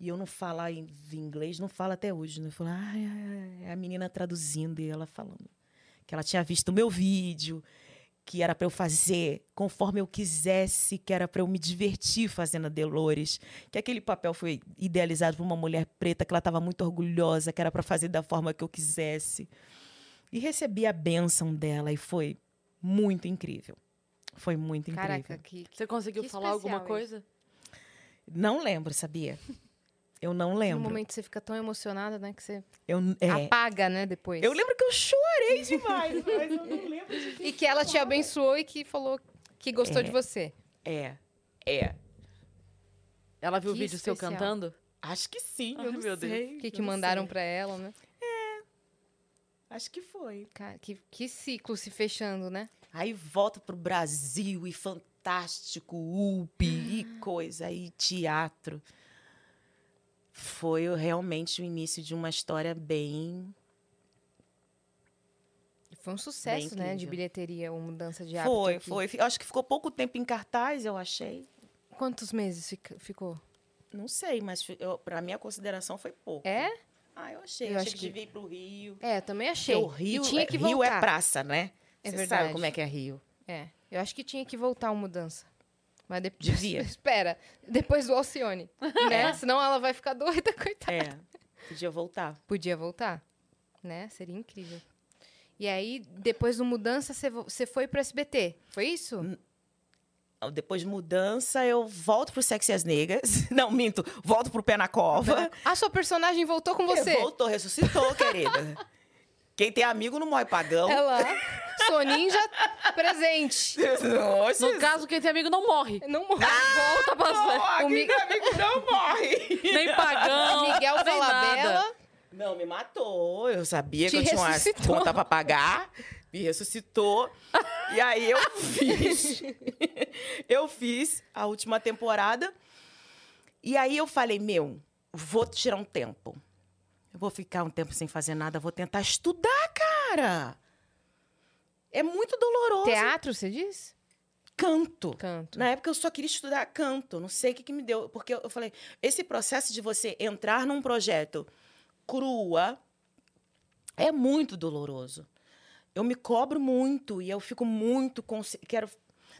Speaker 3: E eu não falo em inglês, não falo até hoje. Né? Eu falo, ai, ai, ai", a menina traduzindo e ela falando que ela tinha visto o meu vídeo, que era para eu fazer conforme eu quisesse, que era para eu me divertir fazendo a Delores, que aquele papel foi idealizado por uma mulher preta, que ela estava muito orgulhosa, que era para fazer da forma que eu quisesse. E recebi a bênção dela e foi muito incrível. Foi muito incrível.
Speaker 2: Caraca, que, que-
Speaker 1: Você conseguiu
Speaker 2: Que
Speaker 1: falar alguma
Speaker 2: especial
Speaker 1: coisa?
Speaker 3: Não lembro, sabia? Eu não
Speaker 2: no
Speaker 3: lembro.
Speaker 2: momento você fica tão emocionada, né? Que você
Speaker 3: Eu, é,
Speaker 2: apaga, né, depois.
Speaker 3: eu lembro que eu chorei demais, mas eu não lembro de
Speaker 2: E que ela te abençoou e que falou que gostou de você.
Speaker 3: É, é.
Speaker 1: Ela viu o
Speaker 2: Que
Speaker 1: vídeo seu
Speaker 2: especial.
Speaker 1: cantando?
Speaker 3: Acho que sim,
Speaker 1: Ai,
Speaker 3: eu não
Speaker 1: meu Deus.
Speaker 3: sei.
Speaker 2: O que,
Speaker 3: eu
Speaker 2: que
Speaker 3: não
Speaker 2: mandaram
Speaker 3: sei.
Speaker 2: pra ela, né?
Speaker 3: Acho que foi.
Speaker 2: Cara, que, que ciclo se fechando, né?
Speaker 3: Aí volta pro Brasil e fantástico, UP e coisa, e teatro. Foi o- realmente o início de uma história bem.
Speaker 2: E Foi um sucesso, né, de
Speaker 3: incrível.
Speaker 2: bilheteria, uma mudança de hábito.
Speaker 3: Foi,
Speaker 2: aqui.
Speaker 3: foi. Fi- Acho que ficou pouco tempo em cartaz, eu achei.
Speaker 2: Quantos meses fica- ficou?
Speaker 3: Não sei, mas fi- eu, pra minha consideração foi pouco.
Speaker 2: É?
Speaker 3: Ah, eu achei.
Speaker 2: Eu
Speaker 3: Eu achei
Speaker 2: acho
Speaker 3: que,
Speaker 2: que-
Speaker 3: devia ir pro Rio.
Speaker 2: É, eu também achei.
Speaker 3: Porque o Rio,
Speaker 2: e tinha
Speaker 3: é-
Speaker 2: que
Speaker 3: Rio é
Speaker 2: voltar.
Speaker 3: praça, né?
Speaker 2: É
Speaker 3: Você
Speaker 2: verdade.
Speaker 3: sabe como é que é Rio.
Speaker 2: É, eu acho que tinha que voltar a mudança. Mas depois.
Speaker 3: Devia.
Speaker 2: Espera, depois do Alcione. Né? Senão ela vai ficar doida, coitada.
Speaker 3: É. Podia voltar.
Speaker 2: Podia voltar, né? Seria incrível. E aí, depois do mudança, você vo- você foi pro SBT. Foi isso?
Speaker 3: Depois de mudança, eu volto pro Sexy as Negras. Não, minto. Volto pro Pé na Cova.
Speaker 2: A sua personagem voltou com você.
Speaker 3: É, Voltou, ressuscitou, querida. Quem tem amigo não morre pagão.
Speaker 2: Ela, Soninja, presente.
Speaker 3: Nossa,
Speaker 1: No caso, quem tem amigo não morre.
Speaker 2: Não morreu.
Speaker 1: Volta pra
Speaker 3: Ah, não,
Speaker 1: Zé.
Speaker 3: quem
Speaker 1: O Mi-
Speaker 3: tem amigo não morre.
Speaker 1: Nem pagão.
Speaker 2: Miguel
Speaker 1: nem nada.
Speaker 2: Falabella.
Speaker 3: Não, me matou. Eu sabia
Speaker 2: Te
Speaker 3: que eu tinha uma
Speaker 2: ressuscitou.
Speaker 3: conta pra pagar. Me ressuscitou. E aí eu fiz. eu fiz a última temporada. E aí eu falei, meu, vou tirar um tempo. Eu vou ficar um tempo sem fazer nada, vou tentar estudar, cara. É muito doloroso.
Speaker 2: Teatro, você diz?
Speaker 3: Canto.
Speaker 2: Canto.
Speaker 3: Na época eu só queria estudar canto, não sei o que, que me deu, porque eu eu falei, esse processo de você entrar num projeto crua é muito doloroso. Eu me cobro muito e eu fico muito consci- quero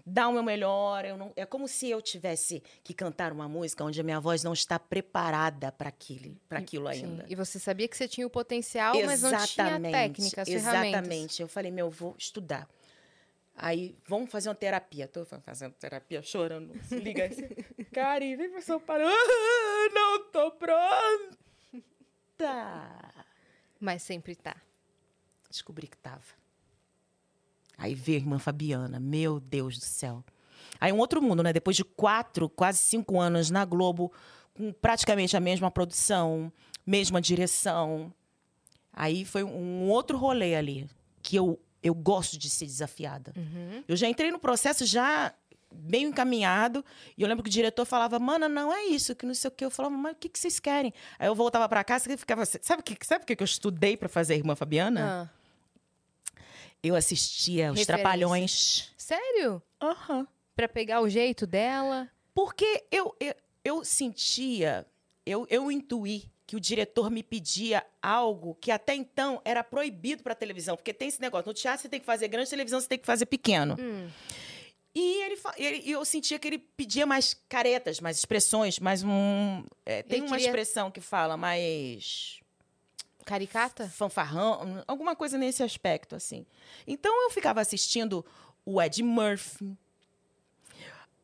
Speaker 3: dar o meu melhor, eu não, é como se eu tivesse que cantar uma música onde a minha voz não está preparada para aquilo, para aquilo
Speaker 2: Hum, Sim,
Speaker 3: ainda.
Speaker 2: E você sabia que você tinha o potencial, mas não tinha a
Speaker 3: Exatamente,
Speaker 2: técnica, as ferramentas.
Speaker 3: Exatamente. Eu falei, meu, eu vou estudar. Aí, vamos fazer uma terapia. Tô fa- fazendo terapia, chorando. Se liga. assim, Cari, vem pra São Paulo. Ah, Não tô pronta.
Speaker 2: Mas sempre tá.
Speaker 3: Descobri que tava. Aí veio a irmã Fabiana. Meu Deus do céu. Aí um outro mundo, né? Depois de quatro, quase cinco anos na Globo, com praticamente a mesma produção, mesma direção. Aí foi um outro rolê ali, que eu, eu gosto de ser desafiada.
Speaker 2: Uhum.
Speaker 3: Eu já entrei no processo já bem encaminhado, e eu lembro que o diretor falava, mana, não é isso, que não sei o quê. Eu falava, mas o que, que vocês querem? Aí eu voltava pra casa e ficava... assim, Sabe o que, sabe o que que eu estudei pra fazer a Irmã Fabiana?
Speaker 2: Ah,
Speaker 3: Eu assistia os
Speaker 2: Referência.
Speaker 3: Trapalhões.
Speaker 2: sério?
Speaker 3: Aham.
Speaker 2: Pra pegar o jeito dela?
Speaker 3: Porque eu, eu, eu sentia, eu, eu intuí que o diretor me pedia algo que até então era proibido para televisão. Porque tem esse negócio, no teatro você tem que fazer grande, televisão você tem que fazer pequeno.
Speaker 2: Hum,
Speaker 3: E ele, fa- ele- e eu sentia que ele pedia mais caretas, mais expressões, mais um... é, tem
Speaker 2: Ele
Speaker 3: uma
Speaker 2: queria-
Speaker 3: expressão que fala mais
Speaker 2: caricata?
Speaker 3: fanfarrão, alguma coisa nesse aspecto, assim. Então eu ficava assistindo o Ed Murphy,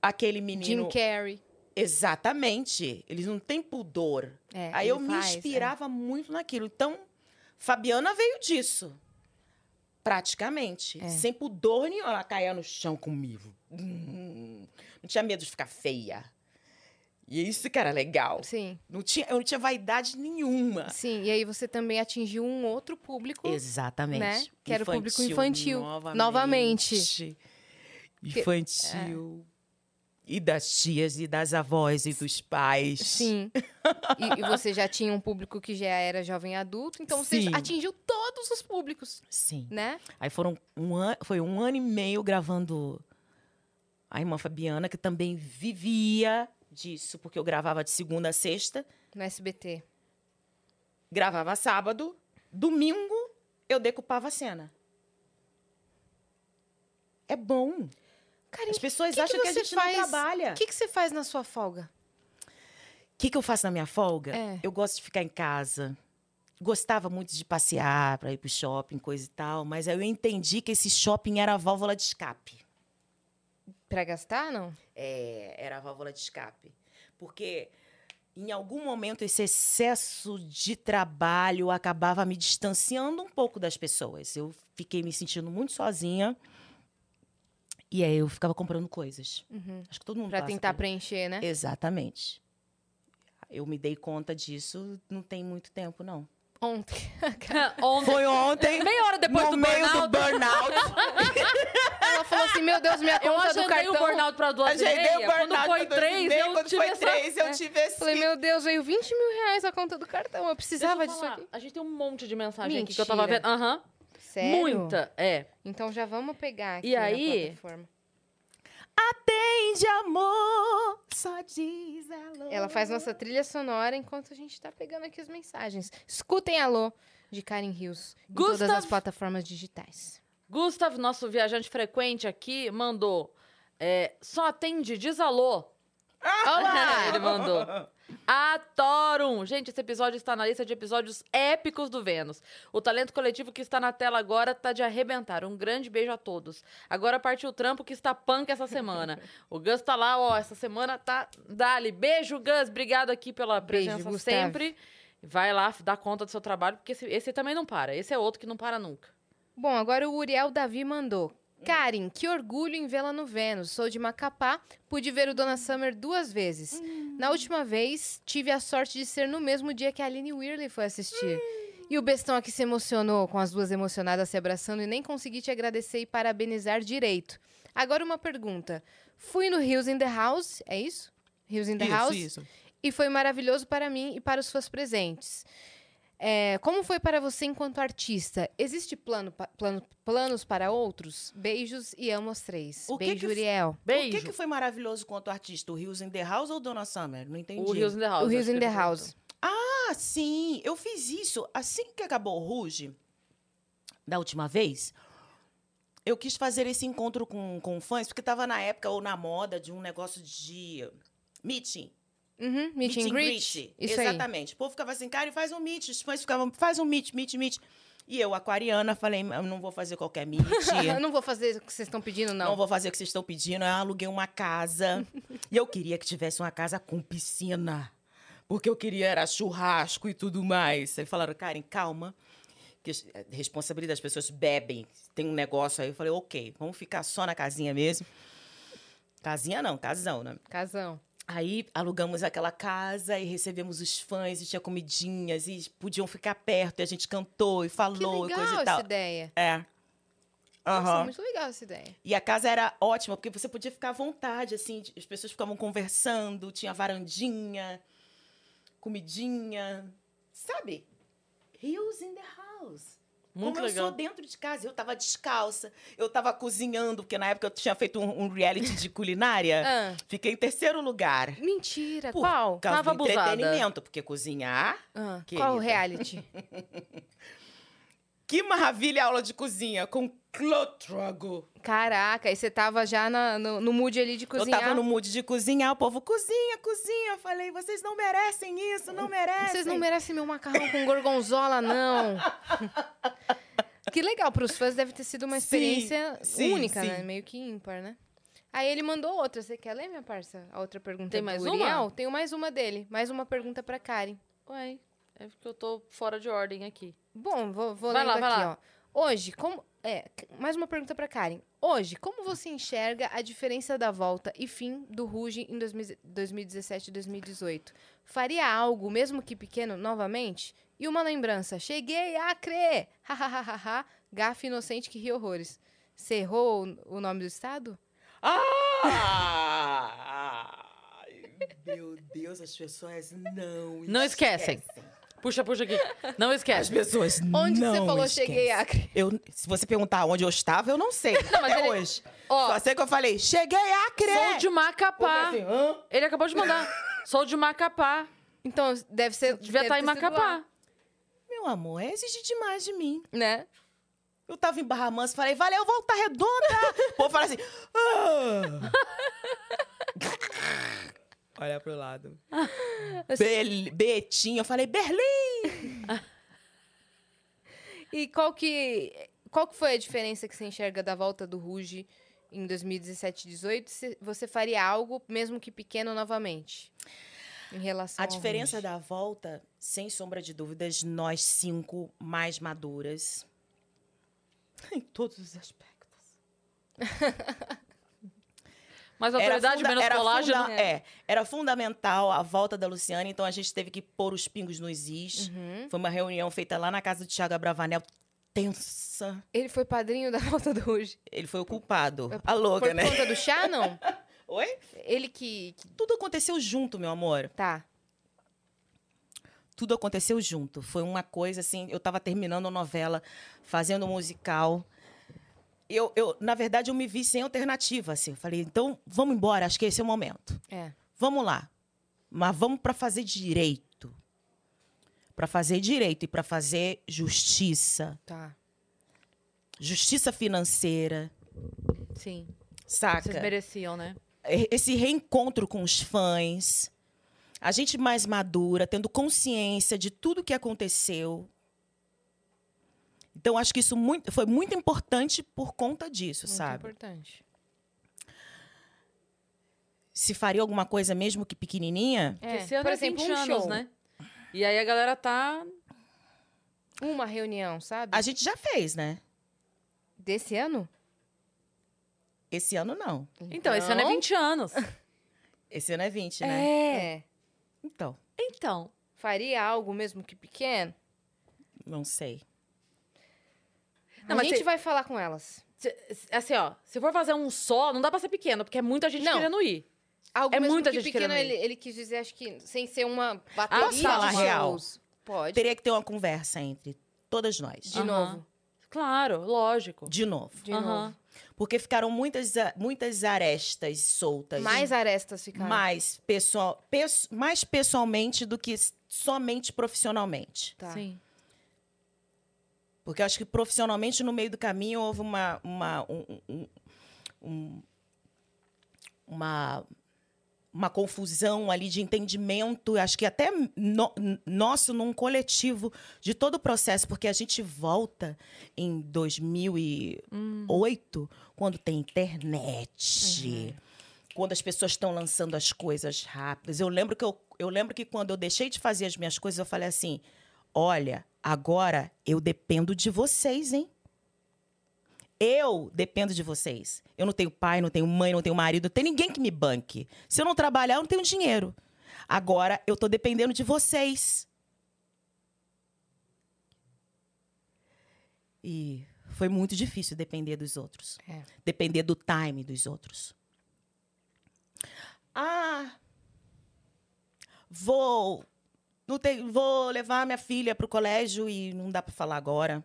Speaker 3: aquele menino...
Speaker 2: Jim Carrey.
Speaker 3: Exatamente. Eles não têm pudor.
Speaker 2: É,
Speaker 3: Aí
Speaker 2: ele
Speaker 3: eu me
Speaker 2: faz, é.
Speaker 3: inspirava muito naquilo. Então, Fabiana veio disso. Praticamente.
Speaker 2: É.
Speaker 3: Sem pudor nenhum. Ela caía no chão comigo. Hum, Não tinha medo de ficar feia. E isso que era legal.
Speaker 2: Sim,
Speaker 3: Não tinha, eu não tinha vaidade nenhuma.
Speaker 2: sim. E aí você também atingiu um outro público.
Speaker 3: Exatamente.
Speaker 2: Né? Que era o público infantil. Novamente. É.
Speaker 3: Infantil. E das tias, e das avós, e dos pais.
Speaker 2: Sim. E, e você já tinha um público que já era jovem adulto, então você
Speaker 3: Sim.
Speaker 2: atingiu todos os públicos,
Speaker 3: Sim.
Speaker 2: né?
Speaker 3: Aí foram um ano, foi um ano e meio gravando a irmã Fabiana, que também vivia disso, porque eu gravava de segunda a sexta,
Speaker 2: No SBT.
Speaker 3: gravava sábado, domingo eu decupava a cena. É bom.
Speaker 2: Cara,
Speaker 3: As
Speaker 2: o
Speaker 3: pessoas
Speaker 2: que que
Speaker 3: acham que,
Speaker 2: você
Speaker 3: a gente
Speaker 2: faz?
Speaker 3: não trabalha. O
Speaker 2: que, que você faz na sua folga?
Speaker 3: que, que eu faço na minha folga?
Speaker 2: É.
Speaker 3: Eu gosto de ficar em casa. Gostava muito de passear, para ir pro shopping, coisa e tal. Mas aí eu entendi que esse shopping era a válvula de escape.
Speaker 2: Pra gastar, não?
Speaker 3: É, era a válvula de escape. Porque em algum momento esse excesso de trabalho acabava me distanciando um pouco das pessoas. Eu fiquei me sentindo muito sozinha. E aí eu ficava comprando coisas.
Speaker 2: Uhum.
Speaker 3: Acho que todo mundo
Speaker 2: Pra
Speaker 3: passa
Speaker 2: tentar
Speaker 3: por
Speaker 2: preencher, né?
Speaker 3: Exatamente. Eu me dei conta disso não tem muito tempo, não.
Speaker 2: Ontem.
Speaker 1: Ontem,
Speaker 3: Foi ontem,
Speaker 1: meia hora depois
Speaker 3: no
Speaker 1: do
Speaker 3: meio
Speaker 1: burnout,
Speaker 3: do burnout.
Speaker 2: Ela falou assim: meu Deus, minha
Speaker 1: eu
Speaker 2: conta do
Speaker 1: agendei o
Speaker 2: cartão.
Speaker 1: burnout pra duas e
Speaker 3: Ajeitei
Speaker 1: meia.
Speaker 3: o
Speaker 1: Quando
Speaker 3: burnout.
Speaker 1: foi
Speaker 3: pra dois e
Speaker 1: três,
Speaker 3: meia,
Speaker 1: eu
Speaker 3: quando
Speaker 1: tive
Speaker 3: foi
Speaker 1: essa...
Speaker 3: três, eu
Speaker 1: É.
Speaker 3: tive esse.
Speaker 2: Falei, meu Deus, veio 20 mil reais a conta do cartão. Eu
Speaker 1: Deixa eu
Speaker 2: precisava disso
Speaker 1: falar,
Speaker 2: aqui.
Speaker 1: A gente tem um monte de mensagem aqui que eu tava
Speaker 2: Mentira.
Speaker 1: vendo. Aham.
Speaker 2: Sério?
Speaker 1: Muita, é.
Speaker 2: Então já vamos pegar aqui
Speaker 1: E
Speaker 2: na
Speaker 1: aí?
Speaker 2: plataforma.
Speaker 3: Tem de amor, só diz alô.
Speaker 2: Ela faz nossa trilha sonora enquanto a gente tá pegando aqui as mensagens. Escutem Alô, de Karen Hills. Em todas
Speaker 1: Gustav-
Speaker 2: as plataformas digitais.
Speaker 1: Gustav, nosso viajante frequente aqui, mandou. é, só atende, desalô.
Speaker 2: Olá!
Speaker 1: Ele mandou. Adoram! Gente, esse episódio está na lista de episódios épicos do Vênus. O talento coletivo que está na tela agora tá de arrebentar. Um grande beijo a todos. Agora partiu o trampo que está punk essa semana. o Gus tá lá, ó, essa semana tá dali. Beijo, Gus. Obrigado aqui pela
Speaker 2: Beijo,
Speaker 1: presença
Speaker 2: Gustavo.
Speaker 1: sempre. Vai lá, dá conta do seu trabalho, porque esse, esse também não para. Esse é outro que não para nunca.
Speaker 2: Bom, agora o Uriel Davi mandou. Karen, que orgulho em vê-la no Vênus. Sou de Macapá, pude ver o Dona Summer duas vezes. Na última vez, tive a sorte de ser no mesmo dia que a Aline Weirley foi assistir. E o bestão aqui se emocionou, com as duas emocionadas se abraçando e nem consegui te agradecer e parabenizar direito. Agora uma pergunta. Fui no Hills in the House, é isso? Hills in the House? E foi maravilhoso para mim e para os fãs presentes. É, como foi para você enquanto artista? Existe plano, pa- plano- planos para outros? Beijos e amo os três.
Speaker 3: O que
Speaker 2: Beijo,
Speaker 3: que f-
Speaker 2: Uriel.
Speaker 3: O
Speaker 1: Beijo.
Speaker 3: que, que foi maravilhoso quanto artista? O Rios in the House ou Dona Summer? Não entendi.
Speaker 1: O Rios in the House.
Speaker 2: o Rios
Speaker 1: acho que
Speaker 2: in the
Speaker 1: ele perguntou.
Speaker 2: House.
Speaker 3: Ah, sim, eu fiz isso assim que acabou o Ruge, da última vez. Eu quis fazer esse encontro com, com fãs, porque estava na época ou na moda de um negócio de meeting.
Speaker 2: Uhum, meet, and greet. Isso aí.
Speaker 3: Exatamente. O povo ficava assim, cara, e faz um meet. Os fãs ficavam, faz um meet, meet, meet. E eu, aquariana, falei, eu não vou fazer qualquer meet.
Speaker 2: Eu não vou fazer o que vocês estão pedindo, não.
Speaker 3: Não. vou fazer o que vocês estão pedindo. Eu aluguei uma casa. e eu queria que tivesse uma casa com piscina. Porque eu queria era churrasco e tudo mais. Aí falaram, Karen, calma. Que as- a responsabilidade das pessoas bebem. Tem um negócio aí. Eu falei, ok, vamos ficar só na casinha mesmo. Casinha não, casão, né?
Speaker 2: Casão.
Speaker 3: Aí alugamos aquela casa e recebemos os fãs e tinha comidinhas e podiam ficar perto. E a gente cantou e
Speaker 2: Que
Speaker 3: falou e
Speaker 2: legal
Speaker 3: coisa
Speaker 2: essa
Speaker 3: e tal.
Speaker 2: ideia.
Speaker 3: É.
Speaker 2: Nossa,
Speaker 3: Aham.
Speaker 2: muito legal essa ideia.
Speaker 3: E a casa era ótima, porque você podia ficar à vontade, assim, de- as pessoas ficavam conversando, tinha varandinha, comidinha, sabe? Hills in the house.
Speaker 1: Muito
Speaker 3: Como
Speaker 1: legal.
Speaker 3: eu sou dentro de casa, eu tava descalça, eu tava cozinhando, porque na época eu tinha feito um, um reality de culinária.
Speaker 2: Ah,
Speaker 3: Fiquei em terceiro lugar.
Speaker 2: mentira,
Speaker 3: Por
Speaker 2: qual?
Speaker 3: causa
Speaker 1: Tava
Speaker 3: do
Speaker 1: abusada.
Speaker 3: entretenimento, porque cozinhar
Speaker 2: Ah,
Speaker 3: Querida.
Speaker 2: qual o reality?
Speaker 3: que maravilha a aula de cozinha com Clotrago.
Speaker 2: Caraca, e você tava já na- no, no mood ali de cozinhar.
Speaker 3: Eu tava no mood de cozinhar, o povo cozinha, cozinha. Eu falei, vocês não merecem isso, não merecem.
Speaker 2: Vocês não merecem meu macarrão com gorgonzola, não. que legal, pros fãs deve ter sido uma
Speaker 3: Sim,
Speaker 2: experiência
Speaker 3: sim,
Speaker 2: única,
Speaker 3: sim.
Speaker 2: né? Meio que ímpar, né? Aí ele mandou outra. Você quer ler, minha parça? A outra pergunta é
Speaker 1: Tem
Speaker 2: do
Speaker 1: mais
Speaker 2: Uriel?
Speaker 1: uma?
Speaker 2: Tenho mais uma dele. Mais uma pergunta pra Karen.
Speaker 1: Ué, é porque eu tô fora de ordem aqui.
Speaker 2: Bom, vou, vou
Speaker 1: Vai
Speaker 2: lendo
Speaker 1: lá, vai
Speaker 2: aqui,
Speaker 1: lá.
Speaker 2: ó. Hoje, como... É, c- mais uma pergunta pra Karen. Hoje, como você enxerga a diferença da volta e fim do Ruge em 2000 2017 e 2018? Faria algo, mesmo que pequeno, novamente? E uma lembrança. Cheguei a crer! Hahaha. Gafe inocente que ri horrores. Você errou o- o nome do estado?
Speaker 3: Ah! Ai, Meu Deus, as pessoas não
Speaker 1: Não esquecem. Puxa, puxa aqui. Não
Speaker 3: As
Speaker 1: esquece.
Speaker 3: pessoas
Speaker 2: Onde
Speaker 3: não
Speaker 2: que você falou
Speaker 3: esquecem.
Speaker 2: cheguei a crer?
Speaker 3: Eu, se você perguntar onde eu estava, eu não sei.
Speaker 1: mas
Speaker 3: é
Speaker 1: ele-
Speaker 3: hoje.
Speaker 1: Ó,
Speaker 3: Só sei que eu falei, cheguei a
Speaker 1: sou
Speaker 3: crer.
Speaker 1: de Macapá.
Speaker 3: Porque assim, hã?
Speaker 1: Ele acabou de mandar. Sou de Macapá.
Speaker 2: Então, deve ser...
Speaker 1: Devia
Speaker 2: deve
Speaker 1: estar em
Speaker 2: ter sido lá,
Speaker 1: Macapá.
Speaker 3: Meu amor, exige demais de mim.
Speaker 2: Né?
Speaker 3: Eu tava em Barra Mansa, falei, valeu, volta redonda! o povo fala assim. "Ah." Olha pro lado. Bel- Betinho, eu falei, Berlim!
Speaker 2: E qual que, qual que foi a diferença que você enxerga da volta do Ruge em 2017 e 2018? Se Você faria algo, mesmo que pequeno, novamente? Em relação
Speaker 3: A
Speaker 2: ao
Speaker 3: diferença
Speaker 2: Ruge.
Speaker 3: da volta, sem sombra de dúvidas, nós cinco mais maduras. Em todos os aspectos.
Speaker 1: Mas autoridade
Speaker 3: funda-
Speaker 1: menos
Speaker 3: era
Speaker 1: colágeno.
Speaker 3: funda- é, era fundamental a volta da Luciana, então a gente teve que pôr os pingos nos is.
Speaker 2: Uhum.
Speaker 3: Foi uma reunião feita lá na casa do Thiago Abravanel, tensa.
Speaker 2: Ele foi padrinho da volta do Ruge.
Speaker 3: Ele foi o culpado. A louca,
Speaker 2: Por
Speaker 3: né?
Speaker 2: conta do chá, não?
Speaker 3: Oi?
Speaker 2: Ele que... que-
Speaker 3: Tudo aconteceu junto, meu amor.
Speaker 2: Tá.
Speaker 3: Tudo aconteceu junto. Foi uma coisa assim, eu tava terminando a novela, fazendo um musical. Eu, eu, na verdade, eu me vi sem alternativa, assim. Eu falei, então, vamos embora, acho que esse é o momento.
Speaker 2: É.
Speaker 3: vamos lá. Mas vamos para fazer direito. Para fazer direito e para fazer justiça.
Speaker 2: Tá.
Speaker 3: Justiça financeira,
Speaker 1: Sim. Vocês
Speaker 3: saca?
Speaker 1: mereciam, né?
Speaker 3: E- É, Esse reencontro com os fãs. A gente mais madura, tendo consciência de tudo que aconteceu. Então, acho que isso muito- foi muito importante por conta disso,
Speaker 2: Muito
Speaker 3: sabe?
Speaker 2: importante.
Speaker 3: Se faria alguma coisa mesmo que pequenininha,
Speaker 1: Porque Esse ano é 20 anos,
Speaker 2: um show,
Speaker 1: né? E aí a galera tá.
Speaker 2: Uma reunião, sabe?
Speaker 3: a gente já fez, né?
Speaker 2: Desse ano?
Speaker 3: Esse ano não.
Speaker 1: Então, esse ano é 20 anos.
Speaker 3: Esse ano é 20,
Speaker 2: É.
Speaker 3: né? Então.
Speaker 1: Então.
Speaker 2: Faria algo, mesmo que pequeno?
Speaker 3: Não sei.
Speaker 1: Não,
Speaker 2: a
Speaker 1: mas
Speaker 2: gente
Speaker 1: você-
Speaker 2: vai falar com elas.
Speaker 1: se- Assim, ó, se for fazer um só, não dá pra ser pequeno, porque é muita gente
Speaker 2: Não.
Speaker 1: querendo ir.
Speaker 2: Algo
Speaker 1: É
Speaker 2: mesmo
Speaker 1: muita
Speaker 2: que
Speaker 1: gente
Speaker 2: pequeno,
Speaker 1: querendo
Speaker 2: ele, ele quis dizer, acho que sem ser uma bateria
Speaker 1: posso falar
Speaker 2: de
Speaker 3: real?
Speaker 2: shows. Pode.
Speaker 3: Teria que ter uma conversa entre todas nós.
Speaker 2: De
Speaker 1: Aham.
Speaker 2: novo.
Speaker 1: Claro, lógico.
Speaker 3: De novo.
Speaker 2: De
Speaker 1: Aham.
Speaker 2: novo.
Speaker 3: Porque ficaram muitas, a- muitas arestas soltas.
Speaker 2: Mais arestas ficaram.
Speaker 3: Tá, mais, pessoal, pesso- mais pessoalmente do que s- somente profissionalmente.
Speaker 2: Tá.
Speaker 1: Sim.
Speaker 3: Porque eu acho que profissionalmente, no meio do caminho, houve uma. uma um- um- um- uma uma confusão ali de entendimento, acho que até no- n- nosso num coletivo de todo o processo, porque a gente volta em 2000 e oito, quando tem internet, quando as pessoas estão lançando as coisas rápidas. Eu lembro que eu, eu lembro que quando eu deixei de fazer as minhas coisas, eu falei assim: olha, agora eu dependo de vocês, hein? Eu dependo de vocês. Eu não tenho pai, não tenho mãe, não tenho marido, não tem ninguém que me banque. Se eu não trabalhar, eu não tenho dinheiro. Agora eu tô dependendo de vocês. E foi muito difícil depender dos outros
Speaker 2: É.
Speaker 3: depender do time dos outros. Ah, vou, não tem, vou levar minha filha para o colégio e não dá para falar agora.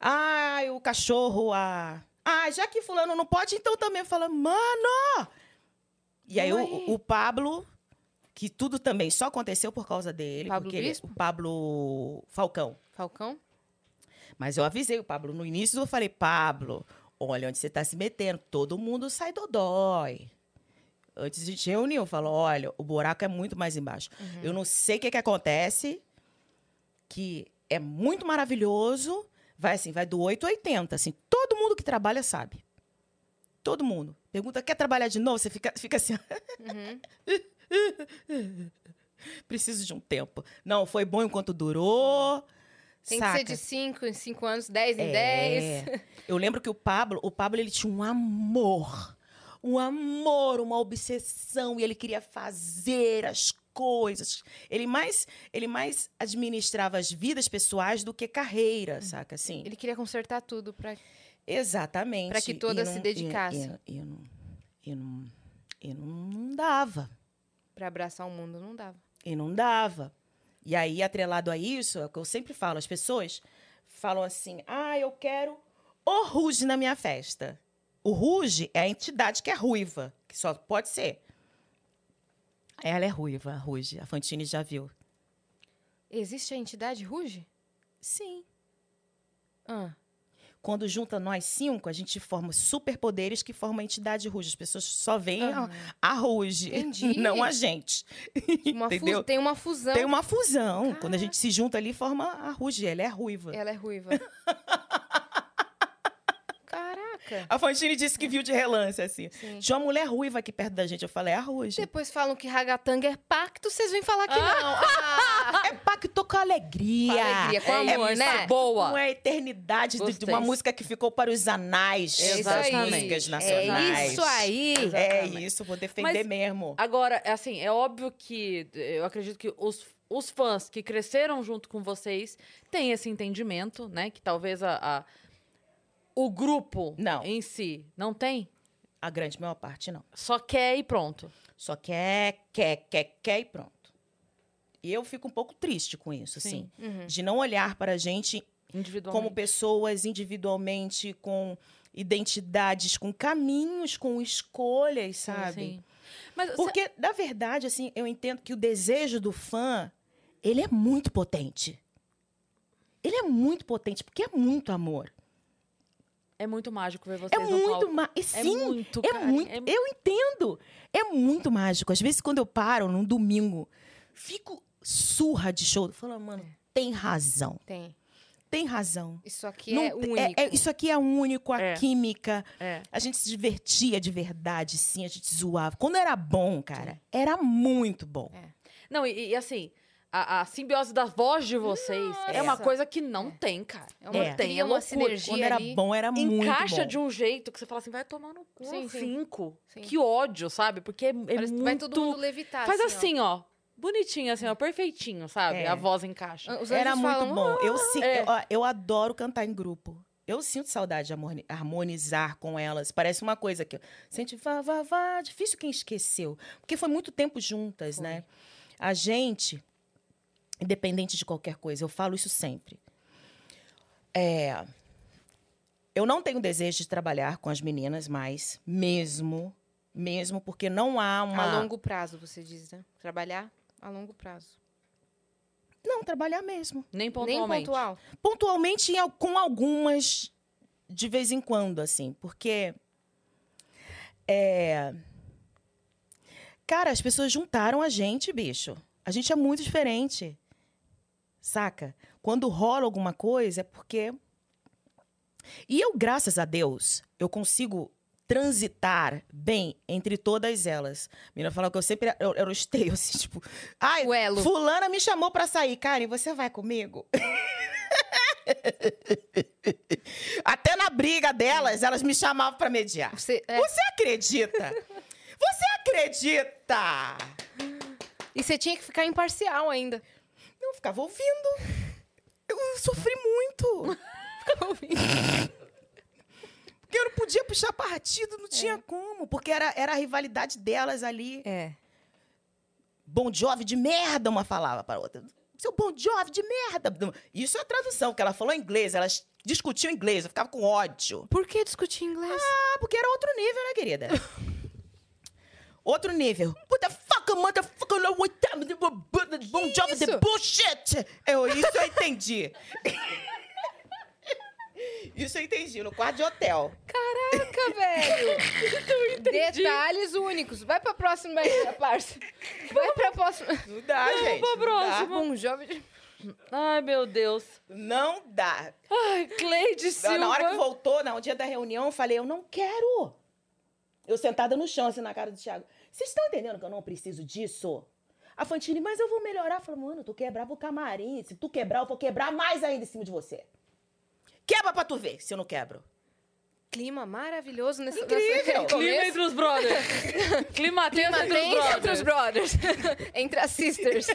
Speaker 3: Ah, o cachorro, ah, ah, já que fulano não pode, então também fala, mano. E aí o, o Pablo, que tudo também só aconteceu por causa dele,
Speaker 2: Pablo
Speaker 3: porque ele- é
Speaker 2: Bispo?
Speaker 3: o Pablo Falcão.
Speaker 2: Falcão?
Speaker 3: Mas eu avisei o Pablo no início, eu falei, Pablo, olha onde você está se metendo, todo mundo sai dodói. Antes a gente reuniu, falou, olha, o buraco é muito mais embaixo.
Speaker 2: Uhum.
Speaker 3: Eu não sei o que, que acontece, que é muito maravilhoso, vai assim, vai do 8 ao 80, assim, todo mundo que trabalha sabe. Todo mundo. Pergunta, quer trabalhar de novo? Você fica, fica assim,
Speaker 2: Uhum.
Speaker 3: preciso de um tempo. Não, foi bom enquanto durou.
Speaker 2: Tem
Speaker 3: saca?
Speaker 2: que ser de 5 em 5 anos, 10 em 10.
Speaker 3: É. Eu lembro que o Pablo, o Pablo ele tinha um amor, um amor, uma obsessão e ele queria fazer as coisas. Ele mais, ele mais administrava as vidas pessoais do que carreira, saca assim?
Speaker 2: Hum. Ele queria consertar tudo pra.
Speaker 3: Exatamente.
Speaker 2: Pra que todas
Speaker 3: E
Speaker 2: se
Speaker 3: não-
Speaker 2: dedicassem.
Speaker 3: E, e, e não, e não, e não, não dava,
Speaker 2: Pra abraçar o mundo não dava.
Speaker 3: e não dava. E aí atrelado a isso, é o que eu sempre falo, as pessoas falam assim: "Ah, eu quero o ruge na minha festa". O ruge é a entidade que é ruiva, que só pode ser. Ela é ruiva, a ruge. A Fantine já viu.
Speaker 2: Existe a entidade Ruge?
Speaker 3: Sim.
Speaker 2: Ah,
Speaker 3: Quando junta nós cinco, a gente forma superpoderes que formam a entidade ruge. As pessoas só veem
Speaker 2: Ah.
Speaker 3: a, a ruge,
Speaker 2: Entendi.
Speaker 3: não a gente.
Speaker 2: uma fus-
Speaker 3: Entendeu?
Speaker 2: Tem uma fusão.
Speaker 3: Tem uma fusão. Quando
Speaker 2: Caraca.
Speaker 3: a gente se junta ali, forma a ruge. Ela é ruiva.
Speaker 2: Ela é ruiva. Caraca.
Speaker 3: A Fantine disse que viu de relance, assim.
Speaker 2: Sim.
Speaker 3: Tinha uma mulher ruiva aqui perto da gente. Eu falei, é a ruge.
Speaker 2: Depois falam que ragatanga é pacto, vocês vêm falar que não. Ah,
Speaker 3: É pacto com alegria.
Speaker 2: com alegria, com
Speaker 1: É
Speaker 2: amor,
Speaker 1: isso,
Speaker 2: né?
Speaker 1: Boa.
Speaker 3: Uma eternidade de- de
Speaker 1: Gostei.
Speaker 3: uma música que ficou para os anais
Speaker 1: É isso
Speaker 3: das
Speaker 1: aí.
Speaker 3: músicas nacionais.
Speaker 2: É isso aí.
Speaker 3: É
Speaker 1: Exatamente.
Speaker 3: isso, vou defender
Speaker 1: Mas-
Speaker 3: mesmo.
Speaker 1: Agora, é assim, é óbvio que eu acredito que os, os fãs que cresceram junto com vocês têm esse entendimento, né? Que talvez a, a- o grupo
Speaker 3: Não.
Speaker 1: em si não tem,
Speaker 3: A grande maior parte, não.
Speaker 1: só quer e pronto.
Speaker 3: Só quer, quer, quer, quer e pronto. E eu fico um pouco triste com isso, assim.
Speaker 1: Sim.
Speaker 2: Uhum.
Speaker 3: De não olhar para a gente como
Speaker 1: Individualmente.
Speaker 3: pessoas individualmente, com identidades, com caminhos, com escolhas,
Speaker 1: Sim,
Speaker 3: sabe?
Speaker 1: sim. Então, assim, Mas assim, cê-
Speaker 3: Porque, na verdade, assim, eu entendo que o desejo do fã, ele é muito potente. Ele é muito potente, porque é muito amor.
Speaker 1: é muito mágico ver vocês
Speaker 3: É
Speaker 1: no
Speaker 3: muito...
Speaker 1: palco.
Speaker 3: Ma... e
Speaker 1: É
Speaker 3: Sim,
Speaker 1: muito,
Speaker 3: É
Speaker 1: cara,
Speaker 3: muito.
Speaker 1: é-
Speaker 3: Eu entendo. É muito mágico. Às vezes, quando eu paro num domingo, fico surra de show. Falo, mano,
Speaker 1: É.
Speaker 3: tem razão.
Speaker 2: Tem.
Speaker 3: Tem razão.
Speaker 2: Isso aqui
Speaker 3: Não-
Speaker 2: é único.
Speaker 3: é- isso aqui é único, a
Speaker 1: É.
Speaker 3: química.
Speaker 1: é.
Speaker 3: A gente se divertia de verdade, sim, a gente zoava. Quando era bom, cara, era muito bom.
Speaker 1: Não, e, e assim, a, a simbiose da voz de vocês é uma
Speaker 2: Nossa.
Speaker 1: coisa que não
Speaker 2: É.
Speaker 1: tem, cara.
Speaker 2: É uma
Speaker 3: É.
Speaker 1: Tem,
Speaker 2: tria,
Speaker 1: é
Speaker 2: uma
Speaker 1: loucura.
Speaker 2: sinergia
Speaker 3: Quando era
Speaker 2: ali.
Speaker 3: bom, era muito
Speaker 1: encaixa
Speaker 3: bom.
Speaker 1: de um jeito que você fala assim, vai tomar no cu
Speaker 2: Sim,
Speaker 1: um
Speaker 2: sim.
Speaker 1: cinco.
Speaker 2: Sim.
Speaker 1: Que ódio, sabe? Porque é, é
Speaker 2: Parece
Speaker 1: muito...
Speaker 2: que vai todo mundo levitar.
Speaker 1: Faz
Speaker 2: ó.
Speaker 1: assim, ó. Bonitinho, assim, ó. Perfeitinho, sabe?
Speaker 3: É.
Speaker 1: A voz encaixa.
Speaker 2: Os
Speaker 3: Era
Speaker 2: anjos
Speaker 3: muito
Speaker 2: falam,
Speaker 3: bom. Eu, sim,
Speaker 1: é.
Speaker 3: eu, ó, eu adoro cantar em grupo. Eu sinto saudade de harmoni- harmonizar com elas. Parece uma coisa que eu sente vá, vá, vá. Difícil quem esqueceu. Porque foi muito tempo juntas, né? A gente, independente de qualquer coisa, eu falo isso sempre. É, eu não tenho desejo de trabalhar com as meninas mais, mesmo. Mesmo porque não há uma.
Speaker 2: A longo prazo, você diz, né? Trabalhar a longo prazo.
Speaker 3: Não, trabalhar mesmo.
Speaker 1: Nem
Speaker 2: Nem
Speaker 1: pontualmente.
Speaker 2: pontual.
Speaker 3: pontualmente em al- com algumas de vez em quando assim porque é, cara as pessoas juntaram a gente bicho a gente é muito diferente saca quando rola alguma coisa é porque e eu graças a Deus eu consigo transitar bem entre todas elas. A menina falava que eu sempre eu, eu esteio, assim, tipo, ai,
Speaker 2: O elo.
Speaker 3: Fulana me chamou pra sair, Karen, você vai comigo? Até na briga delas, elas me chamavam pra mediar.
Speaker 2: Você, é,
Speaker 3: Você acredita? Você acredita?
Speaker 2: E você tinha que ficar imparcial ainda.
Speaker 3: Eu ficava ouvindo. Eu sofri muito. Porque eu não podia puxar partido, não tinha como. Porque era, era a rivalidade delas ali.
Speaker 2: É.
Speaker 3: Bom Jove de merda, uma falava para outra. Seu Bom Jove de merda. Isso é a tradução, porque ela falou em inglês, elas discutiam inglês, eu ficava com ódio.
Speaker 2: Por que discutir inglês?
Speaker 3: Ah, porque era outro nível, né, querida? outro nível. What the fuck, motherfucker, no what time, the bu- bu- the Bon Jovi, the
Speaker 2: isso?
Speaker 3: bullshit. Eu, isso eu entendi. isso eu entendi, no quarto de hotel.
Speaker 2: Caraca, velho! Detalhes únicos. Vai pra próxima aí, parça. Vai pra próxima.
Speaker 3: Não dá, gente.
Speaker 1: pra
Speaker 3: Não dá.
Speaker 1: próxima.
Speaker 2: Bom, jovem. de-
Speaker 1: Ai, meu Deus.
Speaker 3: Não dá.
Speaker 1: Ai, Cleide Silva.
Speaker 3: Na- Na hora que voltou, no dia da reunião, eu falei, eu não quero. Eu sentada no chão, assim, na cara do Thiago. Vocês estão entendendo que eu não preciso disso? A Fantine, mas eu vou melhorar. Eu falei, mano, tu quebrava o camarim. Se tu quebrar, eu vou quebrar mais ainda em cima de você. Quebra pra tu ver, se eu não quebro.
Speaker 2: Clima maravilhoso nessa
Speaker 3: Incrível.
Speaker 2: nessa-
Speaker 1: Clima entre os brothers. Clima tenso
Speaker 2: Clima
Speaker 1: entre os
Speaker 2: tenso
Speaker 1: brothers.
Speaker 2: entre os brothers. entre as sisters.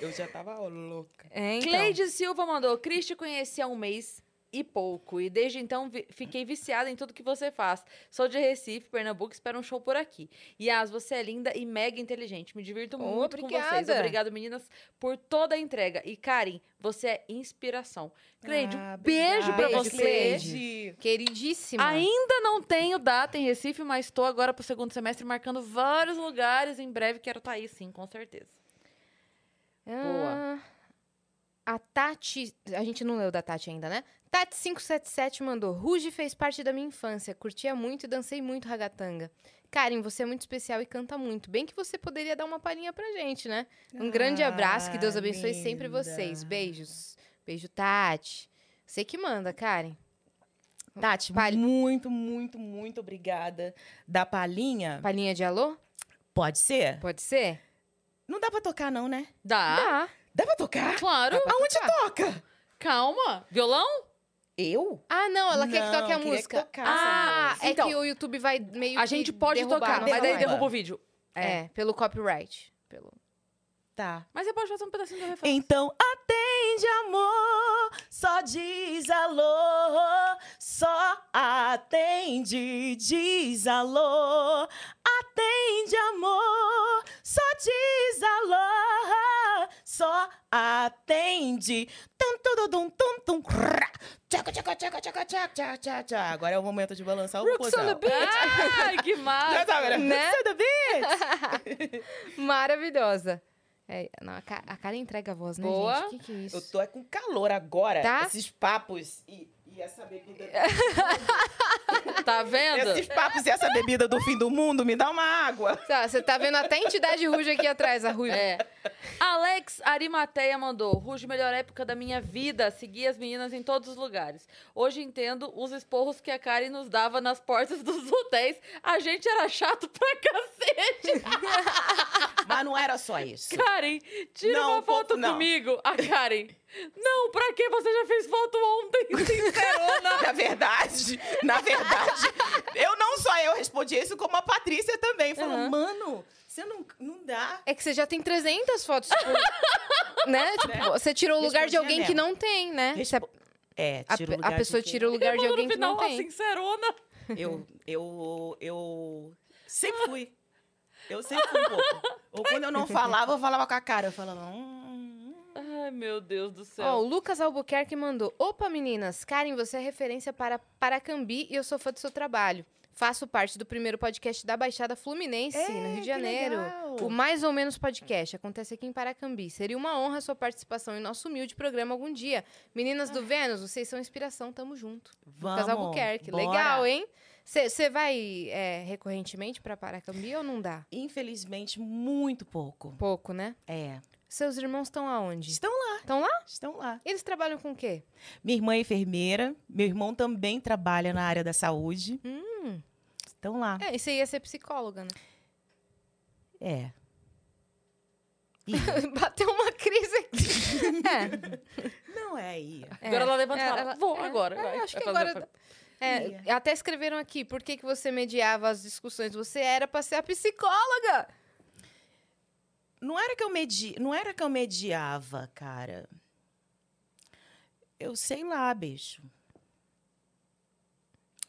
Speaker 3: Eu já tava louca.
Speaker 2: É,
Speaker 1: Cleide Silva mandou. Cristi conheci há um mês e pouco. E desde então vi- fiquei viciada em tudo que você faz. Sou de Recife, Pernambuco, espero um show por aqui. Yas, você é linda e mega inteligente. Me divirto
Speaker 2: Oh,
Speaker 1: muito com vocês.
Speaker 2: obrigada.
Speaker 1: Obrigado, meninas, por toda a entrega. E Karen, você é inspiração. Cleide, um
Speaker 3: Ah,
Speaker 1: beijo pra
Speaker 2: obrigada,
Speaker 1: você.
Speaker 2: Cleide. Queridíssima.
Speaker 1: Ainda não tenho data em Recife, mas estou agora pro segundo semestre marcando vários tá lugares. Em breve quero estar aí, sim, com certeza.
Speaker 2: Ah, A Tati, a gente não leu da Tati ainda, né? Tati577 mandou, Ruge fez parte da minha infância, curtia muito e dancei muito ragatanga. Karen, você é muito especial e canta muito. Bem que você poderia dar uma palhinha pra gente, né? Um grande abraço, que Deus
Speaker 3: Ah,
Speaker 2: abençoe sempre
Speaker 3: linda.
Speaker 2: vocês. Beijos. Beijo, Tati. Você que manda, Karen.
Speaker 3: Tati,
Speaker 2: Pal-
Speaker 3: muito, muito, muito obrigada. Da palhinha?
Speaker 2: Palhinha de alô?
Speaker 3: Pode ser?
Speaker 2: Pode ser?
Speaker 3: Não dá pra tocar, não, né?
Speaker 1: Dá.
Speaker 2: Dá.
Speaker 3: Dá Tá pra tocar?
Speaker 1: Claro.
Speaker 2: Dá pra
Speaker 3: Aonde
Speaker 2: tocar.
Speaker 3: toca?
Speaker 1: Calma. Violão?
Speaker 3: Eu?
Speaker 2: Ah, não, ela quer que
Speaker 3: Não,
Speaker 2: toque a
Speaker 3: queria que
Speaker 2: música.
Speaker 3: tocasse
Speaker 2: ah,
Speaker 1: a
Speaker 2: é
Speaker 1: música. Então,
Speaker 2: que o YouTube vai meio
Speaker 1: A
Speaker 2: que
Speaker 1: gente pode
Speaker 2: derrubar,
Speaker 1: tocar,
Speaker 2: não
Speaker 1: mas
Speaker 2: vai
Speaker 1: daí
Speaker 2: mais.
Speaker 1: derruba o vídeo. É.
Speaker 2: É, pelo copyright. Pelo...
Speaker 3: Tá.
Speaker 1: Mas você pode fazer um pedacinho do refrão.
Speaker 3: Então atende, amor, só diz alô, só atende, diz alô, atende, amor, só diz alô, só atende. Tum, tum, tum, tum, tum, crá. Tchaca, tchaca, tchaca, tchaca, tchaca, tchaca, tchaca. Agora é o momento de balançar o
Speaker 1: Brooks on the
Speaker 3: cuzão.
Speaker 1: beat. Ai, que
Speaker 3: Já
Speaker 1: massa.
Speaker 3: tá, galera?
Speaker 2: Né?
Speaker 3: Rooks on the beat.
Speaker 2: Maravilhosa. É, não, a, Ka- a cara entrega a voz, né,
Speaker 1: Boa.
Speaker 2: gente? O que, que é isso?
Speaker 3: Eu tô é com calor agora.
Speaker 2: Tá?
Speaker 3: Esses papos e, e essa bebida.
Speaker 1: Tá vendo?
Speaker 3: Esses papos e essa bebida do fim do mundo, me dá uma água.
Speaker 2: Tá, Você tá vendo até a entidade ruge aqui atrás, a ruge.
Speaker 1: É. Alex Arimateia mandou. Ruge, melhor época da minha vida. Segui as meninas em todos os lugares. Hoje entendo os esporros que a Karen nos dava nas portas dos hotéis. A gente era chato pra cacete.
Speaker 3: Mas não era só isso.
Speaker 1: Karen, tira
Speaker 3: Não,
Speaker 1: uma foto
Speaker 3: fofo, não.
Speaker 1: comigo. A Karen. Não, pra quê? Você já fez foto ontem, sincerona.
Speaker 3: Na verdade, na verdade, eu não só eu respondi isso, como a Patrícia também. Falou,
Speaker 2: Aham.
Speaker 3: mano, você não, não dá.
Speaker 2: É que você já tem 300 fotos, tipo,
Speaker 3: É.
Speaker 2: né? Tipo, você tirou o lugar de
Speaker 3: Respondia
Speaker 2: alguém que
Speaker 3: mesmo.
Speaker 2: não tem, né? Você-
Speaker 3: Respo- É,
Speaker 2: a,
Speaker 3: tira
Speaker 2: pe-
Speaker 3: o
Speaker 2: a
Speaker 3: lugar de
Speaker 2: pessoa
Speaker 3: quem-
Speaker 2: tira o lugar de
Speaker 1: Mano,
Speaker 2: alguém
Speaker 1: no
Speaker 2: que não
Speaker 1: final, assim, a
Speaker 2: tem.
Speaker 1: sincerona.
Speaker 3: Eu, eu, eu sempre fui. Eu sempre fui um pouco. Ou quando eu não falava, eu falava com a cara. Eu falava, hum,
Speaker 1: Ai, meu Deus do
Speaker 3: Então.
Speaker 2: Ó, o
Speaker 1: céu.
Speaker 2: Lucas Albuquerque mandou. Opa, meninas, Karen, você é referência para Paracambi e eu sou fã do seu trabalho. Faço parte do primeiro podcast da Baixada Fluminense, no
Speaker 3: É,
Speaker 2: Rio de Janeiro. O Mais ou Menos Podcast acontece aqui em Paracambi. Seria uma honra sua participação em nosso humilde programa algum dia. Meninas
Speaker 3: Ah.
Speaker 2: do Vênus, vocês são inspiração, tamo junto. Lucas Albuquerque, legal, hein? Você vai é, recorrentemente pra Paracambi ou não dá?
Speaker 3: Infelizmente, muito pouco.
Speaker 2: Pouco, né?
Speaker 3: É.
Speaker 2: Seus irmãos estão aonde?
Speaker 3: Estão lá.
Speaker 2: Estão lá?
Speaker 3: Estão lá.
Speaker 2: Eles trabalham com o quê?
Speaker 3: Minha irmã é enfermeira. Meu irmão também trabalha na área da saúde.
Speaker 2: Hum.
Speaker 3: Estão lá.
Speaker 2: É, e você ia ser psicóloga, né?
Speaker 3: É.
Speaker 2: Bateu uma crise aqui.
Speaker 3: Não é aí.
Speaker 2: É,
Speaker 1: Agora ela levanta
Speaker 2: É,
Speaker 1: e fala,
Speaker 2: ela-
Speaker 1: vou
Speaker 2: é,
Speaker 1: agora.
Speaker 2: é,
Speaker 1: vai,
Speaker 2: acho
Speaker 1: vai
Speaker 2: que
Speaker 1: fazer-
Speaker 2: agora
Speaker 1: vai-
Speaker 2: É, até escreveram aqui, por que, que você mediava as discussões? Você era pra ser a psicóloga!
Speaker 3: Não era que eu medi... não era que eu mediava, cara. Eu sei lá, bicho.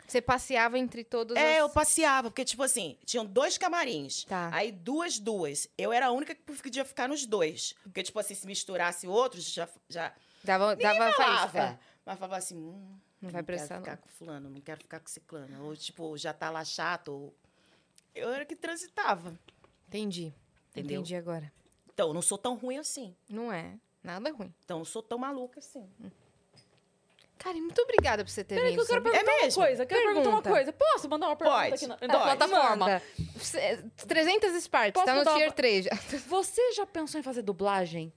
Speaker 2: Você passeava entre todas as...
Speaker 3: É, eu passeava, porque tipo assim, tinham dois camarins.
Speaker 2: Tá.
Speaker 3: Aí duas, duas. Eu era a única que podia ficar nos dois. Porque tipo assim, se misturasse outros, já já
Speaker 2: Dava, dava faísca.
Speaker 3: falava. Mas falava assim, hum,
Speaker 2: Não vai prestar,
Speaker 3: quero
Speaker 2: não.
Speaker 3: ficar com fulano, não quero ficar com ciclano. Ou, tipo, já tá lá chato. Ou... Eu era que transitava.
Speaker 2: Entendi.
Speaker 3: Entendeu?
Speaker 2: Entendi agora.
Speaker 3: Então, eu não sou tão ruim assim.
Speaker 2: Não é. Nada ruim.
Speaker 3: Então, eu não sou tão maluca assim.
Speaker 2: Cara, e muito obrigada por você ter
Speaker 1: Peraí, que
Speaker 2: vindo.
Speaker 1: eu quero
Speaker 2: sabia?
Speaker 1: perguntar uma
Speaker 3: mesmo?
Speaker 1: coisa. Quero perguntar uma
Speaker 2: Pergunta.
Speaker 1: coisa. Posso mandar uma pergunta
Speaker 3: Pode,
Speaker 1: aqui na, na
Speaker 3: pode.
Speaker 1: plataforma?
Speaker 2: Manda. Você- 300 Sparks,
Speaker 1: Posso
Speaker 2: tá no
Speaker 1: mandar uma-
Speaker 2: tier 3 já.
Speaker 1: Você já pensou em fazer dublagem?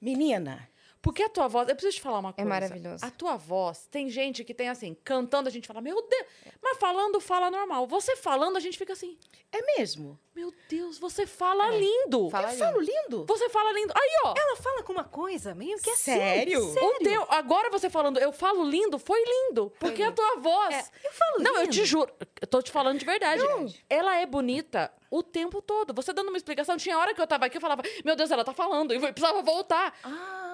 Speaker 3: Menina,
Speaker 1: Porque a tua voz. Eu preciso te falar uma coisa.
Speaker 2: maravilhoso.
Speaker 1: A tua voz. Tem gente que tem assim, cantando, a gente fala, meu Deus. Mas falando, fala normal. Você falando, a gente fica assim,
Speaker 3: é mesmo?
Speaker 1: meu Deus, você fala
Speaker 2: É.
Speaker 1: lindo.
Speaker 2: Fala
Speaker 3: eu
Speaker 2: ali.
Speaker 3: falo lindo?
Speaker 1: Você fala lindo. Aí, ó.
Speaker 5: Ela fala com uma coisa meio que assim.
Speaker 3: Sério?
Speaker 1: O teu, agora você falando, eu falo lindo, foi lindo. Porque a tua voz. eu falo Não, eu te juro. Eu tô te falando de verdade. Ela é bonita o tempo todo. Você dando uma explicação, tinha hora que eu tava aqui, eu falava, meu Deus, ela tá falando, e eu precisava voltar.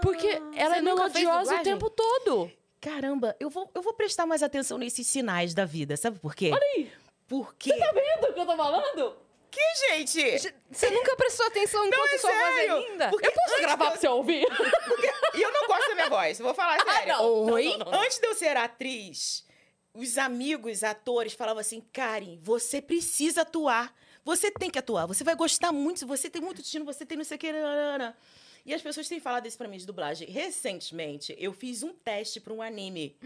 Speaker 1: Porque ela
Speaker 2: você
Speaker 1: é
Speaker 2: nunca fez
Speaker 1: melodiosa o
Speaker 2: dublagem?
Speaker 1: tempo todo.
Speaker 3: Caramba, eu vou, eu vou prestar mais atenção nesses sinais da vida, sabe por quê? Olha
Speaker 1: aí.
Speaker 3: Por quê?
Speaker 1: Tá vendo o que eu tô falando?
Speaker 3: Que, gente?
Speaker 2: Você nunca prestou atenção enquanto sua voz é
Speaker 3: sério?
Speaker 2: linda?
Speaker 3: Porque
Speaker 1: Eu posso
Speaker 3: antes
Speaker 1: gravar
Speaker 3: de eu-
Speaker 1: pra você ouvir?
Speaker 3: Porque- E eu não gosto da minha voz, vou falar sério.
Speaker 1: não, não,
Speaker 3: Oi?
Speaker 1: não, não, não.
Speaker 3: Antes de eu ser atriz, os amigos, atores, falavam assim: Karen, você precisa atuar. Você tem que atuar. Você vai gostar muito. Você tem muito destino, você tem não sei o que. nananana." E as pessoas têm falado isso pra mim de dublagem. Recentemente, eu fiz um teste pra um anime.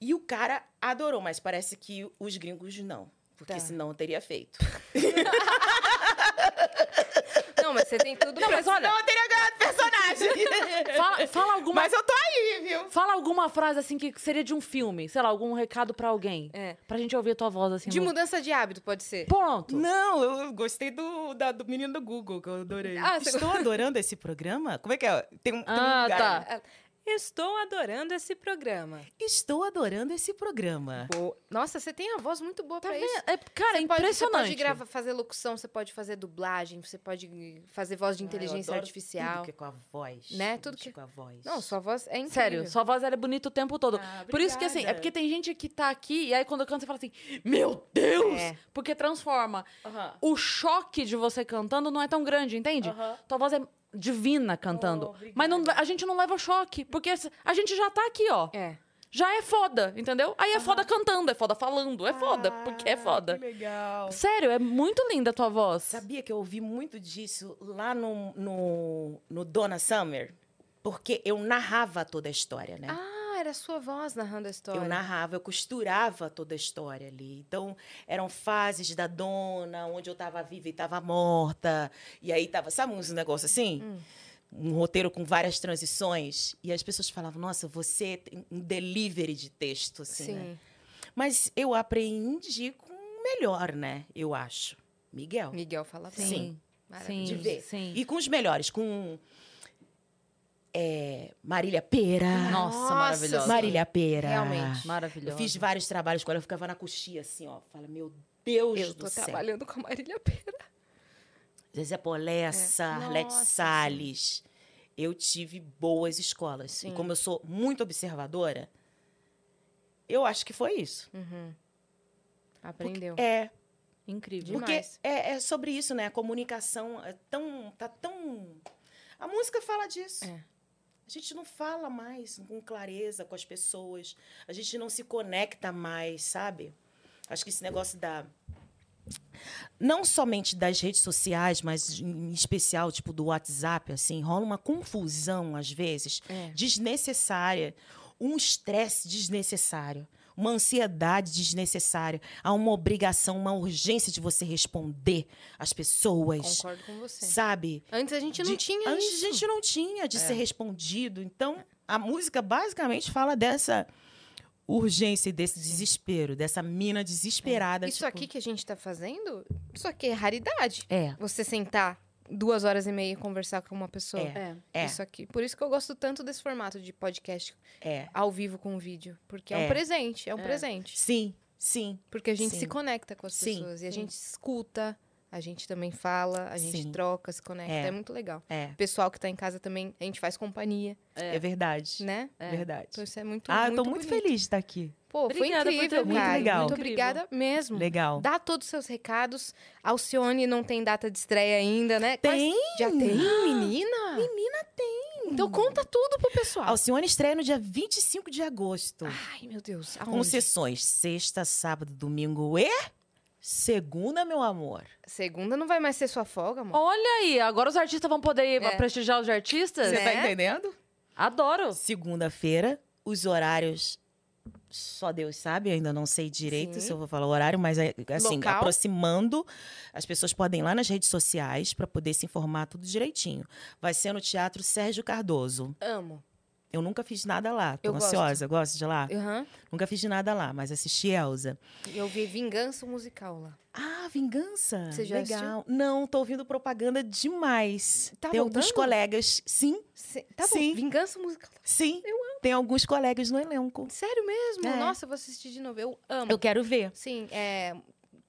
Speaker 3: E o cara adorou, mas parece que os gringos não. Porque
Speaker 2: Tá.
Speaker 3: senão eu teria feito.
Speaker 2: Não, mas você tem tudo. Não, mas olha.
Speaker 3: Senão eu teria ganhado personagem.
Speaker 1: Fala, fala alguma,
Speaker 3: Mas eu tô aí, viu?
Speaker 1: fala alguma frase assim que seria de um filme, sei lá, algum recado pra alguém.
Speaker 2: É.
Speaker 1: Pra gente ouvir a tua voz assim.
Speaker 2: De
Speaker 1: no-
Speaker 2: mudança de hábito, pode ser.
Speaker 1: Pronto.
Speaker 3: Não, eu eu gostei do, da- do menino do Google, que eu adorei.
Speaker 2: Ah, você
Speaker 3: Estou adorando esse programa? Como é que é? Tem um. tem um
Speaker 1: Ah,
Speaker 3: lugar-
Speaker 1: tá.
Speaker 2: Estou adorando esse programa.
Speaker 3: Estou adorando esse
Speaker 1: Um
Speaker 3: programa.
Speaker 2: Pô, Nossa, você tem a voz muito boa
Speaker 1: Tá
Speaker 2: pra
Speaker 1: vendo?
Speaker 2: isso.
Speaker 1: É, cara, é
Speaker 2: Você pode-
Speaker 1: impressionante.
Speaker 2: Você pode gravar, fazer locução, você pode fazer dublagem, você pode fazer voz de
Speaker 3: Ah, eu
Speaker 2: inteligência
Speaker 3: adoro
Speaker 2: artificial.
Speaker 3: Tudo que é com a voz.
Speaker 2: Né? Tudo
Speaker 3: gente,
Speaker 2: que-
Speaker 3: com a voz.
Speaker 2: Não, sua voz é incrível.
Speaker 1: Sério, sua voz era bonita o tempo todo.
Speaker 3: Ah,
Speaker 1: Por isso que assim, é
Speaker 3: obrigada.
Speaker 1: porque tem gente que tá aqui e aí quando eu canto você fala assim: "Meu Deus!"
Speaker 2: É.
Speaker 1: Porque transforma.
Speaker 3: Aham.
Speaker 1: O choque de você cantando não é tão grande, entende?
Speaker 3: Aham.
Speaker 1: Tua voz é divina cantando.
Speaker 3: Oh, obrigada.
Speaker 1: mas não- a gente não leva choque, porque a gente já tá aqui, ó.
Speaker 2: É.
Speaker 1: Já é foda, entendeu? Aí é foda cantando, é foda falando, é foda, porque é
Speaker 3: Ah,
Speaker 1: foda.
Speaker 3: Que legal.
Speaker 1: Sério, é muito linda a tua voz.
Speaker 3: Sabia que eu ouvi muito disso lá no, no, no Donna Summer? Porque eu narrava toda a história, né?
Speaker 2: Ah, era a sua voz narrando a história.
Speaker 3: Eu narrava, eu costurava toda a história ali. Então, eram fases da dona, onde eu tava viva e tava morta. E aí tava, sabe uns negócios assim? Um roteiro com várias transições. E as pessoas falavam, nossa, você tem um delivery de texto, assim, né?
Speaker 2: Sim.
Speaker 3: Mas eu aprendi com o melhor, né? Eu acho. Miguel.
Speaker 2: Miguel fala bem.
Speaker 3: Sim.
Speaker 2: Maravilhoso.
Speaker 3: De ver.
Speaker 1: sim.
Speaker 3: E com os melhores, com... é, Marília Pera.
Speaker 1: Nossa,
Speaker 2: Nossa,
Speaker 1: maravilhosa.
Speaker 3: Marília Pera.
Speaker 2: Realmente.
Speaker 1: Maravilhosa.
Speaker 3: Eu fiz vários trabalhos com ela, eu ficava na coxia assim, ó. Fala, meu Deus
Speaker 2: Eu
Speaker 3: do
Speaker 2: tô
Speaker 3: céu.
Speaker 2: trabalhando com a Marília Pera.
Speaker 3: Zezé Polessa,
Speaker 2: É.
Speaker 3: Arlete
Speaker 2: Nossa,
Speaker 3: Salles. Eu tive boas escolas.
Speaker 2: Sim.
Speaker 3: E como eu sou muito observadora, eu acho que foi isso.
Speaker 2: Hum. Aprendeu.
Speaker 3: É,
Speaker 1: Incrível.
Speaker 3: porque
Speaker 2: Demais.
Speaker 3: é, é sobre isso, né? A comunicação é tão, tá tão... A música fala disso.
Speaker 2: É.
Speaker 3: A gente não fala mais com clareza com as pessoas. A gente não se conecta mais, sabe? Acho que esse negócio da. Não somente das redes sociais, mas em especial, tipo, do WhatsApp, assim, rola uma confusão, às vezes,
Speaker 2: É.
Speaker 3: desnecessária, um estresse desnecessário, uma ansiedade desnecessária, há uma obrigação, uma urgência de você responder às pessoas,
Speaker 2: É, Concordo com você.
Speaker 3: sabe?
Speaker 2: Antes a gente não
Speaker 3: De-
Speaker 2: tinha
Speaker 3: antes
Speaker 2: isso. É.
Speaker 3: a gente não tinha de ser respondido. Então, a música basicamente fala dessa urgência e desse desespero, dessa mina desesperada.
Speaker 2: É. Isso
Speaker 3: tipo,
Speaker 2: aqui que a gente tá fazendo, isso aqui é raridade.
Speaker 1: É.
Speaker 2: Você sentar duas horas e meia e conversar com uma pessoa.
Speaker 3: É.
Speaker 5: É.
Speaker 3: É,
Speaker 2: Isso aqui. Por isso que eu gosto tanto desse formato de podcast
Speaker 3: é.
Speaker 2: ao vivo com vídeo. Porque é, um
Speaker 3: É.
Speaker 2: presente, é um
Speaker 1: É.
Speaker 2: presente.
Speaker 3: Sim, sim.
Speaker 2: Porque a gente
Speaker 3: Sim.
Speaker 2: se conecta com as
Speaker 3: Sim.
Speaker 2: pessoas. E a
Speaker 1: Sim.
Speaker 2: gente escuta, a gente também fala, a gente
Speaker 3: Sim.
Speaker 2: troca, se conecta. É,
Speaker 3: É.
Speaker 2: muito legal.
Speaker 3: É,
Speaker 2: O pessoal que tá em casa também, a gente faz companhia,
Speaker 3: é, verdade.
Speaker 2: né?
Speaker 3: Verdade.
Speaker 2: Então isso é muito
Speaker 3: ah, eu tô muito
Speaker 2: bonito.
Speaker 3: feliz de estar aqui.
Speaker 2: Pô,
Speaker 1: Obrigada por
Speaker 2: foi
Speaker 1: ter
Speaker 2: incrível,
Speaker 1: vindo,
Speaker 2: cara.
Speaker 3: muito legal.
Speaker 2: Muito
Speaker 1: Incrível.
Speaker 2: obrigada mesmo.
Speaker 3: Legal.
Speaker 2: Hum. Dá todos os seus recados. Alcione não tem data de estreia ainda, né?
Speaker 3: Tem!
Speaker 2: Quais- Já tem, menina? Menina tem! Então conta tudo pro pessoal.
Speaker 3: Alcione estreia no dia 25 de agosto.
Speaker 2: Ai, meu Deus.
Speaker 3: com
Speaker 2: Aonde?
Speaker 3: sessões sexta, sábado, domingo e segunda, meu amor.
Speaker 2: Segunda não vai mais ser sua folga, amor.
Speaker 1: Olha aí, agora os artistas vão poder
Speaker 2: É.
Speaker 1: prestigiar os artistas? É.
Speaker 2: Cê- Né?
Speaker 3: entendendo?
Speaker 1: Adoro.
Speaker 3: segunda-feira, os horários. Só Deus sabe, eu ainda não sei direito
Speaker 2: Sim.
Speaker 3: se eu vou falar o horário, mas é, assim,
Speaker 2: Local.
Speaker 3: aproximando, as pessoas podem ir lá nas redes sociais para poder se informar tudo direitinho. Vai ser no Teatro Sérgio Cardoso.
Speaker 2: Amo.
Speaker 3: Eu nunca fiz nada lá, tô
Speaker 2: Eu gosto.
Speaker 3: ansiosa, gosto de lá.
Speaker 2: Aham.
Speaker 3: Nunca fiz nada lá, mas assisti Elsa.
Speaker 2: Eu vi Vingança Musical lá.
Speaker 3: Ah, Vingança.
Speaker 2: Você já
Speaker 3: Legal. Não, tô ouvindo propaganda demais.
Speaker 2: Tá
Speaker 3: Tem alguns
Speaker 2: voltando?
Speaker 3: colegas, sim,
Speaker 2: Cê- tá
Speaker 3: Sim.
Speaker 2: bom, Vingança Musical.
Speaker 3: sim. Tem alguns colegas no elenco.
Speaker 2: Sério mesmo?
Speaker 3: É.
Speaker 2: Nossa, eu vou assistir de novo. Eu amo.
Speaker 3: Eu quero ver.
Speaker 2: Sim, é...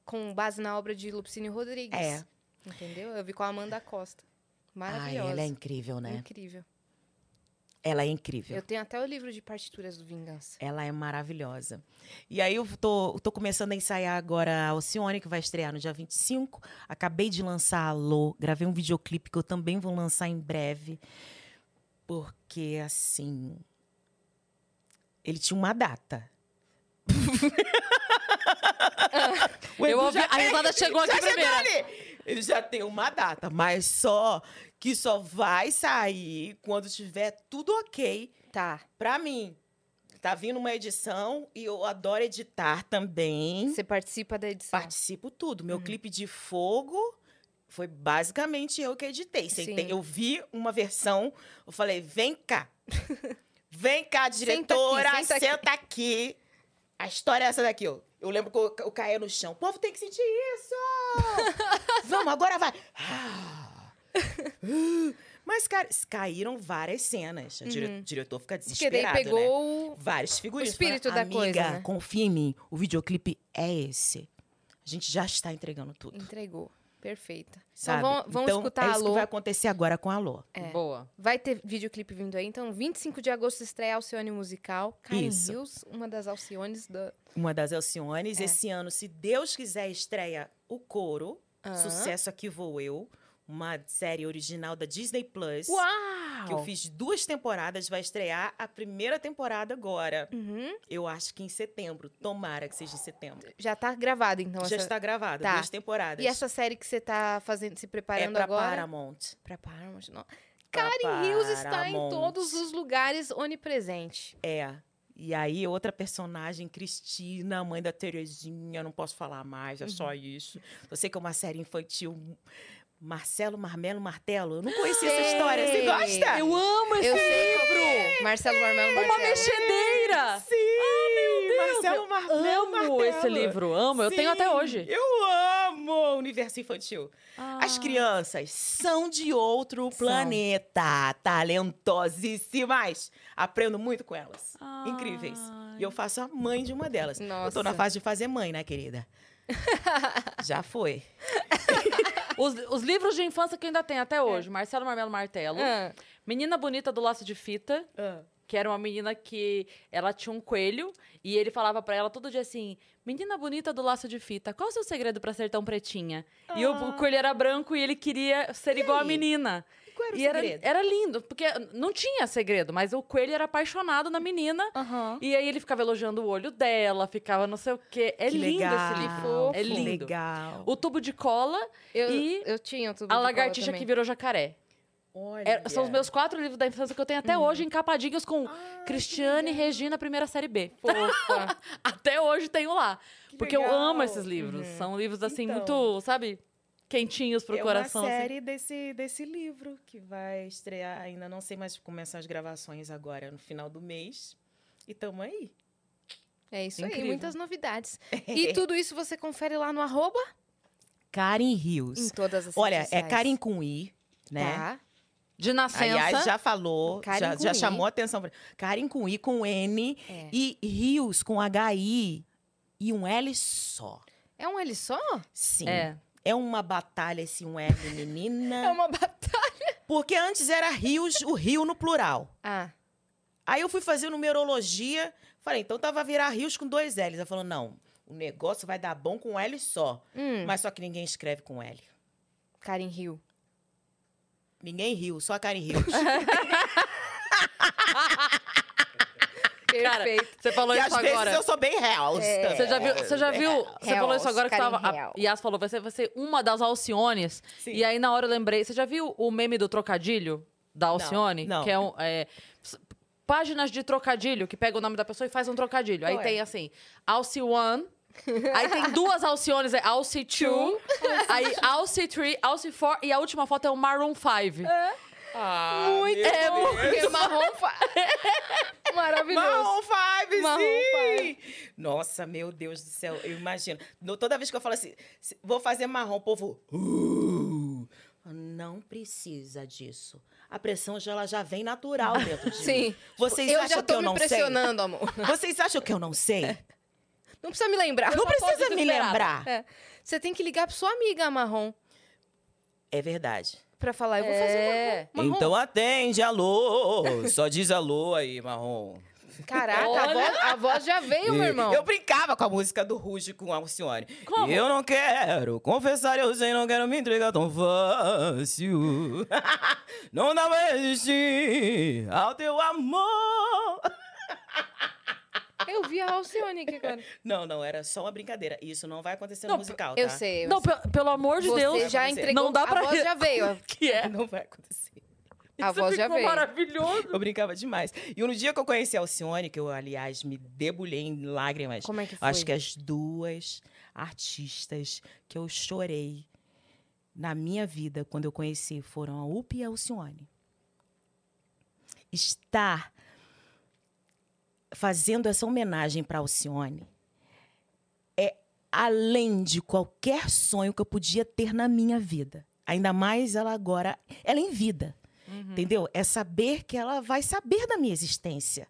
Speaker 2: Com base na obra de Lupicínio Rodrigues.
Speaker 3: É.
Speaker 2: Entendeu? Eu vi com a Amanda Costa.
Speaker 3: Ai,
Speaker 2: Maravilhosa.
Speaker 3: ela é incrível, né?
Speaker 2: Incrível.
Speaker 3: Ela é incrível.
Speaker 2: Eu tenho até o livro de partituras do Vingança.
Speaker 3: Ela é maravilhosa. E aí eu tô, tô começando a ensaiar agora a Alcione, que vai estrear no dia 25. Acabei de lançar a Alô, gravei um videoclipe que eu também vou lançar em breve. Porque, assim. Ele tinha uma data. O Edu
Speaker 1: eu ouvi,
Speaker 3: já
Speaker 1: a risada chegou aqui primeiro.
Speaker 3: ali. Ele já tem uma data, mas só que só vai sair quando tiver tudo ok
Speaker 2: Tá.
Speaker 3: pra mim. Tá vindo uma edição e eu adoro editar também.
Speaker 2: Você participa da edição.
Speaker 3: Participo tudo.
Speaker 2: Uhum.
Speaker 3: Meu clipe de fogo foi basicamente eu que editei. Sentei-
Speaker 2: Sim.
Speaker 3: eu vi uma versão, eu falei, vem cá. Vem
Speaker 2: Senta
Speaker 3: cá,
Speaker 2: aqui,
Speaker 3: diretora, senta aqui.
Speaker 2: senta aqui."
Speaker 3: A história é essa daqui, ó. Eu lembro que eu, eu caía no chão. O povo tem que sentir isso! Vamos, agora vai! Ah. Uh. Mas, cara, caíram várias cenas. O dire-
Speaker 2: Uhum.
Speaker 3: diretor fica
Speaker 2: Porque daí
Speaker 3: desesperado, né?
Speaker 2: pegou o-
Speaker 3: vários figurinhos.
Speaker 2: O espírito da
Speaker 3: Amiga,
Speaker 2: coisa, né?"
Speaker 3: confia em mim. O videoclipe é esse. A gente já está entregando tudo.
Speaker 2: Entregou. Perfeita.
Speaker 3: Sabe?
Speaker 2: Então vamos, vamos
Speaker 3: então,
Speaker 2: Então escutar
Speaker 3: é
Speaker 2: a
Speaker 3: isso que
Speaker 2: Lô.
Speaker 3: vai acontecer agora com a Lô.
Speaker 1: Boa.
Speaker 2: Vai ter videoclipe vindo aí, então 25 de agosto estreia Alcione Musical. Karen
Speaker 3: Isso.
Speaker 2: Hills, uma das Alciones da...
Speaker 3: Uma das Alciones.
Speaker 2: É.
Speaker 3: Esse ano, se Deus quiser, estreia O Coro.
Speaker 2: Aham.
Speaker 3: Sucesso Aqui Vou Eu. Uma série original da Disney Plus.
Speaker 2: Uau!
Speaker 3: Que eu fiz duas temporadas. Vai estrear a primeira temporada agora.
Speaker 2: Uhum.
Speaker 3: Eu acho que em setembro. Tomara que seja em setembro.
Speaker 2: Já tá gravado, então.
Speaker 3: Já
Speaker 2: essa-
Speaker 3: está gravada,
Speaker 2: Tá.
Speaker 3: duas temporadas.
Speaker 2: E essa série que você tá fazendo, se
Speaker 3: é
Speaker 2: preparando
Speaker 3: pra
Speaker 2: agora?
Speaker 3: Paramount.
Speaker 2: Pra Paramount. Não.
Speaker 3: Pra
Speaker 2: Karen Hills está em
Speaker 3: Paramount.
Speaker 2: todos os lugares onipresente.
Speaker 3: É. E aí, outra personagem, Cristina, mãe da Terezinha, não posso falar mais, é
Speaker 2: Uhum.
Speaker 3: só isso. Eu sei que é uma série infantil. Marcelo Marmelo Martelo, eu não conhecia essa história. Você
Speaker 2: Sei!
Speaker 3: gosta?
Speaker 1: Eu amo esse
Speaker 2: Eu sei
Speaker 1: livro!
Speaker 2: que Marcelo Marmelo
Speaker 1: Uma
Speaker 2: Marcelo.
Speaker 1: mexedeira!
Speaker 3: Sim!
Speaker 2: Ah,
Speaker 3: Marcelo Marmelo
Speaker 1: amo
Speaker 3: Martelo.
Speaker 1: esse livro, amo. Eu tenho
Speaker 3: Sim,
Speaker 1: até hoje.
Speaker 3: Eu amo o universo infantil. As
Speaker 1: Ah.
Speaker 3: crianças são de outro
Speaker 2: São.
Speaker 3: planeta, talentosíssimas. Aprendo muito com elas.
Speaker 1: Ai.
Speaker 3: Incríveis. E eu faço a mãe de uma delas. Eu tô
Speaker 2: Nossa.
Speaker 3: na fase de fazer mãe, né, querida? Já foi.
Speaker 1: Os, os livros de infância que eu ainda tenho até
Speaker 3: É.
Speaker 1: hoje. Marcelo Marmelo Martelo.
Speaker 2: Ah,
Speaker 1: Menina Bonita do Laço de Fita.
Speaker 3: Ah.
Speaker 1: Que era uma menina que ela tinha um coelho e ele falava pra ela todo dia assim: Menina bonita do laço de fita, qual o seu segredo pra ser tão pretinha? E o, o coelho era branco e ele queria ser igual a
Speaker 3: Ah. aí?
Speaker 1: menina.
Speaker 3: Qual era o
Speaker 1: e era,
Speaker 3: segredo?
Speaker 1: era lindo, porque não tinha segredo, mas o coelho era apaixonado na menina.
Speaker 2: Aham.
Speaker 1: E aí ele ficava elogiando o olho dela, ficava não sei o quê. É
Speaker 3: Que
Speaker 1: lindo
Speaker 3: legal.
Speaker 1: esse livro.
Speaker 2: fofo.
Speaker 1: É lindo.
Speaker 3: Legal.
Speaker 1: O tubo de cola,
Speaker 2: Eu,
Speaker 1: E
Speaker 2: eu tinha tudo.
Speaker 1: a lagartixa que virou jacaré.
Speaker 3: Olha. Uhum. Ah,
Speaker 1: É- são os meus quatro livros da infância que eu tenho até hoje, encapadinhos com Cristiane e Regina, primeira série B.
Speaker 2: Fofa.
Speaker 1: Até hoje tenho lá.
Speaker 3: Que
Speaker 1: porque eu
Speaker 3: legal.
Speaker 1: amo esses livros. São livros, assim,
Speaker 3: Então.
Speaker 1: muito, sabe? Quentinhos pro
Speaker 3: é
Speaker 1: coração.
Speaker 3: uma
Speaker 1: assim.
Speaker 3: série desse, desse livro que vai estrear ainda. Não sei mais começar as gravações agora, no final do mês. E tamo aí.
Speaker 2: É isso aí,
Speaker 1: Incrível.
Speaker 2: muitas novidades. E tudo isso você confere lá no arroba
Speaker 3: Karen
Speaker 2: em
Speaker 3: Rios.
Speaker 2: todas as
Speaker 3: Olha,
Speaker 2: redes
Speaker 3: é
Speaker 2: sociais.
Speaker 3: Karen com I, né?
Speaker 2: Tá.
Speaker 1: De nascença.
Speaker 3: Aliás, já falou,
Speaker 2: Karen
Speaker 3: já,
Speaker 2: com
Speaker 3: já
Speaker 2: I.
Speaker 3: chamou a atenção. pra- Karen com I, com N.
Speaker 2: É.
Speaker 3: E Rios com HI e um L só.
Speaker 2: É um L só?
Speaker 3: Sim. É,
Speaker 1: É.
Speaker 3: uma batalha esse um L, menina.
Speaker 2: É uma batalha.
Speaker 3: Porque antes era Rios, o Rio no plural.
Speaker 2: Ah,
Speaker 3: Aí eu fui fazer numerologia, falei, então tava virar Rios com dois L's. Ela falou, não, o negócio vai dar bom com um L só.
Speaker 2: hum.
Speaker 3: Mas só que ninguém escreve com L.
Speaker 2: Karen Hill.
Speaker 3: Ninguém riu, só a Karen Rios.
Speaker 1: Cara,
Speaker 2: Perfeito.
Speaker 1: você falou
Speaker 3: e às
Speaker 1: isso
Speaker 3: vezes
Speaker 1: agora.
Speaker 3: eu sou bem real.
Speaker 2: É.
Speaker 1: Você já viu? Você já viu? Você falou isso agora que
Speaker 2: Karen
Speaker 1: tava. A
Speaker 2: Hell.
Speaker 1: Yas falou, vai ser, vai ser uma das Alciones.
Speaker 3: Sim.
Speaker 1: E aí, na hora, eu lembrei. Você já viu o meme do trocadilho da Alcione?
Speaker 3: não.
Speaker 1: Que é um. é, s- páginas de trocadilho que pega o nome da pessoa e faz um trocadilho. Aí
Speaker 3: Qual é?
Speaker 1: tem assim, Alci One. Aí tem duas Alciones, é Alci Two, aí Alci Three, Alci Four e a última foto é o Maroon Five.
Speaker 3: Ah, muito
Speaker 1: é bom.
Speaker 2: Porque marrom fa... Maravilhoso.
Speaker 3: Marrom Five,
Speaker 2: Marrom
Speaker 3: sim! Nossa, meu Deus do céu, eu imagino. No- Toda vez que eu falo assim, se- vou fazer marrom, o povo... "Uh". não precisa disso. A pressão já, ela já vem natural dentro de mim.
Speaker 2: Sim.
Speaker 3: Vocês
Speaker 2: eu
Speaker 3: acham
Speaker 2: já
Speaker 3: que
Speaker 2: tô
Speaker 3: eu
Speaker 2: me
Speaker 3: não sei?
Speaker 2: impressionando, amor.
Speaker 3: Vocês acham que eu não sei? Ah,
Speaker 2: Não precisa me lembrar.
Speaker 3: Não precisa
Speaker 1: posso
Speaker 3: me
Speaker 1: desesperar.
Speaker 3: lembrar.
Speaker 2: É. Você tem que ligar pra sua amiga marrom
Speaker 3: É verdade.
Speaker 2: pra falar, eu vou fazer uma marrom.
Speaker 3: Então atende, alô. Só diz alô aí, marrom.
Speaker 2: Caraca, a voz, a voz já veio, meu irmão.
Speaker 3: Eu brincava com a música do Ruge com a Alcione.
Speaker 1: Como?
Speaker 3: Eu não quero confessar, eu sei, não quero me entregar tão fácil. não dá pra resistir ao teu amor.
Speaker 2: Eu vi a Alcione aqui agora.
Speaker 3: Não, não, era só uma brincadeira. Isso não vai acontecer
Speaker 1: Não,
Speaker 3: no musical, tá?
Speaker 2: Eu sei. eu
Speaker 1: Não,
Speaker 2: sei.
Speaker 1: pe- pelo amor de
Speaker 2: Você
Speaker 1: Deus.
Speaker 2: já entregou.
Speaker 1: Não dá pra
Speaker 2: A voz
Speaker 1: re-
Speaker 2: já veio. a-
Speaker 1: Que é.
Speaker 3: Não vai acontecer.
Speaker 2: A
Speaker 1: Isso
Speaker 2: voz já
Speaker 1: ficou
Speaker 2: veio.
Speaker 1: maravilhoso.
Speaker 3: Eu brincava demais. E no dia que eu conheci a Alcione, que eu, aliás, me debulhei em lágrimas,
Speaker 2: Como é que foi?
Speaker 3: acho que as duas artistas que eu chorei na minha vida quando eu conheci foram a UP e a Alcione. Estar fazendo essa homenagem para Alcione é além de qualquer sonho que eu podia ter na minha vida. Ainda mais ela agora, ela é em vida.
Speaker 2: Uhum.
Speaker 3: Entendeu? É saber que ela vai saber da minha existência,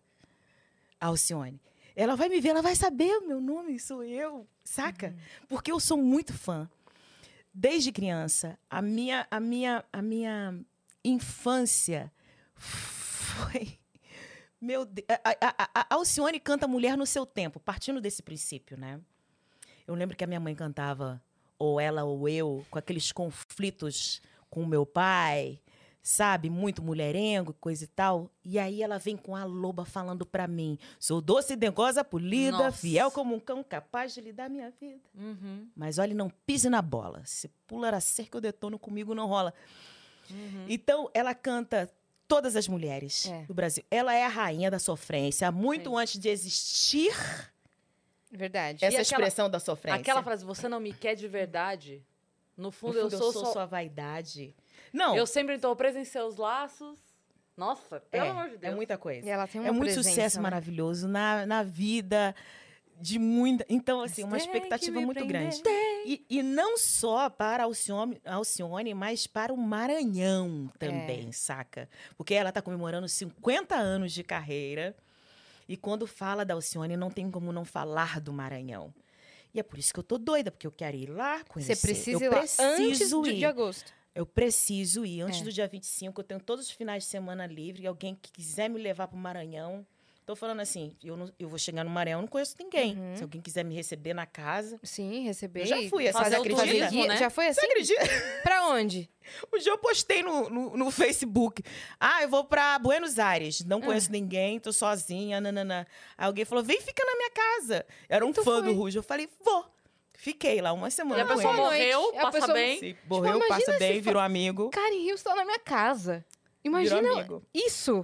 Speaker 3: a Alcione. Ela vai me ver, ela vai saber o meu nome, sou eu, saca? Porque eu sou muito fã. Desde criança, a minha, a minha, a minha infância foi. Meu Deus. A, a- a- a Alcione canta Mulher no seu tempo, partindo desse princípio, né? Eu lembro que a minha mãe cantava Ou Ela ou Eu, com aqueles conflitos com o meu pai sabe? Muito mulherengo, coisa e tal. E aí ela vem com a loba falando pra mim: sou doce, dengosa, polida,
Speaker 1: Nossa.
Speaker 3: fiel como um cão, capaz de lidar minha vida.
Speaker 1: Uhum.
Speaker 3: Mas olha, não pise na bola. Se pular a cerca, eu detono, comigo não rola.
Speaker 1: Uhum.
Speaker 3: Então, ela canta todas as mulheres
Speaker 2: É.
Speaker 3: do Brasil. Ela é a rainha da sofrência, muito
Speaker 2: Sim.
Speaker 3: antes de existir
Speaker 2: Verdade.
Speaker 1: E
Speaker 3: essa
Speaker 1: aquela-
Speaker 3: expressão da sofrência.
Speaker 1: Aquela frase, você não me quer de verdade. No
Speaker 3: No
Speaker 1: fundo, eu, sou, só.
Speaker 3: sua vaidade. Não,
Speaker 1: Eu sempre estou presa em seus laços. Nossa, pelo
Speaker 3: é,
Speaker 1: amor de
Speaker 3: é
Speaker 1: Deus.
Speaker 3: muita coisa.
Speaker 2: E ela tem uma
Speaker 3: é muito
Speaker 2: presença,
Speaker 3: sucesso
Speaker 2: né?
Speaker 3: maravilhoso na, na vida de muita. Então, assim, uma
Speaker 5: Tem que
Speaker 3: expectativa
Speaker 5: me
Speaker 3: muito
Speaker 5: prender.
Speaker 3: grande. E, e não só para Alcione, Alcione, mas para o Maranhão
Speaker 2: É.
Speaker 3: também, saca? Porque ela está comemorando 50 anos de carreira. E quando fala da Alcione, não tem como não falar do Maranhão. E é por isso que eu tô doida, porque eu quero ir lá conhecer.
Speaker 2: Você precisa
Speaker 3: eu
Speaker 2: ir lá antes
Speaker 3: preciso
Speaker 2: do-
Speaker 3: ir.
Speaker 2: de agosto.
Speaker 3: Eu preciso ir. Antes
Speaker 2: É.
Speaker 3: do dia 25, eu tenho todos os finais de semana livre. Alguém que quiser me levar pro Maranhão. Tô falando assim, eu, não- eu vou chegar no Maranhão, eu não conheço ninguém.
Speaker 2: Uhum.
Speaker 3: Se alguém quiser me receber na casa.
Speaker 2: Sim, receber.
Speaker 3: Eu já
Speaker 2: e
Speaker 3: fui, essa
Speaker 2: fazer,
Speaker 1: você
Speaker 2: fazer
Speaker 1: acredita?
Speaker 2: guia.
Speaker 1: né?
Speaker 2: Já foi assim?
Speaker 3: Você acredita?
Speaker 2: Pra onde?
Speaker 3: Um dia eu postei no, no, no Facebook. Ah, eu vou pra Buenos Aires.
Speaker 2: Hum.
Speaker 3: Não conheço ninguém, tô sozinha, nananã. Aí alguém falou, vem fica na minha casa. Era um
Speaker 2: Tu
Speaker 3: fã
Speaker 2: foi.
Speaker 3: do Ruge. Eu falei, vou. Fiquei lá uma
Speaker 1: E
Speaker 3: semana.
Speaker 1: a pessoa
Speaker 2: é.
Speaker 3: com ele.
Speaker 1: morreu,
Speaker 2: É a
Speaker 1: passa
Speaker 2: pessoa-
Speaker 1: bem.
Speaker 3: Sim, morreu,
Speaker 2: Tipo, imagina
Speaker 3: passa
Speaker 2: se
Speaker 3: bem,
Speaker 2: fa-
Speaker 3: virou amigo.
Speaker 2: Karen Hills tá na minha casa. Imagina
Speaker 3: Virou amigo.
Speaker 2: isso.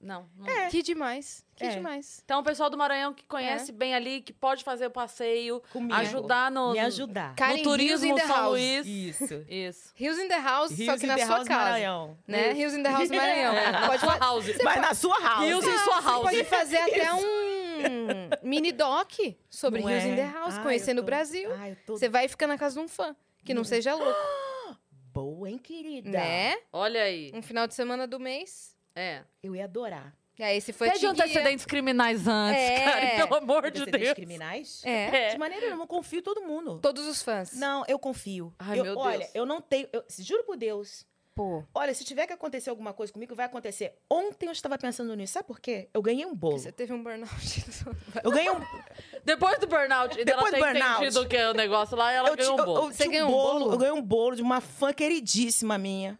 Speaker 1: Não, não.
Speaker 2: Que demais. Que
Speaker 3: É.
Speaker 2: demais.
Speaker 1: Então, o pessoal do Maranhão que conhece bem ali, que pode fazer o passeio,
Speaker 3: Comigo.
Speaker 1: ajudar
Speaker 2: é?
Speaker 1: no,
Speaker 3: Me ajudar.
Speaker 2: Karen
Speaker 1: no
Speaker 2: Hills in
Speaker 1: turismo
Speaker 2: the
Speaker 1: São
Speaker 2: house.
Speaker 1: Luís.
Speaker 3: Isso.
Speaker 1: Isso.
Speaker 2: Hills in the House, só que na sua casa.
Speaker 3: Maranhão.
Speaker 2: Né? Hills in the House Maranhão.
Speaker 1: É, na
Speaker 2: Pode
Speaker 1: sua house.
Speaker 3: Vai na sua house.
Speaker 1: Hills em sua house.
Speaker 2: Pode fazer até um mini doc sobre
Speaker 3: Não
Speaker 2: Hills
Speaker 3: é?
Speaker 2: in the House,
Speaker 3: Ai,
Speaker 2: conhecendo
Speaker 3: eu
Speaker 2: o
Speaker 3: tô-
Speaker 2: Brasil.
Speaker 3: Ai, eu tô
Speaker 2: um- Você vai ficar na casa de um fã, que não seja louco,
Speaker 3: boa, hein, querida?
Speaker 2: né?
Speaker 1: Olha aí.
Speaker 2: Um final de semana do mês.
Speaker 1: É.
Speaker 3: Eu ia adorar.
Speaker 2: E aí, se foi
Speaker 1: Pede antecedentes criminais antes,
Speaker 2: É.
Speaker 1: cara. Pelo amor de
Speaker 3: Antecedentes
Speaker 1: Deus.
Speaker 3: criminais?
Speaker 2: É.
Speaker 1: É.
Speaker 3: De maneira nenhuma, eu confio em todo mundo.
Speaker 2: Todos os fãs.
Speaker 3: Não, eu confio.
Speaker 1: Ai,
Speaker 3: Eu-
Speaker 1: meu
Speaker 3: Olha,
Speaker 1: Deus.
Speaker 3: eu não tenho... eu- juro por Deus.
Speaker 2: Pô.
Speaker 3: Olha, se tiver que acontecer alguma coisa comigo, vai acontecer. Ontem eu estava pensando nisso. Sabe por quê? Eu ganhei um bolo.
Speaker 2: Você teve um burnout.
Speaker 1: tá-
Speaker 3: Eu ganhei um...
Speaker 1: Depois do burnout, e dela
Speaker 3: Depois
Speaker 1: ter
Speaker 3: do burnout.
Speaker 1: entendido o que é o negócio lá, ela
Speaker 3: eu
Speaker 1: ganhou
Speaker 3: ti-
Speaker 1: um bolo.
Speaker 3: Eu, eu
Speaker 2: Você
Speaker 3: tinha
Speaker 2: ganhou um
Speaker 3: um bolo,
Speaker 2: bolo?
Speaker 3: Eu ganhei um bolo de uma fã queridíssima minha.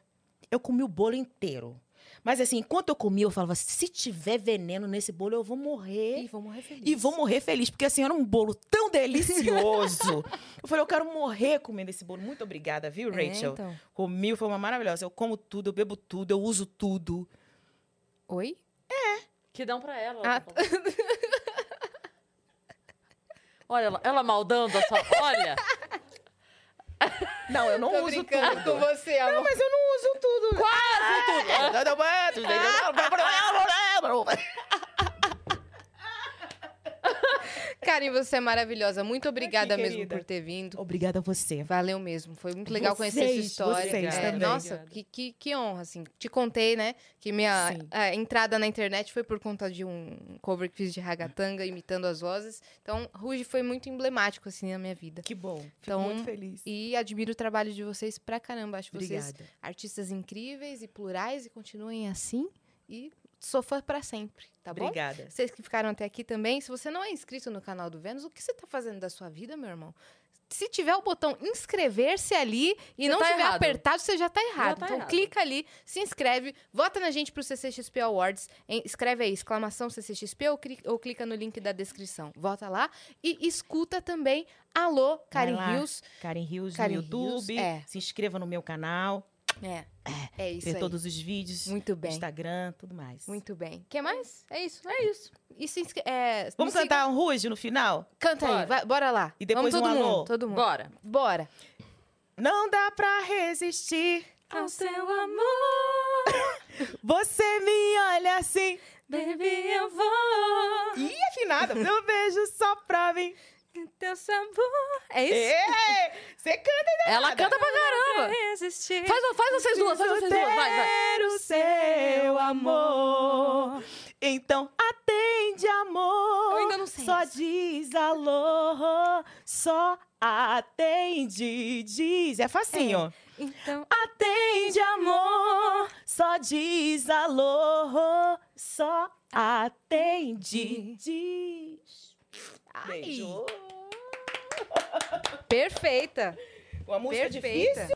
Speaker 3: Eu comi o bolo inteiro. Mas assim, enquanto eu comia, eu falava: se tiver veneno nesse bolo, eu vou morrer.
Speaker 2: vou morrer feliz.
Speaker 3: E vou morrer feliz, porque assim, era um bolo tão delicioso. eu falei, eu quero morrer comendo esse bolo. Muito obrigada, viu, Rachel?
Speaker 2: então.
Speaker 3: Comi, foi uma maravilhosa. Eu como tudo, eu bebo tudo, eu uso tudo.
Speaker 2: Oi?
Speaker 1: Que dão pra ela.
Speaker 2: Ah,
Speaker 1: ela tá falando. Olha ela, ela maldando a sua. Olha!
Speaker 3: Não, eu não
Speaker 2: Tô
Speaker 3: uso
Speaker 2: brincando
Speaker 3: tudo.
Speaker 2: com você, amor.
Speaker 3: Mas eu não uso tudo. Quase tudo.
Speaker 2: Karen, você é maravilhosa. Muito obrigada
Speaker 3: Aqui,
Speaker 2: mesmo
Speaker 3: querida.
Speaker 2: por ter vindo.
Speaker 3: Obrigada a você.
Speaker 2: Valeu mesmo. Foi muito legal conhecer
Speaker 3: Vocês,
Speaker 2: sua história.
Speaker 3: vocês
Speaker 2: É,
Speaker 3: também.
Speaker 2: nossa,
Speaker 1: Obrigada.
Speaker 2: que, que, que honra, assim. Te contei, né, que minha
Speaker 3: Sim.
Speaker 2: é, entrada na internet foi por conta de um cover que fiz de ragatanga, imitando as vozes. Então, Ruge foi muito emblemático, assim, na minha vida.
Speaker 3: Que bom. Fico
Speaker 2: Então,
Speaker 3: muito feliz.
Speaker 2: E admiro o trabalho de vocês pra caramba. Acho vocês
Speaker 3: Obrigada.
Speaker 2: artistas incríveis e plurais e continuem assim. E sou fã pra sempre, tá bom?
Speaker 3: Obrigada.
Speaker 2: Vocês que ficaram até aqui também, se você não é inscrito no canal do Vênus, o que você tá fazendo da sua vida, meu irmão? se tiver o botão inscrever-se ali e
Speaker 1: Você
Speaker 2: não
Speaker 1: tá
Speaker 2: tiver
Speaker 1: errado.
Speaker 2: apertado, você já tá errado.
Speaker 1: tá
Speaker 2: então
Speaker 1: errado.
Speaker 2: clica ali, se inscreve, vota na gente pro CCXP Awards, em- escreve aí, exclamação CCXP ou, cri- ou clica no link da descrição. Vota lá e escuta também Alô, Karen
Speaker 3: lá.
Speaker 2: Rios.
Speaker 3: Karen Rios
Speaker 2: Karen
Speaker 3: no
Speaker 2: Rios,
Speaker 3: YouTube.
Speaker 2: é.
Speaker 3: Se inscreva no meu canal.
Speaker 2: É, é isso
Speaker 3: ver
Speaker 2: aí.
Speaker 3: todos os vídeos.
Speaker 2: Muito
Speaker 3: no
Speaker 2: bem,
Speaker 3: Instagram, tudo mais.
Speaker 2: muito bem. Quer mais? É isso, é isso. E se inscre- é,
Speaker 3: Vamos
Speaker 2: não se-
Speaker 3: cantar um ruge no final?
Speaker 2: Canta aí,
Speaker 1: Bora.
Speaker 2: vai- bora lá.
Speaker 3: E depois
Speaker 2: Vamos todo
Speaker 3: um alô.
Speaker 2: mundo, todo mundo.
Speaker 1: Bora.
Speaker 2: Bora.
Speaker 3: Não dá pra resistir.
Speaker 5: Ao seu amor,
Speaker 3: Você me olha assim.
Speaker 5: baby, eu vou.
Speaker 3: Ih, afinada. Meu beijo só pra mim.
Speaker 5: Teu sabor
Speaker 2: É isso?
Speaker 3: Ê, Você canta
Speaker 1: Ela canta pra caramba.
Speaker 5: resistir.
Speaker 1: Faz, faz vocês duas, faz vocês duas. Vai, vai.
Speaker 3: ter o seu amor. Então atende, amor.
Speaker 2: Eu ainda não sei
Speaker 3: Só
Speaker 2: essa.
Speaker 3: diz alô. Só atende, diz. É facinho.
Speaker 5: Então,
Speaker 3: Atende, amor. Só diz alô. Só
Speaker 1: Hum.
Speaker 3: atende, diz.
Speaker 2: Perfeita.
Speaker 3: Uma música
Speaker 2: Perfeita.